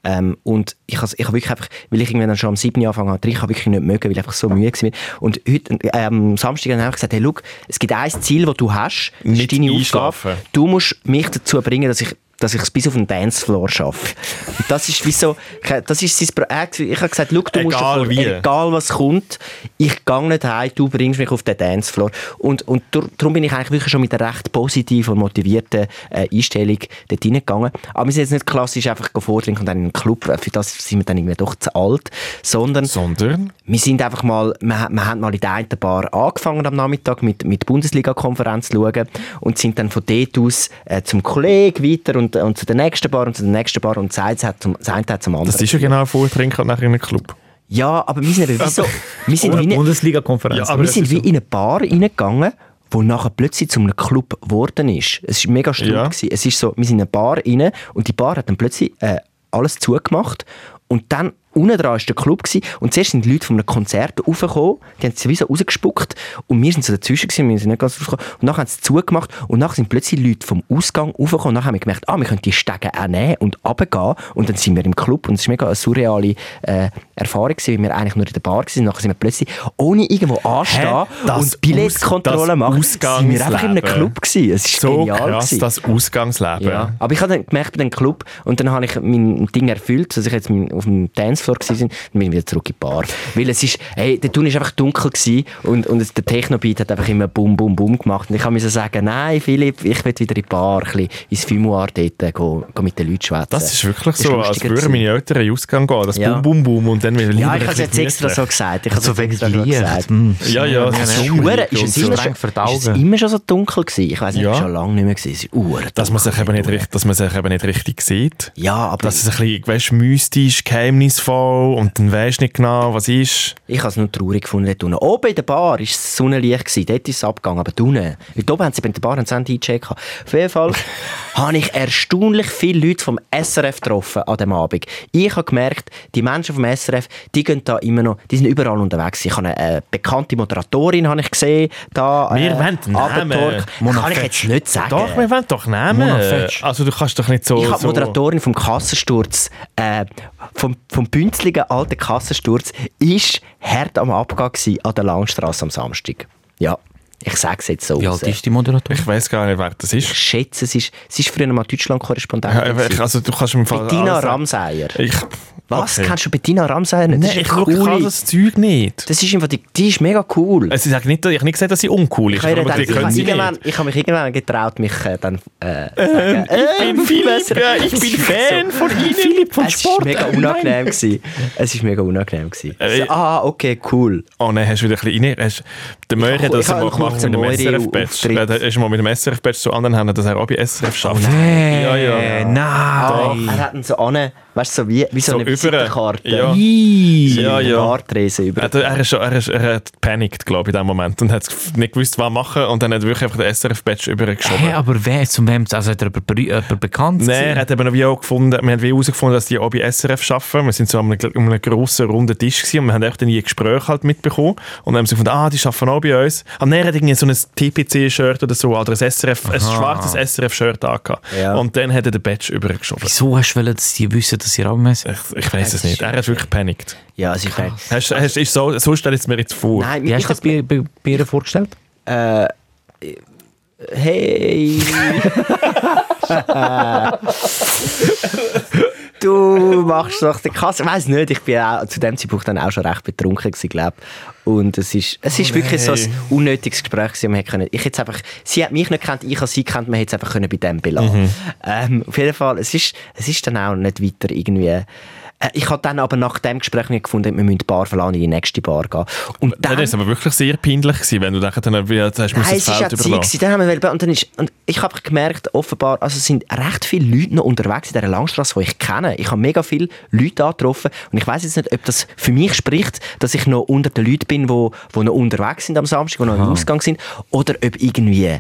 S3: ähm, und ich habe ich hab wirklich einfach, weil ich irgendwann dann schon am 7. Uhr angefangen habe, ich habe wirklich nicht mögen, weil ich einfach so müde war. Und heute, äh, am Samstag habe ich einfach gesagt, hey, look, es gibt ein Ziel, das du hast, das
S1: Nicht
S3: ist deine Aufgabe.
S1: einschlafen.
S3: Du musst mich dazu bringen, dass ich dass ich es bis auf den Dancefloor schaffe. Und das ist wie so, das ist sein, Pro- er hat- ich habe gesagt, schau, du musst
S1: Egal
S3: davor-
S1: wie.
S3: egal was kommt, ich gehe nicht heim, du bringst mich auf den Dancefloor. Und, und darum bin ich eigentlich wirklich schon mit einer recht positiven und motivierten äh, Einstellung dort hineingegangen. Aber wir sind jetzt nicht klassisch einfach vordringen und dann in einen Club, äh, für das sind wir dann irgendwie doch zu alt, sondern
S1: Sondern?
S3: wir sind einfach mal, wir, ha- wir haben mal in der einen Bar angefangen am Nachmittag mit, mit Bundesliga-Konferenz zu schauen und sind dann von dort aus äh, zum Kollegen weiter und, und zu der nächsten Bar und zu der nächsten Bar und das eine hat zum, das eine hat zum anderen.
S1: Das ist ja genau Vortrinken und nachher in einem Club.
S3: ja, aber wir
S1: (laughs)
S3: sind eben wie so, wir sind wie, eine,
S2: Bundesliga-Konferenz.
S1: Ja, aber
S3: wir
S1: das
S3: sind
S1: ist
S3: wie
S1: so.
S3: in eine Bar reingegangen, wo nachher plötzlich zu einem Club geworden ist. Es war mega strub.
S1: Ja.
S3: gewesen. Es ist so, wir sind in eine Bar rein und die Bar hat dann plötzlich äh, alles zugemacht und dann unten dran war der Club gewesen. und zuerst sind die Leute von einem Konzert raufgekommen, die haben sie wie so rausgespuckt und wir sind so dazwischen gewesen, wir sind nicht ganz rausgekommen und nachher haben sie es zugemacht und nachher sind plötzlich Leute vom Ausgang raufgekommen und nachher haben wir gemerkt, ah, wir können die Stege auch nehmen und runtergehen und dann sind wir im Club und es war mega eine surreale äh, Erfahrung, gewesen, weil wir eigentlich nur in der Bar waren und nachher sind wir plötzlich ohne irgendwo anstehen
S1: das
S3: und Billettkontrolle
S1: Aus- das
S3: machen, sind wir einfach in einem
S1: Ausgangsleben.
S3: Club gewesen. Es ist
S1: So
S3: genial
S1: krass,
S3: gewesen.
S1: das Ausgangsleben.
S3: Ja. Aber ich habe dann gemerkt bei dem Club und dann habe ich mein Ding erfüllt, dass ich jetzt mein- auf dem Dancefloor war. Dann bin ich wieder zurück in die Bar. Weil es ist, hey, der Tun war einfach dunkel gewesen und, und es- der Technobeat hat einfach immer Bum, Bum, Bum gemacht. Und ich musste sagen, nein, Philipp, ich will wieder in die Bar, ein bisschen ins Fimoir dort äh, gehen, gehen mit den Leuten schwätzen.
S1: Das ist wirklich so, als
S3: lustiger
S1: würden
S3: gewesen.
S1: meine Eltern in den Ausgang gehen. Das
S3: Ja.
S1: Bum, Bum, Bum und dann wieder
S3: Ja,
S1: lieber
S3: ich habe es
S1: ein
S3: jetzt extra
S1: bisschen
S3: so gesagt. Ich habe
S2: Also
S3: es jetzt
S2: wegen
S3: extra so gesagt.
S2: Licht. Mm.
S1: Ja, ja, das ist
S3: Hure,
S1: schwierig
S3: ist
S1: und
S3: es,
S1: so.
S3: immer
S2: streng
S3: schon,
S2: für die Augen.
S3: ist es immer schon so dunkel gewesen? Ich weiß nicht,
S1: Ja.
S3: schon lange nicht mehr gewesen. Es ist urdunkel.
S1: dass man sich eben nicht richtig, dass man sich eben nicht richtig sieht.
S3: Ja, aber
S1: Dass es ein bisschen, weißt, mystisch, geheimnisvoll und dann weisst du nicht genau, was ist.
S3: Ich habe es nur traurig gefunden dort unten. Oben in der Bar war es Sonnenlicht, gewesen, dort ist es abgegangen, aber unten, weil oben haben sie bei der Bar einen DJ gehabt. Auf
S1: (laughs)
S3: jeden Fall habe ich erstaunlich viele Leute vom SRF getroffen an diesem Abend. Ich habe gemerkt, die Menschen vom SRF, die gehen da immer noch, die sind überall unterwegs. Ich habe eine äh, bekannte Moderatorin habe ich gesehen, da
S1: Wir wollen Namen.
S3: Abentorg.
S2: Mona
S3: Kann ich
S2: Fetsch.
S3: jetzt nicht sagen.
S1: Doch, wir wollen doch nehmen.
S2: Mona Fetsch.
S1: Also du kannst doch nicht so...
S3: Ich habe die
S1: so.
S3: Moderatorin vom Kassensturz, äh, vom, vom bünzligen alten Kassensturz, ist hart am Abgang gewesen an der Langstrasse am Samstag. Ja, ich sage es jetzt so.
S2: Wie
S3: raus.
S2: alt ist die Moderatorin?
S1: Ich weiss gar nicht, wer das
S3: Ich
S1: ist.
S3: schätze, sie ist, sie ist früher mal
S1: Ja,
S3: Deutschland-Korrespondentin.
S1: aber ich-
S3: gewesen.
S1: Also du kannst im Fall...
S3: Bettina
S1: alles-
S3: Ramseier.
S1: Ich...
S3: Was?
S1: okay.
S3: Kennst du Bettina Ramseier nicht?
S1: Nein, ich
S3: eine coole-
S1: kann das Zeug nicht.
S3: das ist einfach die, die ist mega cool.
S1: Also, ich sage nicht, ich habe nicht gesagt, dass sie uncool ist.
S3: Ich, habe ihr
S1: aber
S3: dann,
S1: die
S3: ich,
S1: können
S3: habe
S1: sie
S3: irgendwann,
S1: nicht.
S3: ich habe mich irgendwann getraut, mich äh, dann äh,
S1: Ich bin Philipp,
S3: besser. (laughs)
S1: äh, ich bin Fan von Ihnen.
S3: Es war mega unangenehm. gewesen. Es war mega unangenehm. gewesen.
S1: Äh,
S3: So, ah, okay, cool.
S1: Oh nein, hast du wieder ein bisschen rein. Hast, der Möhr
S3: Ich-
S1: hat das
S3: ich
S1: mal
S3: habe
S1: gemacht mit dem
S3: kurz einen
S1: SRF-Batch.
S3: Möhrer-Auftritt.
S1: Er ist mal mit dem SRF-Batch zu anderen haben, dass er auch bei SRF
S2: Oh,
S1: schafft.
S3: Oh,
S1: Ja, ja.
S2: Nein.
S3: Ah, Er hat ihn so an, weißt du, so wie, wie so,
S1: So
S3: eine
S1: über-
S3: Visitenkarte.
S1: ja.
S3: So
S1: Ja,
S3: eine
S1: ja.
S3: Bartrese über.
S1: Er, er, ist, schon- er, ist, er hat panicked, glaube ich, in dem Moment und hat nicht gewusst, was machen und dann hat er wirklich einfach den SRF-Batch übergeschoben.
S2: Hä, aber wer zu wem? Also hat er jemand berü- jemand bekannt?
S1: Nein, er
S2: gewesen?
S1: hat eben noch wie auch gefunden, wir haben wie herausgefunden, dass die auch bei SRF arbeiten. Wir sind so an einem, an einem grossen, runden Tisch gewesen und wir haben echt dann die Gespräche halt mitbekommen. Und dann haben sie gefunden, ah, die arbeiten auch bei uns. Aber dann hat er irgendwie so ein TPC-Shirt oder so, oder ein, SRF, ein schwarzes SRF-Shirt angehabt.
S3: Ja.
S1: Und dann hat er den Badge übergeschoben.
S2: Wieso hast du wollen, dass die wissen, dass ihr abmessen?
S1: Ich, ich weiß
S3: Das
S1: es nicht.
S3: ist
S1: Er hat wirklich gepanikt.
S3: Ja, also ich meine.
S1: Hast, hast, ist so, so stelle ich es mir jetzt vor.
S3: Nein,
S2: Wie
S3: ich
S2: hast du das
S3: hab's-
S2: bei, bei, bei ihr vorgestellt?
S3: Äh, Hey! (laughs) du machst doch den Kass. Ich weiß nicht, ich bin auch, zu dem Zeitpunkt dann auch schon recht betrunken gewesen, glaube Und es ist, es ist wirklich so ein unnötiges Gespräch gewesen. Man hätte können, ich hätte es einfach, sie hat mich nicht gekannt, ich habe sie gekannt, man hätte es einfach können bei dem belassen. Ähm, auf jeden Fall, es ist, es ist dann auch nicht weiter irgendwie. Äh, Ich habe dann aber nach dem Gespräch nicht gefunden, wir müssen die Bar verlassen, in die nächste Bar gehen. Und
S1: Dann
S3: dann,
S1: ist es aber wirklich sehr peinlich gewesen, wenn du dann, dann wie, hast du
S3: Nein,
S1: das
S3: es war
S1: Feld
S3: ja die Zeit.
S1: überlassen.
S3: gewesen. Dann haben wir wollen- und dann ist, und ich habe gemerkt, offenbar, also es sind recht viele Leute noch unterwegs in dieser Langstrasse, die ich kenne. Ich habe mega viele Leute angetroffen und ich weiß jetzt nicht, ob das für mich spricht, dass ich noch unter den Leuten bin, die wo, wo noch unterwegs sind am Samstag, die noch im Ausgang sind, oder ob irgendwie...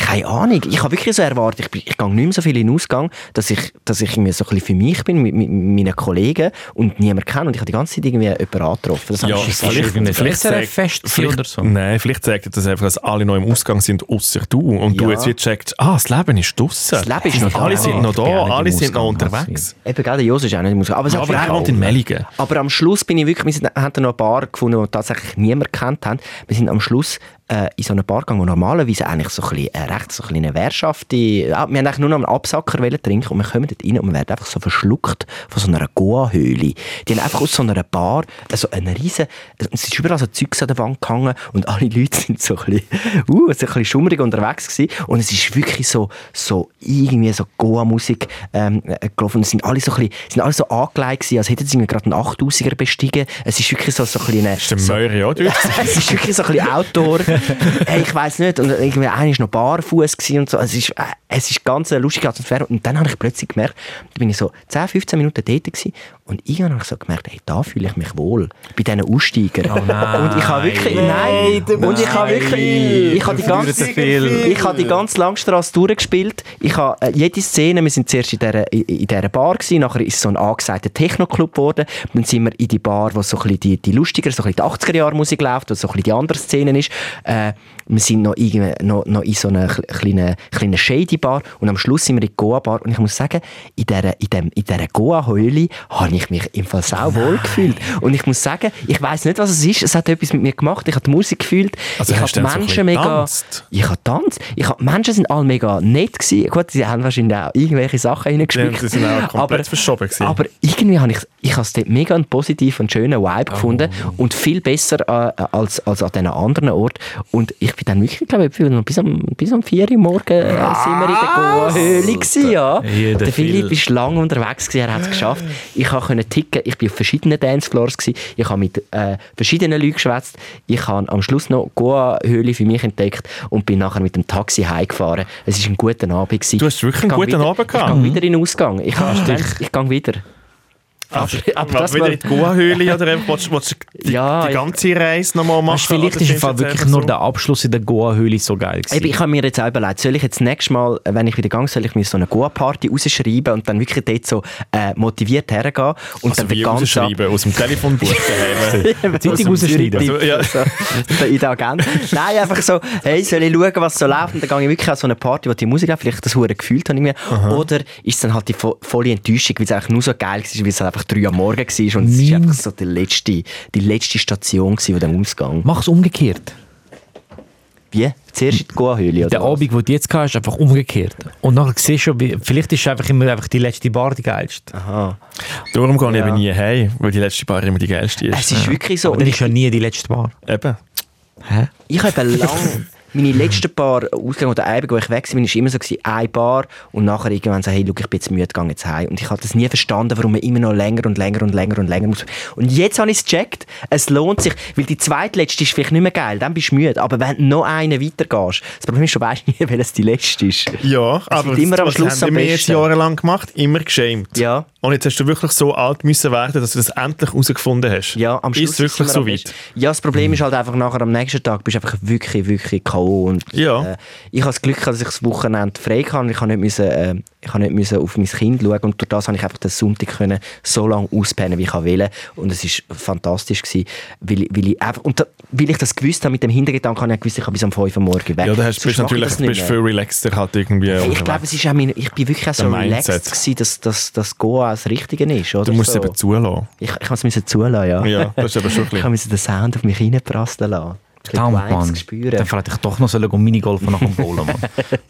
S3: Keine Ahnung. Ich habe wirklich so erwartet, ich, bin, ich gehe nicht mehr so viel in den Ausgang, dass ich, dass ich irgendwie so ein bisschen für mich bin, mit, mit meinen Kollegen und niemand kenne. Und ich habe die ganze Zeit irgendwie jemanden angetroffen. Das habe
S1: Ja,
S3: ich schon gesagt.
S1: vielleicht,
S2: irgendein
S1: vielleicht,
S2: SRF
S1: sagt-
S2: Fest
S1: vielleicht,
S2: oder so.
S1: Nein, vielleicht zeigt dir das einfach, dass alle noch im Ausgang sind, außer du. Und du
S3: Ja.
S1: jetzt wie checkst, ah, das Leben ist draussen.
S3: Das Leben ist noch da.
S1: Alle sind noch da,
S2: Ich bin auch nicht
S1: alle
S2: im
S1: sind noch
S2: Ausgang,
S1: unterwegs.
S3: Eben, gell, der Jos ist auch nicht im Ausgang. Aber, es
S1: Ja,
S3: hat
S1: aber
S3: vielleicht
S1: er
S3: auch-
S1: wohnt in Melligen.
S3: Aber am Schluss bin ich wirklich, wir sind, haben da noch ein paar gefunden, die tatsächlich niemand kennt haben. Wir sind am Schluss äh, in so einen Bar gegangen, wo normalerweise eigentlich so ein bisschen, äh, recht so ein bisschen eine Wehrschaft, die- ja, wir haben eigentlich nur noch einen Absacker wollen trinken und wir kommen dort rein und wir werden einfach so verschluckt von so einer Goa-Höhle. Die haben einfach aus so einer Bar also einen riesen, es ist überall so Zeugs an der Wand gehangen und alle (laughs) Leute sind so ein bisschen, uh, so ein bisschen schummrig unterwegs gewesen und es ist wirklich so, so irgendwie so Goa-Musik ähm, äh, gelaufen und es sind alle so ein bisschen, sind alle so angelegt gewesen, als hätten sie irgendwie gerade einen 8000er bestiegen. Es ist wirklich so, so ein bisschen eine,
S1: Ist der
S3: so,
S1: Möri auch dort?
S3: es ist wirklich so ein bisschen Outdoor. hey, ich weiß nicht. Und irgendwie einer war noch barfuß gewesen und so. Es ist, äh, es ist ganz eine lustige Atmosphäre. Und dann habe ich plötzlich gemerkt, da bin ich so 10, 15 Minuten dort gewesen, und irgendwann habe ich so gemerkt, hey, da fühle ich mich wohl. Bei diesen Aussteigern.
S2: nein.
S3: Und ich habe wirklich, nein. und ich habe wirklich, ich habe
S2: Wir verlieren
S3: die ganze,
S2: zu viel.
S3: ich habe die ganze Langstrasse durchgespielt. Ich habe äh, jede Szene, wir sind zuerst in dieser, in, in dieser Bar gewesen, nachher ist es so ein angesagter Techno-Club geworden. Dann sind wir in die Bar, wo so ein bisschen die, die lustigere, so ein bisschen die 80er-Jahre-Musik läuft, wo so ein bisschen die andere Szene ist. Äh, wir sind noch, irgendwie, noch, noch in so einer kle- kleinen, kleinen Shady-Bar und am Schluss sind wir in die Goa-Bar und ich muss sagen, in dieser, in dem, in dieser Goa-Heule habe ich mich im Fall sau wohl gefühlt. Und ich muss sagen, ich weiß nicht, was es ist, es hat etwas mit mir gemacht, ich habe die Musik gefühlt,
S1: Also
S3: ich
S1: hast
S3: habe
S1: du dann so ein
S3: die Menschen
S1: bisschen
S3: mega...
S1: getanzt?
S3: Ich habe getanzt. Ich hab, die Menschen sind alle mega nett gewesen. Gut, sie haben wahrscheinlich auch irgendwelche Sachen
S1: Die
S3: hineingeschmückt.
S1: sind auch komplett
S3: aber,
S1: verschoben gewesen.
S3: aber irgendwie habe ich, ich habe es dort mega einen positiven und schönen Vibe gefunden
S1: Oh.
S3: und viel besser äh, als, als an diesen anderen Orten. Und ich bin dann wirklich, glaube ich, bis um, bis um 4 Uhr morgens äh, sind wir in der Goa-Höhle gewesen, ja.
S2: Jeder
S3: Der Philipp
S2: Phil.
S3: ist lange unterwegs gewesen, er hat es geschafft. Ich habe können ticken, ich bin auf verschiedenen Dancefloors gewesen, ich habe mit äh, verschiedenen Leuten geschwätzt, ich habe am Schluss noch Goa-Höhle für mich entdeckt und bin nachher mit dem Taxi heimgefahren. Es war ein guter Abend. Gewesen.
S1: Du hast wirklich
S3: Ich
S1: einen
S3: gehe
S1: guten
S3: wieder,
S1: Abend
S3: Ich
S1: gehabt. Ah,
S3: gehe wieder in den Ausgang. Ich, habe- ich, ich gehe wieder. Aber, aber das
S1: Also, wieder
S3: war,
S1: in die Goa-Höhle oder einfach, willst, willst du die,
S3: Ja,
S1: die
S3: ich-
S1: ganze Reise nochmal machen?
S2: Weißt, vielleicht
S1: oder
S2: ist im
S1: findest
S2: Fall
S1: du jetzt
S2: wirklich
S1: einfach
S2: nur
S1: so?
S2: der Abschluss in der Goa-Höhle so geil gewesen.
S3: Eben, ich habe mir jetzt auch überlegt, soll ich jetzt nächstes Mal, äh, wenn ich wieder gehe, soll ich mir so eine Goa-Party rausschreiben und dann wirklich dort so äh, motiviert hergehen und
S1: Also
S3: dann den
S1: wie
S3: ganzen Abend- (laughs)
S1: rausschreiben, aus dem Telefonbuch daheim.
S2: Zeitung rausschneiden.
S1: Also, ja.
S3: (laughs) So, in der Agenda. Nein, einfach so, hey, soll ich schauen, was so läuft? Und dann gehe ich wirklich an so eine Party, wo die Musik läuft, vielleicht das hure gefühlt habe ich mir. Oder ist es dann halt die vo volle Enttäuschung, weil es eigentlich nur so geil war, weil es halt einfach drei am Morgen war und es ist einfach so die letzte, die letzte Station gewesen von dem Ausgang.
S2: Mach es umgekehrt.
S3: Wie? Zuerst in die Goa-Höhle, oder
S2: Der
S3: was?
S2: Abend, den du jetzt hast, ist einfach umgekehrt. Und nachher siehst du, schon, wie- vielleicht ist einfach immer einfach die letzte Bar die geilste.
S1: Darum gehe ich eben nie heim, weil die letzte Bar immer die geilste ist.
S3: Es ist wirklich so.
S2: Aber
S3: Und
S2: dann
S3: ich,
S2: ist ja nie die letzte Bar.
S1: Eben.
S2: Hä?
S3: ich habe lange...
S2: (laughs)
S3: Meine letzten paar Ausgänge oder Abende, wo ich weg war, war immer so, gewesen, eine Bar und nachher irgendwann so, hey, schau, ich bin jetzt müde, geh jetzt heim. Und ich habe das nie verstanden, warum man immer noch länger und länger und länger und länger muss. Und jetzt habe ich es gecheckt, es lohnt sich, weil die zweitletzte ist vielleicht nicht mehr geil, dann bist du müde. Aber wenn du noch einen weitergehst, das Problem ist, du weißt (laughs) nie, welches die letzte ist.
S1: Ja, aber
S3: wird immer am
S1: was
S3: Schluss
S1: haben
S3: am
S1: wir jetzt
S3: besten.
S1: jahrelang gemacht? Immer geschämt.
S3: Ja.
S1: Und jetzt hast du wirklich so alt müssen werden, dass du das endlich herausgefunden hast.
S3: Ja, am Schluss
S1: Ist es wirklich
S3: sind wir
S1: so
S3: am
S1: weit?
S3: besten. Ja, das Problem ist halt einfach nachher am nächsten Tag bist du einfach wirklich, wirklich K.O. Und,
S1: Ja.
S3: äh, ich habe das Glück, gehabt, dass ich das Wochenende frei kann und ich habe nicht, müssen, äh, ich habe nicht müssen auf mein Kind schauen und durch das habe ich einfach den Sonntag können so lange auspennen, wie ich wollte. Und es war fantastisch, gewesen, weil, ich- weil, ich einfach, und da, weil ich das gewusst habe, mit dem Hintergedanken habe ich gewusst, ich kann bis um 5 Uhr morgens weg.
S1: Ja, du hast, bist
S3: Sonst mache ich
S1: natürlich
S3: das nicht
S1: bist
S3: mehr.
S1: viel relaxter halt irgendwie.
S3: ich
S1: unterwegs.
S3: glaube, es ist auch mein, ich bin wirklich auch so
S1: Der
S3: relaxed,
S1: Mindset.
S3: gewesen, dass, dass, dass Goa das Richtige ist. Oder
S1: du musst
S3: so.
S1: es eben zulassen.
S3: Ich, ich muss es zulassen, ja.
S1: Ja, das ist eben schon ein
S3: Ich
S1: bisschen.
S3: habe den Sound auf mich reinprasseln lassen.
S2: Verdammt,
S3: Mann.
S2: Mann. Dann hätte ich doch noch sollen gehen Minigolfen nach dem Bowlen, Mann.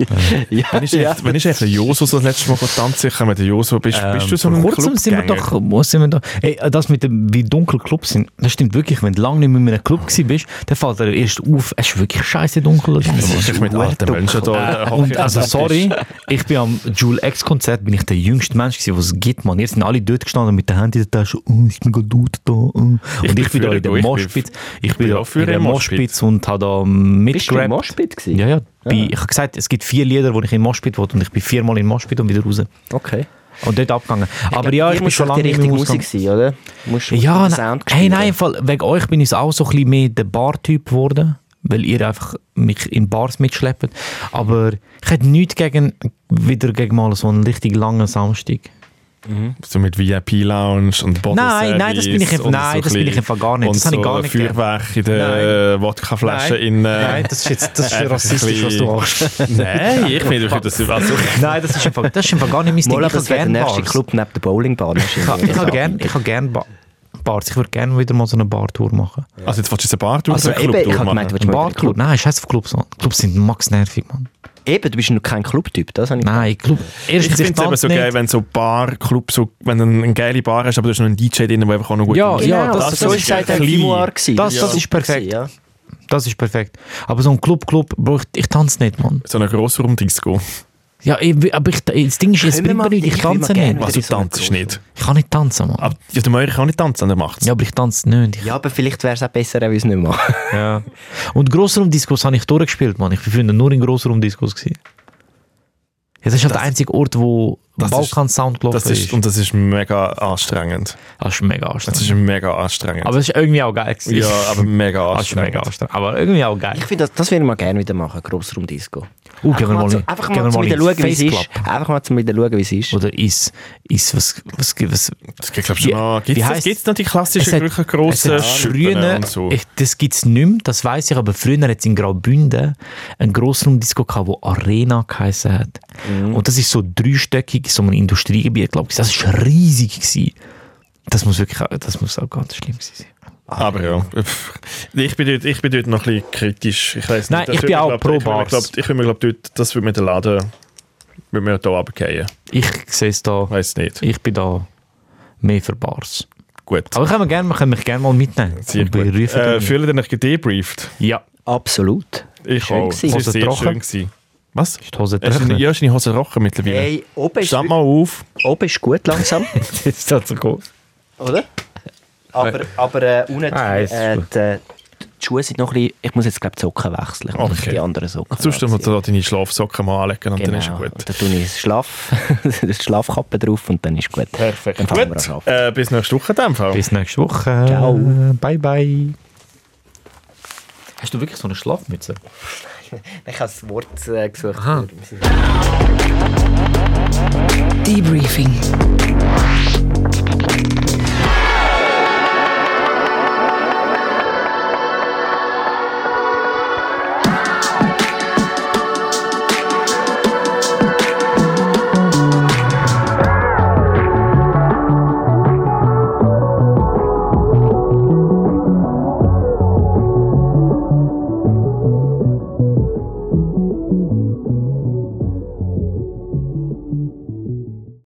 S1: Wenn ich, echt, wenn ich echt den Joso so das letzte Mal tanzen kann, mit dem Joso, bist, (laughs) bist du
S3: Ähm,
S1: so ein
S2: Ähm, Vor kurzem
S1: Club
S2: sind wir doch, wo sind wir doch ey, das mit dem, wie dunkel Clubs sind, das stimmt wirklich, wenn du lange nicht mehr in einem Club gewesen bist, dann fällt dir erst auf, es ist wirklich scheiße dunkel. da drin, Mann.
S1: Ich mit alten Menschen da. äh,
S2: Und
S1: hocke
S2: also
S1: am Tisch.
S2: sorry, ich bin am Jule X Konzert bin ich der jüngste Mensch gewesen, was es gibt, Mann. Jetzt sind alle dort gestanden mit den Händen in der Tasche, oh, ich bin gerade dort da. oh. Und
S1: Ich
S2: ich
S1: bin
S2: bin, da
S1: für-
S2: in der
S1: du, ich bin-
S2: Moschpitz. Ich
S1: bin
S2: bin da
S1: auch für
S2: in der
S1: den Moshpit.
S2: Moschpitz und habe da mitgerappt.
S3: Bist du im Moshpit gewesen?
S2: Ja, ja. Bei, Ich habe gesagt, es gibt vier Lieder, wo ich in Moschpit wollte und ich bin viermal in Moschpit und wieder raus.
S3: Okay. halt
S2: Und dort abgegangen. Aber ja, ich bin schon lange
S3: die
S2: nicht mehr rausgegangen.
S3: richtige Musik sein, oder? Musst du
S2: Ja,
S3: den
S2: nein,
S3: Sound
S2: hey,
S3: spüren.
S2: nein, im Fall, wegen euch bin ich auch so ein bisschen mehr der Bar-Typ geworden, weil ihr einfach mich in Bars mitschleppt. Aber ich hätte nichts gegen, wieder gegen mal so einen richtig langen Samstag.
S1: So mit VIP-Lounge und Bottle
S2: Nein, nein, das bin ich
S1: Service
S2: einfach-
S1: und
S2: nein,
S1: so
S2: das bin ich einfach gar nicht.
S1: Und
S2: Das habe ich
S1: so
S2: gar nicht gern.
S1: Feuerwerk in der Wodkaflasche
S2: Nein.
S1: eh, in... äh,
S2: Nein, das ist jetzt das
S1: (laughs)
S2: ist
S1: einfach
S2: rassistisch,
S1: ein
S2: was du machst. (laughs)
S1: Nein, ich finde, das ist also,
S2: Nein, das ist einfach, das ist einfach gar nicht mein Ding. Ich
S3: Mal, aber
S2: habe
S3: das wäre der
S2: gerne
S3: nächste
S2: Bars. (laughs)
S3: Club neben der Bowlingbahn.
S2: Ich habe ich habe gerne ich habe gerne Bar. Bars. Ich würde gerne wieder mal so eine Bartour machen.
S1: Also jetzt willst du jetzt eine Bartour
S3: Also
S1: oder
S3: eben,
S1: eine
S3: ich
S1: Clubtour
S3: habe gemeint,
S1: machen?
S3: du willst mal wieder in
S2: Barclub?
S3: den Club.
S2: Nein, scheiß auf Clubs. Mann. Clubs sind max nervig, Mann.
S3: Eben, du bist noch kein Clubtyp, das habe ich
S2: Nein, Club.
S1: Ich
S2: Erstens,
S1: finde es eben so
S2: tanze
S1: geil, wenn so Bar, Club, so, wenn du eine geile Bar hast, aber du hast noch einen DJ drin, der einfach auch noch gut
S2: Ja,
S1: ist.
S2: ja.
S3: Genau,
S2: das-
S3: das,
S1: das
S3: so
S1: ist
S3: ist es halt
S1: ja
S3: ein
S1: klein.
S3: Memoir gewesen.
S2: Das-
S3: ist
S2: das ist
S3: super
S2: perfekt.
S3: gewesen,
S2: Das ist perfekt. Aber so ein Club-Club, Bro, ich, ich tanze nicht, Mann.
S1: So eine Grossraumdisco.
S2: Ja, ich, aber ich, das Ding ist, es
S3: Können wir
S2: bringt mir
S3: mal-
S2: nichts, ich
S3: ich will
S2: tanze
S3: mal gerne
S2: nicht.
S1: Was,
S3: Das
S1: du
S3: ist so eine
S1: tanzt nicht?
S2: Ich kann nicht tanzen, Mann.
S1: Aber ja, der Meurer kann nicht tanzen, der macht's.
S2: Ja, aber ich tanze nicht.
S3: ja.
S2: Ich,
S3: ja, aber vielleicht wäre es auch besser, wenn wir es nicht machen. (laughs)
S2: ja. Und Grossraumdiskos habe ich durchgespielt, Mann. Ich war früher nur in Grossraumdiskos. gewesen. Ja, das ist halt der einzige Ort, wo
S1: Das
S2: Balkan-Sound gelaufen
S1: Das
S2: ist.
S1: ist, und das ist mega anstrengend.
S2: Das ist mega
S1: Das
S2: anstrengend.
S1: ist mega anstrengend.
S2: aber es ist irgendwie auch geil. gewesen.
S1: ja,
S2: (laughs)
S1: aber mega
S2: das ist mega
S1: anstrengend.
S2: anstrengend. Aber irgendwie auch geil.
S3: Ich finde, das, das würde ich mal gerne wieder machen, Grossraumdisco.
S2: Uh, gehen wir mal
S3: zu-
S2: in-
S3: einfach
S2: gehen
S3: mal
S2: wir
S3: zum
S2: mal in
S3: wieder schauen, wie es ist.
S2: Faceclub.
S3: Einfach mal zum wieder schauen, wie es ist.
S2: Oder ist, ist was, was, was,
S1: Das gibt es schon
S2: Wie-
S1: an.
S2: wie
S1: Gibt
S2: heisst-
S1: es noch die klassischen,
S2: hat-
S1: wirklich
S2: es
S1: grossen
S2: hat
S1: Schütten
S2: früher,
S1: und so?
S2: ich, das gibt es nicht mehr, das weiss ich, aber früher hat es in Graubünden einen Grossraumdisco gehabt, wo Arena geheissen hat.
S1: Mhm.
S2: Und das ist so dreistöckig in so einem Industriegebiet, glaube ich. Das war riesig. Gewesen. Das muss wirklich, auch- das muss auch ganz schlimm gewesen sein.
S1: Aber ja, pff, ich bin, dort, ich bin dort noch ein bisschen kritisch. Ich weiss
S2: Nein,
S1: nicht. das
S2: ich
S1: würde
S2: bin
S1: mir,
S2: auch
S1: glaub-
S2: pro
S1: ich würde mir,
S2: Bars.
S1: glaub- Ich würde mir, glaube dort, das würde mir den Laden würde mir hier runterfallen.
S2: Ich sehe es da,
S1: Ich weiss nicht.
S2: ich bin da mehr für Bars.
S1: Gut.
S2: Aber können wir gerne, wir können mich gerne mal mitnehmen.
S1: Sehr
S2: Und
S1: gut.
S2: berufen
S1: Äh,
S2: dann-
S1: Fühlt ihr euch gedebrieft?
S2: ja,
S3: Absolut.
S1: Ich
S3: Schön
S1: auch.
S3: gewesen.
S1: Es war
S2: Hose
S1: sehr
S2: trocken?
S1: schön. Gewesen. Was?
S2: ist die Hose
S1: Hast du
S2: trocken?
S1: deine- Ja, ist deine Hose trocken mittlerweile.
S3: Hey, oben ist,
S1: Stand mal auf.
S3: oben ist
S1: (laughs)
S3: gut langsam,
S2: (laughs) Ist das so gut?
S3: oder? Aber, aber äh, unten
S1: Ah,
S2: Nein, es ist
S3: äh,
S2: gut.
S3: die, äh, die Schuhe sind noch ein bisschen... Ich muss jetzt, glaube ich, die Socken wechseln. Ich muss
S1: Okay.
S3: die anderen Socken
S1: Sonst musst
S3: anziehen.
S1: du da deine Schlafsocken mal anlegen und dann ist es
S3: Genau.
S1: gut.
S3: Da tue ich das Schlaf, (laughs) die Schlafkappe drauf und dann ist gut.
S1: Perfekt.
S3: Dann fangen wir an
S1: Gut.
S3: zu
S1: Äh, bis nächste Woche in dem Fall.
S2: Bis nächste Woche.
S3: Ciao.
S2: Eh, Bye, bye. Hast du wirklich so eine Schlafmütze?
S3: Ich habe das Wort äh, gesucht.
S4: Debriefing.